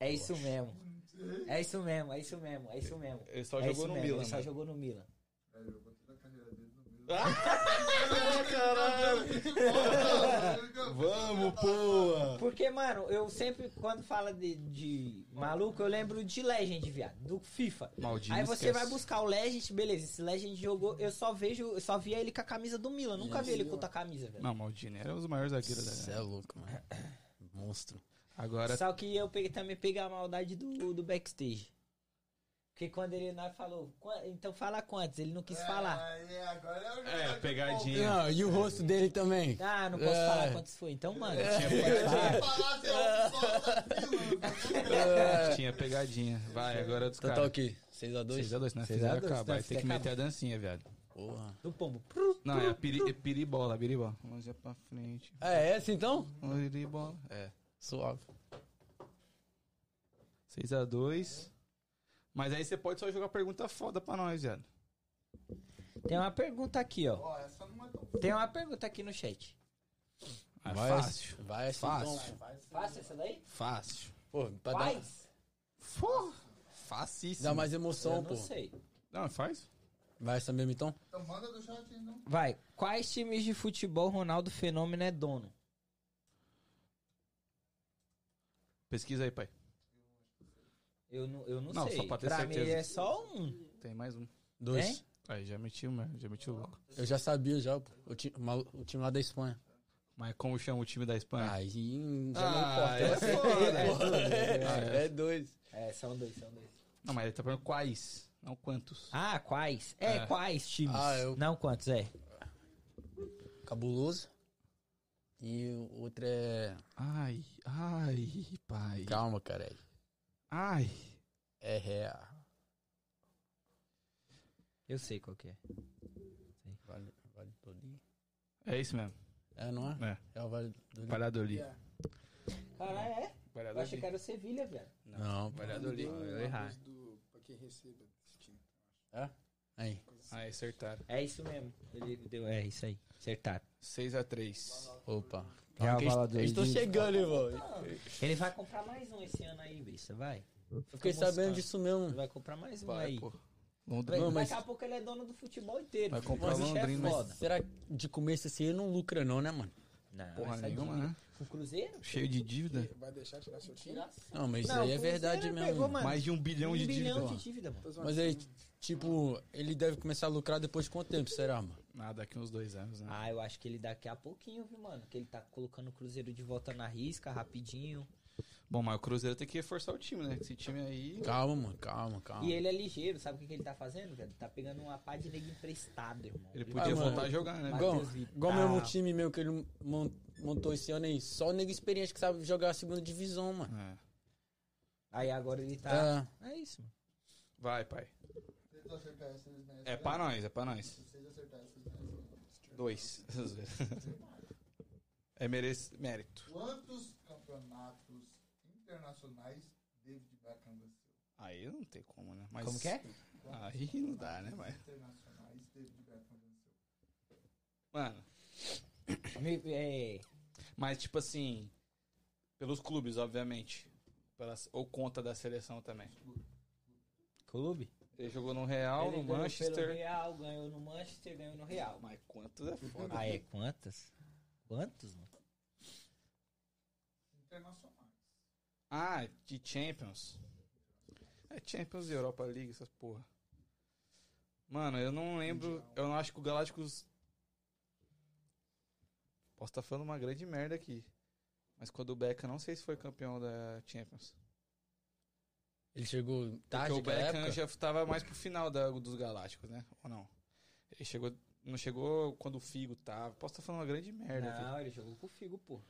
Speaker 2: É isso mesmo. É isso mesmo, é isso mesmo, é isso mesmo.
Speaker 1: Ele só
Speaker 2: é isso
Speaker 1: jogou no
Speaker 2: mesmo,
Speaker 1: Milan. né?
Speaker 2: ele só
Speaker 1: mano.
Speaker 2: jogou no Milan.
Speaker 3: É, eu vou tirar a carreira dele no meio.
Speaker 1: Vamos, pô!
Speaker 2: Porque, mano, eu sempre, quando fala de, de maluco, eu lembro de Legend, viado, do FIFA.
Speaker 1: Maldini
Speaker 2: Aí você
Speaker 1: esquece.
Speaker 2: vai buscar o Legend, beleza, esse Legend jogou, eu só vejo, eu só via ele com a camisa do Milan, nunca vi ele com outra camisa, velho.
Speaker 1: Não, Maldini era um dos maiores zagueiros da
Speaker 4: Você é louco, mano. Monstro.
Speaker 1: Agora,
Speaker 2: Só que eu peguei- também peguei a maldade do, do backstage. Porque quando ele não falou, "Qua- então fala quantos, ele não quis falar.
Speaker 3: Aí, agora é, o
Speaker 1: É,
Speaker 3: jogo.
Speaker 1: pegadinha.
Speaker 4: Não, e o rosto dele também.
Speaker 2: Ah, não posso
Speaker 4: Ah. É.
Speaker 2: falar quantos foi, então, mano.
Speaker 3: Se falasse, é um só da
Speaker 2: é.
Speaker 1: tinha pegadinha. Vai, agora é dos
Speaker 4: Então
Speaker 1: caras.
Speaker 4: tá o quê? 6x2?
Speaker 1: 6x2, né?
Speaker 2: Seis a
Speaker 1: Fizeram
Speaker 2: dois,
Speaker 1: acabar.
Speaker 2: né?
Speaker 1: Aí Tem que
Speaker 2: Acaba.
Speaker 1: meter a dancinha, viado.
Speaker 4: Porra.
Speaker 2: Do pombo.
Speaker 1: Não, é a piri, é piribola, piribola. Mãozinha pra frente.
Speaker 4: Ah, é essa então?
Speaker 1: Um Piribola. É.
Speaker 4: Suave.
Speaker 1: 6x2. Mas aí você pode só jogar pergunta foda pra nós, viado.
Speaker 2: Tem uma pergunta aqui, ó.
Speaker 3: Ó, essa não é tão
Speaker 2: Tem uma pergunta aqui no chat.
Speaker 1: É
Speaker 4: Vai
Speaker 1: fácil.
Speaker 4: essa- Vai essa
Speaker 1: Fácil.
Speaker 4: então.
Speaker 2: Faça essa daí?
Speaker 1: Fácil.
Speaker 4: Pô, pra dar,
Speaker 2: Faz?
Speaker 1: Porra.
Speaker 4: dar
Speaker 1: Facíssimo.
Speaker 4: mais emoção,
Speaker 1: um
Speaker 2: eu
Speaker 4: pô.
Speaker 2: não sei.
Speaker 1: Não, faz.
Speaker 4: Vai essa mesmo então?
Speaker 3: Então manda do chat aí, não.
Speaker 2: Vai. Quais times de futebol Ronaldo Fenômeno é dono?
Speaker 1: Pesquisa aí, pai.
Speaker 2: Eu não, eu não,
Speaker 1: Não,
Speaker 2: sei.
Speaker 1: só pra ter
Speaker 2: pra mim
Speaker 1: certeza.
Speaker 2: é só um.
Speaker 1: Tem mais um.
Speaker 4: Dois.
Speaker 2: Hein?
Speaker 1: Aí já metiu, mano. Já metiu o louco.
Speaker 4: Eu já sabia, já, pô, o, ti- ma- o time lá da Espanha.
Speaker 1: Mas como chama o time da Espanha?
Speaker 4: Aí já
Speaker 1: Ah,
Speaker 4: não importa.
Speaker 1: é foda.
Speaker 4: É, é dois.
Speaker 2: É, são dois, são dois.
Speaker 1: Não, mas ele tá perguntando quais, não quantos.
Speaker 2: Ah, quais? É,
Speaker 1: É.
Speaker 2: quais times?
Speaker 4: Ah, eu-
Speaker 2: Não quantos, é.
Speaker 4: Cabuloso. E o outro é.
Speaker 1: Ai, ai, pai.
Speaker 4: Calma, cara.
Speaker 1: Ai.
Speaker 4: É real.
Speaker 2: Eu sei qual que é.
Speaker 4: Vale, vale do Linha.
Speaker 1: É isso mesmo.
Speaker 4: É, não é?
Speaker 1: É.
Speaker 4: É o Vale do Linha.
Speaker 1: Valladolid.
Speaker 6: Yeah.
Speaker 2: Caralho, é? Eu achei
Speaker 1: Valladolid.
Speaker 2: que era o Sevilha, velho.
Speaker 4: Não, pô.
Speaker 1: Valladolid.
Speaker 6: Do-
Speaker 1: Eu errar.
Speaker 6: do- pra quem receba esse time.
Speaker 4: Aí.
Speaker 1: Aí, acertaram.
Speaker 2: É isso mesmo. Ele deu, é isso aí. Acertaram.
Speaker 1: 6x3.
Speaker 4: Opa.
Speaker 5: Real
Speaker 4: Calma que eles-
Speaker 5: Valladolid.
Speaker 4: Eles estão chegando, irmão.
Speaker 2: Ele vai comprar mais um esse ano aí, Brissa, vai.
Speaker 4: Eu fiquei
Speaker 2: Fica
Speaker 4: sabendo
Speaker 2: moscando.
Speaker 4: disso
Speaker 2: Ele
Speaker 4: mesmo.
Speaker 2: vai comprar mais um
Speaker 1: Vai,
Speaker 2: aí.
Speaker 1: pô. Londrina.
Speaker 4: Não, mas-
Speaker 2: Daqui a pouco ele é dono do futebol inteiro.
Speaker 1: Vai
Speaker 2: filho.
Speaker 1: comprar
Speaker 2: Esse chefe é
Speaker 1: Londrina, mas-
Speaker 2: foda.
Speaker 4: Será que de começo assim ele não lucra, não, né, mano?
Speaker 2: Não,
Speaker 1: Porra
Speaker 2: essa
Speaker 1: nenhuma,
Speaker 2: dívida-
Speaker 1: né?
Speaker 2: Com o Cruzeiro?
Speaker 1: Cheio de dívida.
Speaker 6: Vai deixar tirar seu time?
Speaker 2: Tiração.
Speaker 4: Não, mas isso
Speaker 2: Não,
Speaker 4: aí
Speaker 2: o
Speaker 4: é
Speaker 2: Cruzeiro
Speaker 4: verdade mesmo.
Speaker 2: pegou, mano,
Speaker 1: Mais de um bilhão
Speaker 2: um
Speaker 1: de dívida.
Speaker 2: bilhão
Speaker 1: ó.
Speaker 2: de dívida, mano.
Speaker 4: Mas aí, tipo, ele deve começar a lucrar depois de quanto tempo, será, mano?
Speaker 1: Ah, daqui uns dois anos, né?
Speaker 2: Ah, eu acho que ele daqui a pouquinho, viu, mano? Que ele tá colocando o Cruzeiro de volta na risca, rapidinho.
Speaker 1: Bom, mas o Cruzeiro tem que reforçar o time, né? Esse time aí.
Speaker 4: Calma, mano, calma, calma.
Speaker 2: E
Speaker 1: Ah.
Speaker 2: ele é ligeiro, sabe o que, que ele tá fazendo, velho? Tá pegando uma pá de nego emprestado, irmão. Ah,
Speaker 1: Ele podia
Speaker 4: mano.
Speaker 1: voltar a jogar, né?
Speaker 4: Igual,
Speaker 2: Matheus Vital.
Speaker 4: igual mesmo o time meu que ele mon- montou esse ano aí. Só nego experiente que sabe jogar a segunda divisão, mano.
Speaker 1: É.
Speaker 2: Aí agora ele tá.
Speaker 4: Tá.
Speaker 2: É, isso, mano.
Speaker 1: Vai, pai.
Speaker 3: Vocês acertarem essa, eles merecem.
Speaker 1: É pra nós, é pra nós.
Speaker 3: Se vocês acertarem, vocês merecem.
Speaker 1: Dois. é merece, mérito.
Speaker 3: Quantos campeonatos internacionais David Beckham venceu?
Speaker 1: Aí não tem como, né? Mas-
Speaker 2: Como que é?
Speaker 1: Aí não dá, né, mas...
Speaker 3: Internacionais David Beckham venceu.
Speaker 1: Mano,
Speaker 2: Me- é,
Speaker 1: mas tipo assim... Pelos clubes, obviamente. Pelas, ou conta da seleção também.
Speaker 2: Clube?
Speaker 1: Ele jogou no Real,
Speaker 2: ele
Speaker 1: no
Speaker 2: ganhou Pelo
Speaker 1: Manchester...
Speaker 2: Real, ganhou no Manchester, ganhou no Real.
Speaker 1: Mas quantos é foda.
Speaker 2: Ah, é quantas? Quantos, mano?
Speaker 3: Internacionais.
Speaker 1: Ah, de Champions. É Champions e Europa League, essas porra. Mano, eu não lembro. Eu não acho que o Galácticos. Posso estar falando uma grande merda aqui. Mas quando o Beckham, não sei se foi campeão da Champions.
Speaker 4: Ele chegou
Speaker 2: Tá,
Speaker 1: Porque
Speaker 2: Ah,
Speaker 4: tarde
Speaker 1: o
Speaker 4: naquela
Speaker 1: Beckham
Speaker 4: época.
Speaker 1: já tava mais pro final da- dos Galácticos, né? Ou não? Ele chegou. Não chegou quando o Figo tava. Posso estar falando uma grande merda aqui.
Speaker 2: Não, ele jogou com o Figo, pô.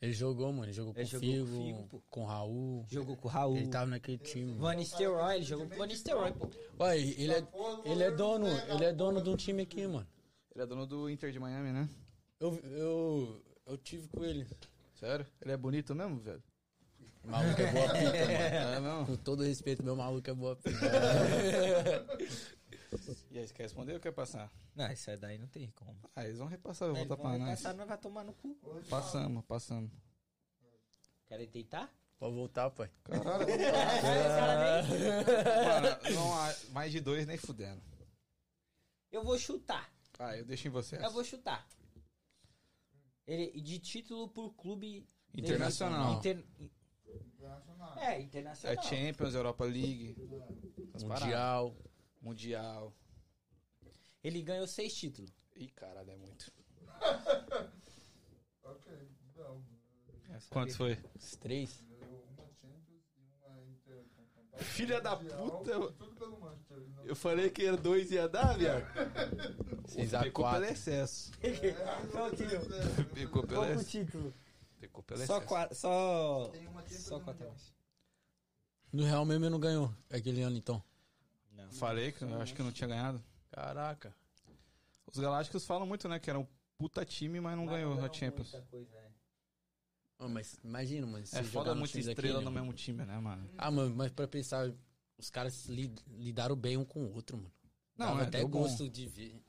Speaker 4: Ele jogou, mano. Ele jogou
Speaker 2: Ele
Speaker 4: com o
Speaker 2: jogou
Speaker 4: Figo,
Speaker 2: com o Figo, pô.
Speaker 4: com o Raul.
Speaker 2: Jogou com o Raul.
Speaker 4: Ele tá- tava naquele time. mano.
Speaker 2: Van Nistelrooy, ele jogou com o Van Nistelrooy, pô.
Speaker 4: Ué, ele é, ele é dono. Ele é dono de um time aqui, mano.
Speaker 1: Ele é dono do Inter de Miami, né?
Speaker 4: Eu, eu, eu tive com ele.
Speaker 1: Sério? Ele é bonito mesmo, velho?
Speaker 4: O maluco é boa pinta, mano.
Speaker 1: É, não.
Speaker 4: Com todo respeito, meu maluco é boa pinta.
Speaker 1: E aí, você quer responder ou quer passar?
Speaker 2: Não, isso aí daí não tem como.
Speaker 1: Ah, eles vão repassar, vão
Speaker 2: Eles
Speaker 1: voltar
Speaker 2: vão
Speaker 1: pra nós.
Speaker 2: repassar, nós vai tomar no cu.
Speaker 1: Passamos, passamos.
Speaker 2: Querem tentar?
Speaker 4: Pode voltar, pai.
Speaker 1: Caralho, mano, não há mais de dois nem fudendo.
Speaker 2: Eu vou chutar.
Speaker 1: Ah, eu deixo em você.
Speaker 2: Eu vou chutar. Ele, de título por clube
Speaker 1: Internacional.
Speaker 2: Inter-
Speaker 3: Internacionais.
Speaker 2: é,
Speaker 1: É
Speaker 2: internacional.
Speaker 1: Champions, Europa League. essas paradas.
Speaker 4: Mundial.
Speaker 1: Mundial.
Speaker 2: Ele ganhou seis títulos.
Speaker 1: Ih, caralho, é muito.
Speaker 3: Ok, então.
Speaker 1: Quantos foi?
Speaker 4: Os três.
Speaker 3: ganhou Uma Champions e uma Intercontinental.
Speaker 1: Filha da
Speaker 3: Mundial,
Speaker 1: puta, eu-
Speaker 3: Tudo pelo Manchester. Não.
Speaker 1: Eu falei que era dois ia dar, viado.
Speaker 4: Seis a
Speaker 1: Pecou pelo
Speaker 4: quatro.
Speaker 1: excesso. Então, Pecou pelo
Speaker 2: Pouco
Speaker 1: excesso.
Speaker 2: título.
Speaker 1: Pecou pelo
Speaker 2: Só
Speaker 1: excesso.
Speaker 2: quatro. Só.
Speaker 3: Tem uma Champions
Speaker 2: Só
Speaker 3: e
Speaker 2: quatro a
Speaker 3: uma
Speaker 2: mais.
Speaker 4: No Real mesmo ele não ganhou aquele ano, então.
Speaker 2: Não.
Speaker 1: Falei que eu acho que eu não tinha ganhado.
Speaker 4: Caraca.
Speaker 1: Os Galácticos falam muito, né? Que era um puta time, mas não ganhou a Champions.
Speaker 2: muita coisa, né?
Speaker 4: Ô, mas imagina, mano. você
Speaker 1: É
Speaker 4: jogar
Speaker 1: foda
Speaker 4: no
Speaker 1: muita
Speaker 4: time
Speaker 1: estrela
Speaker 4: daquele,
Speaker 1: no
Speaker 4: mano.
Speaker 1: mesmo time, né, mano?
Speaker 4: Ah, mano, mas pra pensar, os caras li- lidaram bem um com o outro, mano.
Speaker 1: Não,
Speaker 4: Dava
Speaker 1: é,
Speaker 4: até
Speaker 1: deu bom.
Speaker 4: gosto de ver.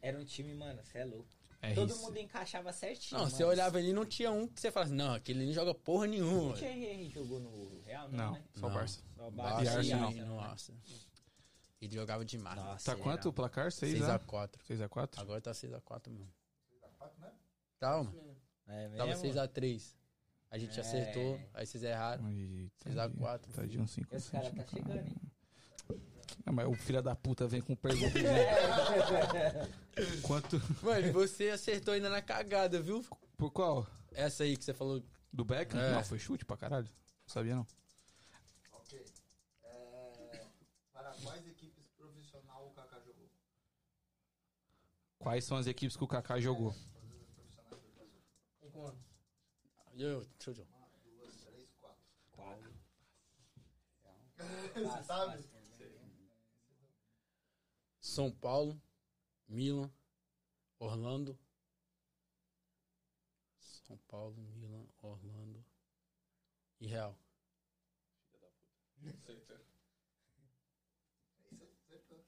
Speaker 2: Era um time, mano, você é louco.
Speaker 1: É
Speaker 2: Todo
Speaker 1: isso.
Speaker 2: mundo encaixava certinho.
Speaker 4: Não,
Speaker 2: mano.
Speaker 4: você olhava ali não tinha um que você falasse, não, aquele não joga porra nenhuma.
Speaker 2: O Thierry jogou no Real, não,
Speaker 1: Não,
Speaker 2: né?
Speaker 1: só o
Speaker 4: Não.
Speaker 1: Barça.
Speaker 2: Só o
Speaker 4: Barça
Speaker 1: E
Speaker 2: Barça e
Speaker 1: Arsenal.
Speaker 4: e-
Speaker 2: Arsenal, né?
Speaker 4: assim, Nossa. Ele jogava demais.
Speaker 2: Nossa,
Speaker 1: Tá
Speaker 2: ele
Speaker 1: quanto o placar? 6 a
Speaker 4: 6x4.
Speaker 1: 6 a 4
Speaker 4: Agora tá 6x4 mesmo.
Speaker 3: Quatro, né?
Speaker 4: Tá, mano.
Speaker 2: era- É mesmo?
Speaker 4: Tava 6x3. A gente
Speaker 2: É.
Speaker 4: acertou, aí vocês erraram. 6 a 4.
Speaker 1: Tá de um 5
Speaker 2: Esse cara tá chegando, hein?
Speaker 1: Ah, mas o filho da puta vem com um pergunta. Quanto.
Speaker 4: Mano, e você acertou ainda na cagada, viu?
Speaker 1: Por qual?
Speaker 4: Essa aí que você falou.
Speaker 1: Do Beckham?
Speaker 4: É.
Speaker 1: Não, foi chute pra caralho. Não sabia não.
Speaker 3: Ok. É, para quais equipes profissional o Kaká jogou?
Speaker 1: Quais são as equipes que o Kaká jogou?
Speaker 3: Todas as profissionais do Brasil.
Speaker 4: Eu, deixa eu ver.
Speaker 3: Uma, duas, três, quatro.
Speaker 2: Quatro.
Speaker 3: Você sabe?
Speaker 4: São Paulo, Milan, Orlando. São Paulo, Milan, Orlando e Real.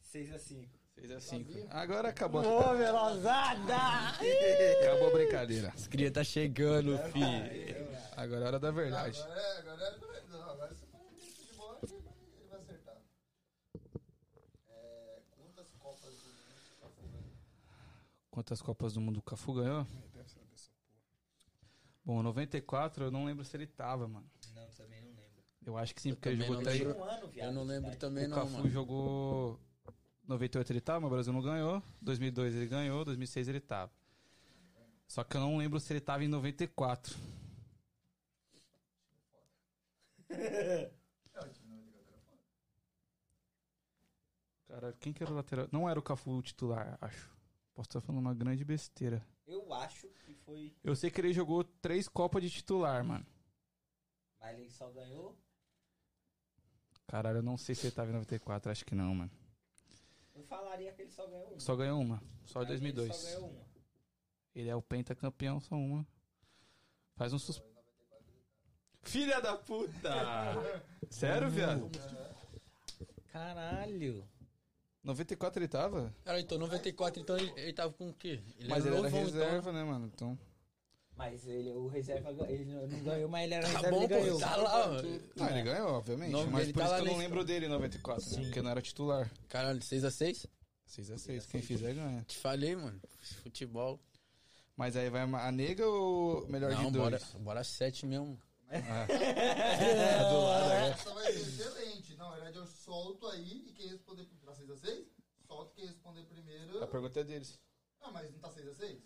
Speaker 2: Seis a cinco.
Speaker 1: 6 a 5. Agora acabou.
Speaker 5: Ô, velozada!
Speaker 1: Acabou a brincadeira.
Speaker 5: As crias tá chegando, fi.
Speaker 1: Agora é a hora da verdade.
Speaker 3: Agora, é- agora, é- não, agora você vai de bola e ele vai- ele vai acertar. É, quantas Copas do Mundo o Cafu ganhou?
Speaker 1: Quantas Copas do Mundo o Cafu ganhou?
Speaker 6: deve saber essa porra.
Speaker 1: Bom, 94 eu não lembro se ele tava, mano.
Speaker 2: Não, também não lembro.
Speaker 1: Eu acho que sim,
Speaker 4: Eu
Speaker 1: porque ele
Speaker 4: também
Speaker 1: jogou
Speaker 4: não
Speaker 1: até.
Speaker 4: lembro.
Speaker 2: Um ano, viado.
Speaker 4: Eu não lembro também,
Speaker 1: O
Speaker 4: não,
Speaker 1: Cafu
Speaker 4: mano.
Speaker 1: jogou 98 ele tava, mas o Brasil não ganhou. 2002 ele ganhou, 2006 ele tava. Só que eu não lembro se ele tava em 94.
Speaker 3: É, o time 94 era foda.
Speaker 1: Cara, quem que era o lateral? Não era o Cafu o titular, acho. Posso estar falando uma grande besteira.
Speaker 2: Eu acho que foi.
Speaker 1: Eu sei que ele jogou três Copas de titular, mano.
Speaker 2: Mas ele só ganhou.
Speaker 1: Caralho, eu não sei se ele tava em 94, acho que não, mano.
Speaker 2: Eu falaria que ele só ganhou uma.
Speaker 1: Só ganhou uma. Só em
Speaker 2: Pra mim, ele
Speaker 1: 2002.
Speaker 2: Só ganhou uma.
Speaker 1: Ele é o pentacampeão, só uma. Faz um suspense. Filha da puta! Sério, viado?
Speaker 2: Caralho.
Speaker 1: 94 ele tava?
Speaker 4: Cara, então 94, então ele, ele tava com o quê? Ele
Speaker 1: Mas ele era
Speaker 4: novão, então.
Speaker 1: reserva, né, mano? Então.
Speaker 2: Mas ele, o reserva, ele não ganhou, mas ele era
Speaker 4: Então. Tá
Speaker 2: reserva,
Speaker 4: bom,
Speaker 2: ele
Speaker 4: pô,
Speaker 2: ganhou.
Speaker 4: tá lá. ó.
Speaker 1: Ah, ele ganhou, obviamente.
Speaker 4: Não,
Speaker 1: mas
Speaker 4: ele
Speaker 1: por
Speaker 4: tá
Speaker 1: isso
Speaker 4: lá
Speaker 1: que eu não
Speaker 4: nesse-
Speaker 1: lembro dele em 94, né? Porque não era titular.
Speaker 4: Caralho, 6x6?
Speaker 1: 6x6, quem fizer ganha.
Speaker 4: Te falei, mano. Futebol.
Speaker 1: Mas aí vai a nega ou melhor
Speaker 4: Não,
Speaker 1: de
Speaker 4: bora,
Speaker 1: dois?
Speaker 4: bora 7 mesmo.
Speaker 1: É, do lado, é.
Speaker 3: Essa vai ser excelente. Na verdade, eu solto aí e quem responder Tá pra 6x6? Solto quem responder primeiro.
Speaker 1: A pergunta é deles.
Speaker 3: Ah, mas não tá 6x6?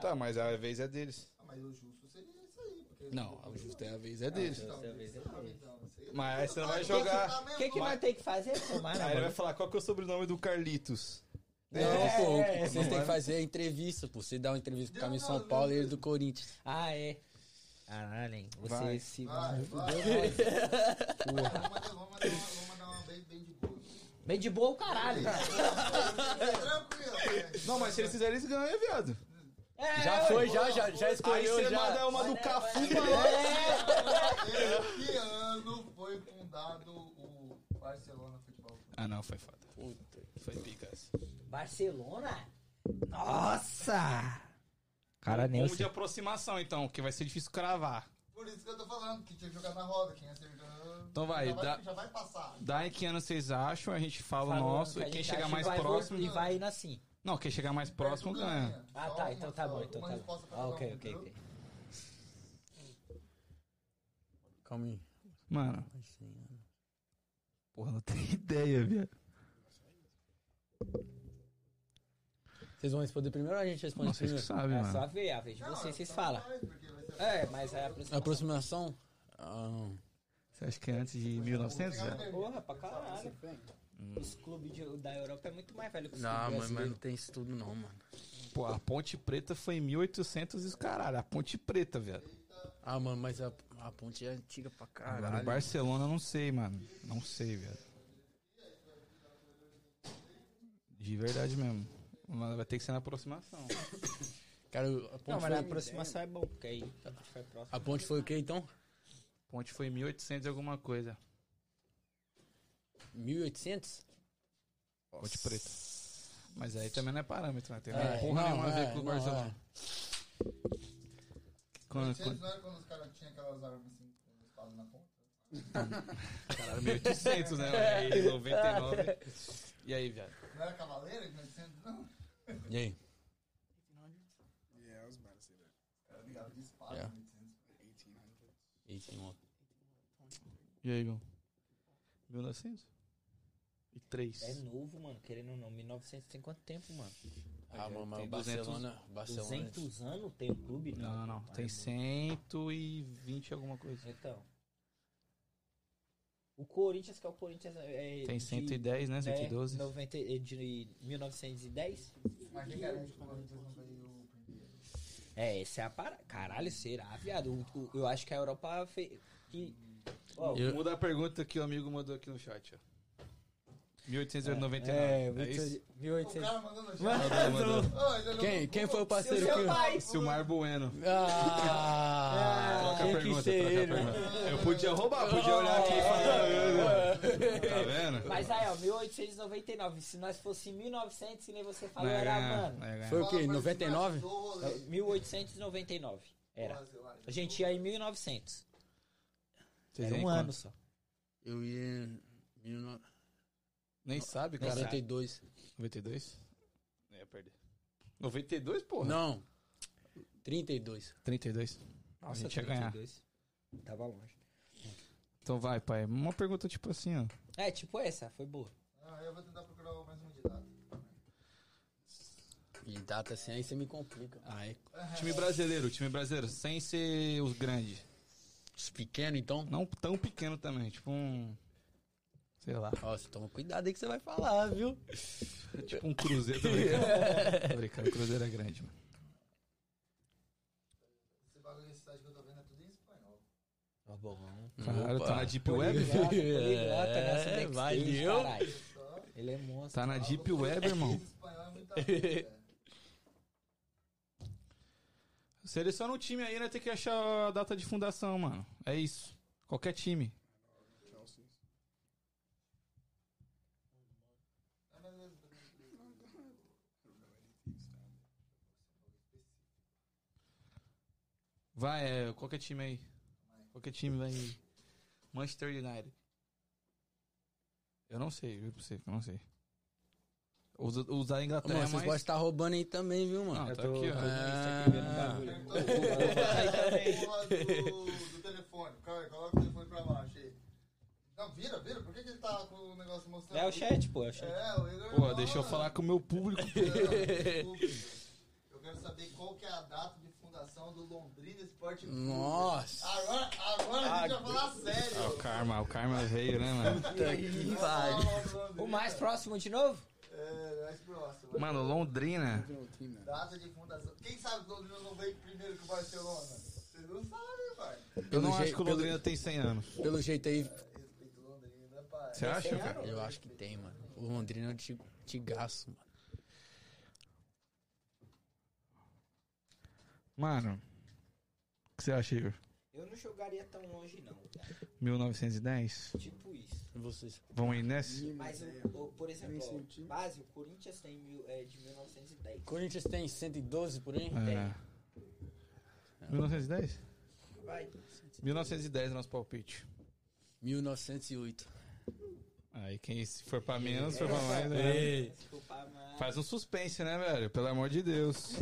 Speaker 1: Tá, mas a vez é deles.
Speaker 3: Ah, mas o justo seria isso aí. Porque
Speaker 1: Não, o justo é a vez é deles. Ah,
Speaker 3: Então,
Speaker 2: Dessa vez é
Speaker 3: sabe,
Speaker 2: dele.
Speaker 3: então, você-
Speaker 1: Mas aí você não vai
Speaker 3: Tem que
Speaker 1: jogar.
Speaker 3: chutar mesmo,
Speaker 2: O que, que
Speaker 3: vai.
Speaker 2: nós temos que fazer? Tomar na
Speaker 1: Aí ele
Speaker 2: bola.
Speaker 1: vai falar qual que é o sobrenome do Carlitos.
Speaker 4: Não, pô, o que vocês têm que fazer é entrevista, pô. Você dá uma entrevista pro
Speaker 3: Não,
Speaker 4: Caminho
Speaker 3: não,
Speaker 4: São
Speaker 3: não.
Speaker 4: Paulo e ele do Corinthians.
Speaker 2: Ah, é. Caralho, hein? Você
Speaker 1: Vai.
Speaker 2: se.
Speaker 3: Vai, vai, vai. Vou mandar- vou mandar uma- vou mandar uma bem, bem de boa.
Speaker 2: Bem de boa o caralho.
Speaker 3: Tranquilo, né?
Speaker 1: Não, mas se eles fizerem, eles ganham, viado.
Speaker 2: É,
Speaker 4: Já
Speaker 2: ué. É.
Speaker 4: foi, já, já, já
Speaker 1: Aí
Speaker 4: escolheu,
Speaker 1: você manda
Speaker 4: já.
Speaker 1: uma do
Speaker 2: Vai,
Speaker 1: Cafu,
Speaker 2: vai.
Speaker 1: mano.
Speaker 3: Em Que ano foi fundado o Barcelona Futebol Clube?
Speaker 1: Ah, não, foi foda. Foi picas.
Speaker 2: Barcelona? Nossa! Cara, nem eu
Speaker 1: Um de
Speaker 2: sei.
Speaker 1: aproximação, então, que vai ser difícil cravar.
Speaker 3: Por isso que eu tô falando, que tinha que jogar na roda, quem acertou.
Speaker 1: Então vai,
Speaker 3: já vai,
Speaker 1: dá-
Speaker 3: já vai passar.
Speaker 1: Daí que ano vocês acham, a gente fala o
Speaker 2: Falando
Speaker 1: nosso,
Speaker 2: que a
Speaker 1: e quem
Speaker 2: gente
Speaker 1: chegar
Speaker 2: acha
Speaker 1: mais
Speaker 2: que vai
Speaker 1: próximo.
Speaker 2: E vai indo assim.
Speaker 1: Não, quem chegar mais próximo ganha.
Speaker 2: Ah,
Speaker 3: Só
Speaker 2: tá,
Speaker 3: uma-
Speaker 2: então tá
Speaker 3: só
Speaker 2: bom, então
Speaker 3: uma
Speaker 2: tá bom.
Speaker 3: resposta pra
Speaker 2: Ah,
Speaker 3: cada
Speaker 2: ok,
Speaker 3: um,
Speaker 2: ok,
Speaker 3: entendeu?
Speaker 2: ok.
Speaker 4: Calma aí.
Speaker 1: Mano, porra, não tem ideia, viado.
Speaker 4: Vocês vão responder primeiro ou a gente responde
Speaker 1: Não, vocês que
Speaker 4: primeiro?
Speaker 1: sabem,
Speaker 2: É só
Speaker 1: mano.
Speaker 2: a ver, a vez de
Speaker 3: Não,
Speaker 2: vocês, vocês
Speaker 3: só
Speaker 2: falam.
Speaker 3: faz, porque vai ser-
Speaker 2: É, mas é a aproximação.
Speaker 4: Aproximação? Ah,
Speaker 1: Você acha que é antes de 1900,
Speaker 3: Vou pegar
Speaker 1: viado?
Speaker 3: a
Speaker 2: Porra, pra caralho.
Speaker 6: Você vem.
Speaker 1: Hum.
Speaker 2: Os clubes de- da Europa é muito mais velho que os
Speaker 4: não,
Speaker 2: clubes
Speaker 4: mano, mas não
Speaker 2: brasileiros.
Speaker 4: tem isso tudo não, mano.
Speaker 1: Pô, a Ponte Preta foi em 1800 e os caralho. A Ponte Preta, viado.
Speaker 4: Ah, mano, mas a, a ponte é antiga pra
Speaker 1: Agora, o
Speaker 4: caralho.
Speaker 1: Barcelona, eu não sei, mano. Não sei, velho. De verdade mesmo. Mas vai ter que ser na aproximação.
Speaker 4: Cara, a ponte,
Speaker 2: Não, mas
Speaker 4: foi,
Speaker 2: na aproximação é bom, porque aí a gente vai próximo.
Speaker 4: a ponte foi o quê, então?
Speaker 1: Ponte foi 1800 e alguma coisa.
Speaker 4: 1800?
Speaker 1: Ponte Preta. Mas aí também não é parâmetro, né? Tem
Speaker 4: É,
Speaker 1: porra
Speaker 4: não,
Speaker 1: nenhuma a ver
Speaker 4: é,
Speaker 1: com o
Speaker 4: não,
Speaker 1: Barcelona. Quando,
Speaker 3: Vocês
Speaker 1: quando,
Speaker 3: não eram quando os caras tinham aquelas armas assim, com os palos na ponta?
Speaker 1: caralho, 1800, né? Aí, 99. E aí, viado?
Speaker 3: Não era cavaleiro? que nós dissemos, Não, os
Speaker 4: E aí?
Speaker 6: Yeah, I was about to say that.
Speaker 3: caras ligavam de espada.
Speaker 4: Yeah.
Speaker 6: 1800.
Speaker 4: Eita, irmão.
Speaker 1: E aí, Gão? 1900?
Speaker 4: e três.
Speaker 2: É novo, mano, querendo ou não. 1900 tem quanto tempo, mano?
Speaker 4: Ah, mano, mas
Speaker 1: Tem
Speaker 4: o Barcelona. Barcelona.
Speaker 2: 200 anos tem o clube?
Speaker 1: um Não, não, não.
Speaker 2: pai,
Speaker 1: Tem
Speaker 2: mano.
Speaker 1: 120 e alguma coisa.
Speaker 2: Então. O Corinthians, que é o Corinthians. É,
Speaker 1: Tem
Speaker 2: de-
Speaker 1: 110, né?
Speaker 2: é,
Speaker 1: 112.
Speaker 2: 90, e- de 1910?
Speaker 3: Mas quem garante que um o Corinthians não veio primeiro?
Speaker 2: É, essa é a parada. Caralho, será, viado? O- o- eu acho que a Europa fez. Que... Ó,
Speaker 4: Eu-
Speaker 1: Muda a pergunta que o amigo mandou aqui no chat, ó. 1899.
Speaker 5: É,
Speaker 1: É isso?
Speaker 5: 1800.
Speaker 3: O cara mandando
Speaker 1: Mandou, mandou.
Speaker 5: Quem, quem foi o
Speaker 2: seu
Speaker 5: parceiro
Speaker 2: seu
Speaker 5: que...
Speaker 2: pai!
Speaker 1: Silmar Bueno.
Speaker 5: Ah,
Speaker 1: Troca a
Speaker 5: tinha que
Speaker 1: pergunta,
Speaker 5: ser
Speaker 1: troca a
Speaker 4: né?
Speaker 5: ele.
Speaker 1: pergunta. né? Eu podia roubar, podia olhar aqui e falar. "Ah, eu- Tá vendo?
Speaker 2: Mas aí, ó, 1899. Se nós fosse 1900, que nem você
Speaker 1: Tá Não
Speaker 2: falou,
Speaker 1: ia
Speaker 2: era,
Speaker 1: ganhar,
Speaker 2: mano.
Speaker 1: não ia ganhar.
Speaker 4: É. Foi o quê? 99?
Speaker 2: é, 1899. Era. A gente ia em 1900.
Speaker 1: Vocês
Speaker 2: era
Speaker 1: nem
Speaker 2: um ano
Speaker 1: contam.
Speaker 2: só.
Speaker 4: Eu ia. em 19-
Speaker 1: Nem sabe, cara.
Speaker 4: 42.
Speaker 1: 92? Não ia perder. 92, porra?
Speaker 4: Não. 32.
Speaker 1: 32. a gente ia ganhar.
Speaker 2: 32. Tava longe.
Speaker 1: Então vai, pai. Uma pergunta tipo assim, ó.
Speaker 2: É, tipo essa, foi boa.
Speaker 3: Ah, eu vou tentar procurar mais um de data.
Speaker 4: E data assim, aí você me complica. Aí,
Speaker 1: Time brasileiro, time brasileiro, sem ser os grandes.
Speaker 4: os pequenos, então.
Speaker 1: Não tão pequeno também, tipo um. Sei lá.
Speaker 4: Ó, você toma cuidado aí que você vai falar, viu?
Speaker 1: Tipo um Cruzeiro. Tô brincando. Tô brincando, o Cruzeiro é grande, mano.
Speaker 3: Esse bagulho desse site que eu tô vendo é tudo em espanhol.
Speaker 2: Tá bom.
Speaker 1: Caralho, tá na Deep Web?
Speaker 2: Poliglota, poliglota
Speaker 4: É,
Speaker 2: nessa backstage,
Speaker 4: valeu.
Speaker 2: caralho.
Speaker 3: Só.
Speaker 2: Ele é monstro.
Speaker 1: Tá na Deep Web, irmão.
Speaker 3: Esse espanhol é muita coisa.
Speaker 1: Seleciona um time aí, né? Tem que achar a data de fundação, mano. É isso. Qualquer time.
Speaker 6: Chelsea's.
Speaker 1: Vai, é, qualquer time aí. Qualquer time vai. Manchester United. Eu não sei, viu pra você, que eu não sei. Os, os da
Speaker 4: Ô,
Speaker 1: Inglaterra,
Speaker 4: mano, vocês
Speaker 1: É, mas...
Speaker 4: podem estar roubando aí também, viu, mano?
Speaker 1: Não, tá aqui,
Speaker 4: É.
Speaker 1: ó.
Speaker 4: Ah,
Speaker 3: Perguntou do, do, do telefone. Cara, coloca o telefone pra baixo aí. Não, vira, vira. Por que, que ele tá com o negócio mostrando?
Speaker 2: É o chat, pô, é o chat.
Speaker 3: É, o Igor.
Speaker 1: Pô, deixa eu falar com o meu público.
Speaker 3: Eu quero saber qual que é a data de fundação do Londrina Esporte Clube.
Speaker 4: nossa.
Speaker 3: Agora, agora a gente vai falar sério.
Speaker 1: Ah, o Karma, o Karma veio, né, mano?
Speaker 4: Que
Speaker 3: Vamos
Speaker 4: pariu.
Speaker 3: falar do Londrina.
Speaker 2: Ah, O mais próximo de novo?
Speaker 3: É, mais próximo.
Speaker 1: Mano, Londrina.
Speaker 6: Even old team now.
Speaker 3: Data de fundação. Quem sabe que o Londrina não veio primeiro que o Barcelona? Vocês não sabem, pai.
Speaker 1: Eu não
Speaker 4: Pelo
Speaker 1: acho
Speaker 4: jeito-
Speaker 1: que o Londrina tem 100 anos.
Speaker 4: Pelo, pelo jeito aí,
Speaker 3: Respeito Londrina, pai.
Speaker 1: Você acha, cara?
Speaker 4: eu acho que tem, mano. O Londrina é um ti- tigaço, mano.
Speaker 1: Mano, o que você acha, Igor?
Speaker 2: Eu não jogaria tão longe, não. cara.
Speaker 1: 1910?
Speaker 2: Tipo isso.
Speaker 4: Vocês.
Speaker 1: Vão ir nessa?
Speaker 2: Mas,
Speaker 6: Yeah.
Speaker 2: o, o- por exemplo,
Speaker 6: Nem sei o
Speaker 2: ó,
Speaker 6: time.
Speaker 2: base, o Corinthians tem mil, é, de 1910.
Speaker 4: Corinthians tem 112 por aí?
Speaker 1: É. 1910?
Speaker 2: Vai.
Speaker 1: 1910 é nosso palpite.
Speaker 4: 1908.
Speaker 1: Aí quem se for pra menos, se for pra mais. né?
Speaker 4: Ei.
Speaker 2: Desculpa, mas...
Speaker 1: Faz um suspense, né, velho? Pelo amor de Deus.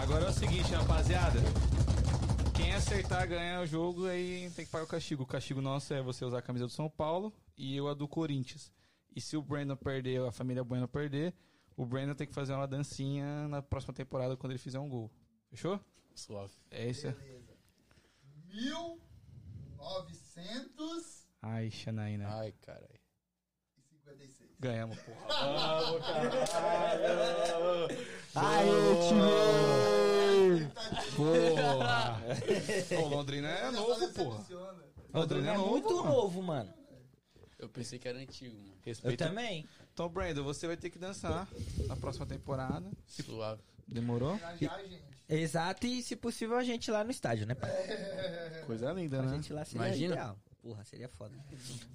Speaker 1: Agora é o seguinte, rapaziada. Quem acertar ganha o jogo, aí tem que pagar o castigo. O castigo nosso é você usar a camisa do São Paulo e eu a do Corinthians. E se o Brandon perder, a família Bueno perder, o Brandon tem que fazer uma dancinha na próxima temporada quando ele fizer um gol. Fechou?
Speaker 4: Suave.
Speaker 1: É isso.
Speaker 3: Beleza. 1956.
Speaker 1: Ai, Xanaína.
Speaker 4: Ai, caralho.
Speaker 1: Ganhamos, porra. Porra! Ô, Londrina é novo, porra. Londrina é novo.
Speaker 2: muito
Speaker 1: mano.
Speaker 2: novo, mano.
Speaker 4: Eu pensei que era antigo, mano.
Speaker 2: Eu
Speaker 1: Respeita.
Speaker 2: também.
Speaker 1: Então, Brandon, você vai ter que dançar na próxima temporada.
Speaker 4: Suave.
Speaker 1: Demorou?
Speaker 3: Homenagear, gente.
Speaker 2: Exato, e se possível a gente lá no estádio, né? pai?
Speaker 1: Coisa linda,
Speaker 2: A gente lá seria
Speaker 4: Imagina.
Speaker 2: ideal. Porra, seria foda.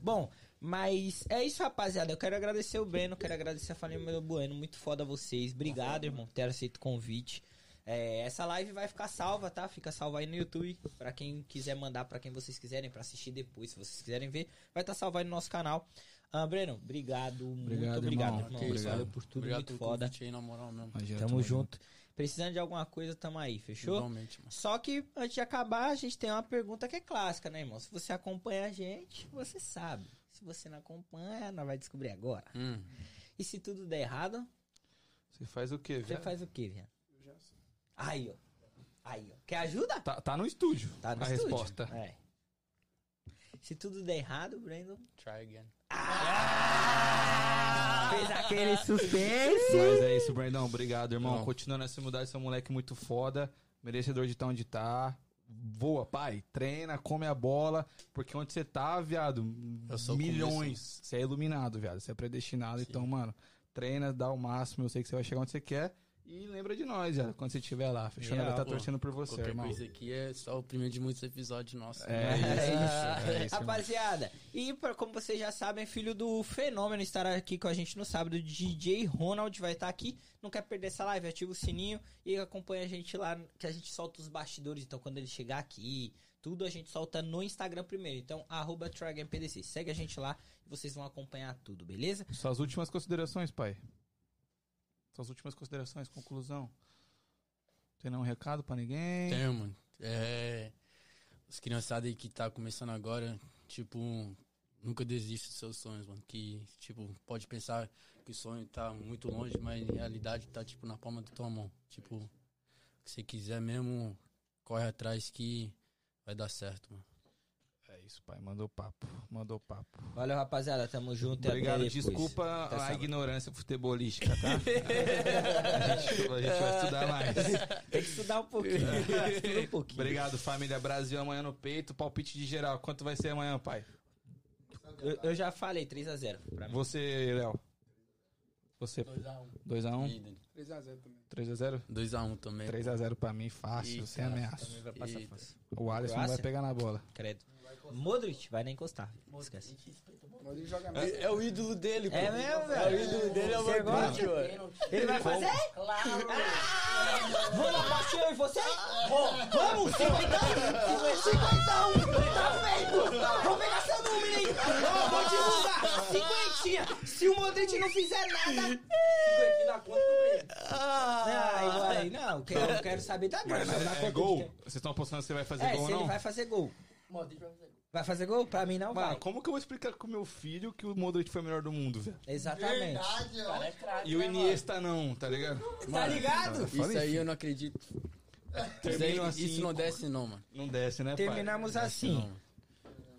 Speaker 2: Bom, mas é isso, rapaziada. Eu quero agradecer o Breno, quero agradecer a família do Bueno. Muito foda vocês. Obrigado, irmão, por ter aceito o convite. É, essa live vai ficar salva, tá? Fica salva aí no YouTube. Pra quem quiser mandar, pra quem vocês quiserem, pra assistir depois, se vocês quiserem ver, vai estar tá salva aí no nosso canal. Ah, Breno, obrigado.
Speaker 1: Obrigado,
Speaker 2: muito obrigado,
Speaker 1: irmão.
Speaker 2: irmão.
Speaker 4: Que isso,
Speaker 2: Valeu
Speaker 4: mano.
Speaker 2: por tudo,
Speaker 4: Obrigado
Speaker 2: muito
Speaker 4: pelo
Speaker 2: foda.
Speaker 4: convite aí, na moral mesmo.
Speaker 1: Imagina,
Speaker 2: Tamo junto. Precisando de alguma coisa, tamo aí, fechou?
Speaker 4: Igualmente, mano.
Speaker 2: Só que antes de acabar, a gente tem uma pergunta que é clássica, né, irmão? Se você acompanha a gente, você sabe. Se você não acompanha, nós vai descobrir agora.
Speaker 4: Hum.
Speaker 2: E se tudo der errado,
Speaker 1: Você faz o quê,
Speaker 2: você
Speaker 1: velho?
Speaker 2: faz o quê, viado?
Speaker 6: Eu já sei.
Speaker 2: Aí, ó. Aí, ó. Quer ajuda?
Speaker 1: Tá, tá no estúdio.
Speaker 2: Tá no
Speaker 1: a
Speaker 2: estúdio.
Speaker 1: resposta.
Speaker 2: É. Se tudo der errado, Brandon
Speaker 4: Try again.
Speaker 1: Tá
Speaker 6: Ah!
Speaker 2: fez aquele suspense.
Speaker 1: Mas é isso, Brandão. Obrigado, irmão.
Speaker 4: Não.
Speaker 1: Continuando essa humildade, você é um moleque muito foda. Merecedor de estar onde tá. Voa, pai. Treina, come a bola. Porque onde você tá, viado,
Speaker 4: Eu sou o
Speaker 1: milhões. Você é iluminado, viado. Você é predestinado.
Speaker 4: Sim.
Speaker 1: Então, mano, treina, dá o máximo. Eu sei que você vai chegar onde você quer. E lembra de nós, viado, quando você estiver lá. Fechou? Nós vai
Speaker 4: Real,
Speaker 1: estar
Speaker 4: pô.
Speaker 1: torcendo por você,
Speaker 4: Qualquer
Speaker 1: irmão.
Speaker 4: coisa aqui é só o primeiro de muitos episódios nossos. né?
Speaker 1: É isso. É isso, irmão.
Speaker 2: Rapaziada, e pra, como vocês já sabem, filho do Fenômeno estará aqui com a gente no sábado. DJ Ronald vai estar aqui. Não quer perder essa live? Ativa o sininho e acompanha a gente lá, que a gente solta os bastidores. Então, quando ele chegar aqui, tudo a gente solta no Instagram primeiro. Então, arroba TryGamePDC. Segue a gente lá e vocês vão acompanhar tudo, beleza?
Speaker 1: Suas últimas considerações, pai. Suas últimas considerações, conclusão. Tem nenhum recado pra ninguém?
Speaker 4: Tem, mano. É, os criançados aí que tá começando agora, tipo, nunca desiste dos seus sonhos, mano. Que, tipo, pode pensar que o sonho tá muito longe, mas na realidade tá, tipo, na palma da tua mão. Tipo, se você quiser mesmo, corre atrás que vai dar certo, mano.
Speaker 1: É isso, pai. Mandou papo. Mandou papo.
Speaker 2: Valeu, rapaziada. Tamo junto. e até
Speaker 1: Obrigado.
Speaker 2: depois.
Speaker 1: Desculpa
Speaker 2: Até
Speaker 1: a
Speaker 2: sábado.
Speaker 1: ignorância futebolística, tá? a, gente, a gente vai estudar mais.
Speaker 2: Tem que estudar um pouquinho. Estuda um pouquinho.
Speaker 1: Obrigado, família. Brasil amanhã no peito. Palpite de geral. Quanto vai ser amanhã, pai?
Speaker 2: Eu, eu já falei, 3x0. Pra mim.
Speaker 1: Você, Léo. Você. 2x1.
Speaker 6: 3x0 também.
Speaker 1: 3x0?
Speaker 4: 2x1 também.
Speaker 1: 3x0 pra mim. Fácil.
Speaker 4: Ih,
Speaker 1: um. sem
Speaker 4: cara.
Speaker 1: ameaça.
Speaker 2: Vai passar
Speaker 4: Eita.
Speaker 2: fácil.
Speaker 1: O Alisson não vai
Speaker 2: Croácia?
Speaker 1: pegar na bola.
Speaker 2: Credo. Modric vai nem encostar. Esquece.
Speaker 6: Mas ele joga mais.
Speaker 5: É o ídolo dele, pô.
Speaker 2: É mesmo,
Speaker 5: É o
Speaker 2: velho?
Speaker 5: ídolo dele, é o
Speaker 2: Você
Speaker 5: Modric,
Speaker 2: gosta?
Speaker 5: mano.
Speaker 2: Ele vai fazer? Claro! Vamos partir eu e você? Vamos! 51! 51! Tá feito! Vou pegar seu número aí! Ó, Vou divulgar! Cinquentinha! Se o Modric não fizer nada... Não, aí, não, eu quero, eu quero saber da grana. da
Speaker 1: É,
Speaker 2: conta de
Speaker 1: gol?
Speaker 2: quem-
Speaker 1: Vocês estão apostando se vai fazer
Speaker 2: É,
Speaker 1: gol ou
Speaker 2: se ele
Speaker 1: não?
Speaker 2: vai fazer gol. Vai fazer gol? Pra mim não
Speaker 1: Mano,
Speaker 2: vai.
Speaker 1: como que eu vou explicar pro meu filho que o Modric foi o melhor do mundo, velho?
Speaker 2: Exatamente.
Speaker 3: Verdade, ó.
Speaker 1: E o Iniesta não, tá ligado?
Speaker 2: Tá ligado?
Speaker 4: Isso aí eu não acredito. Isso, aí,
Speaker 1: Terminam assim,
Speaker 4: isso não desce não, mano.
Speaker 1: Não desce, né, pai?
Speaker 2: Terminamos assim.
Speaker 4: Não, mano.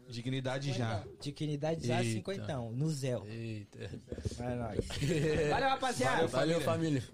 Speaker 1: Dignidade já.
Speaker 2: Dignidade já
Speaker 4: Eita.
Speaker 2: é cinquentão, no Zéu.
Speaker 4: Eita.
Speaker 2: É nóis. Valeu, rapaziada.
Speaker 4: Valeu, família.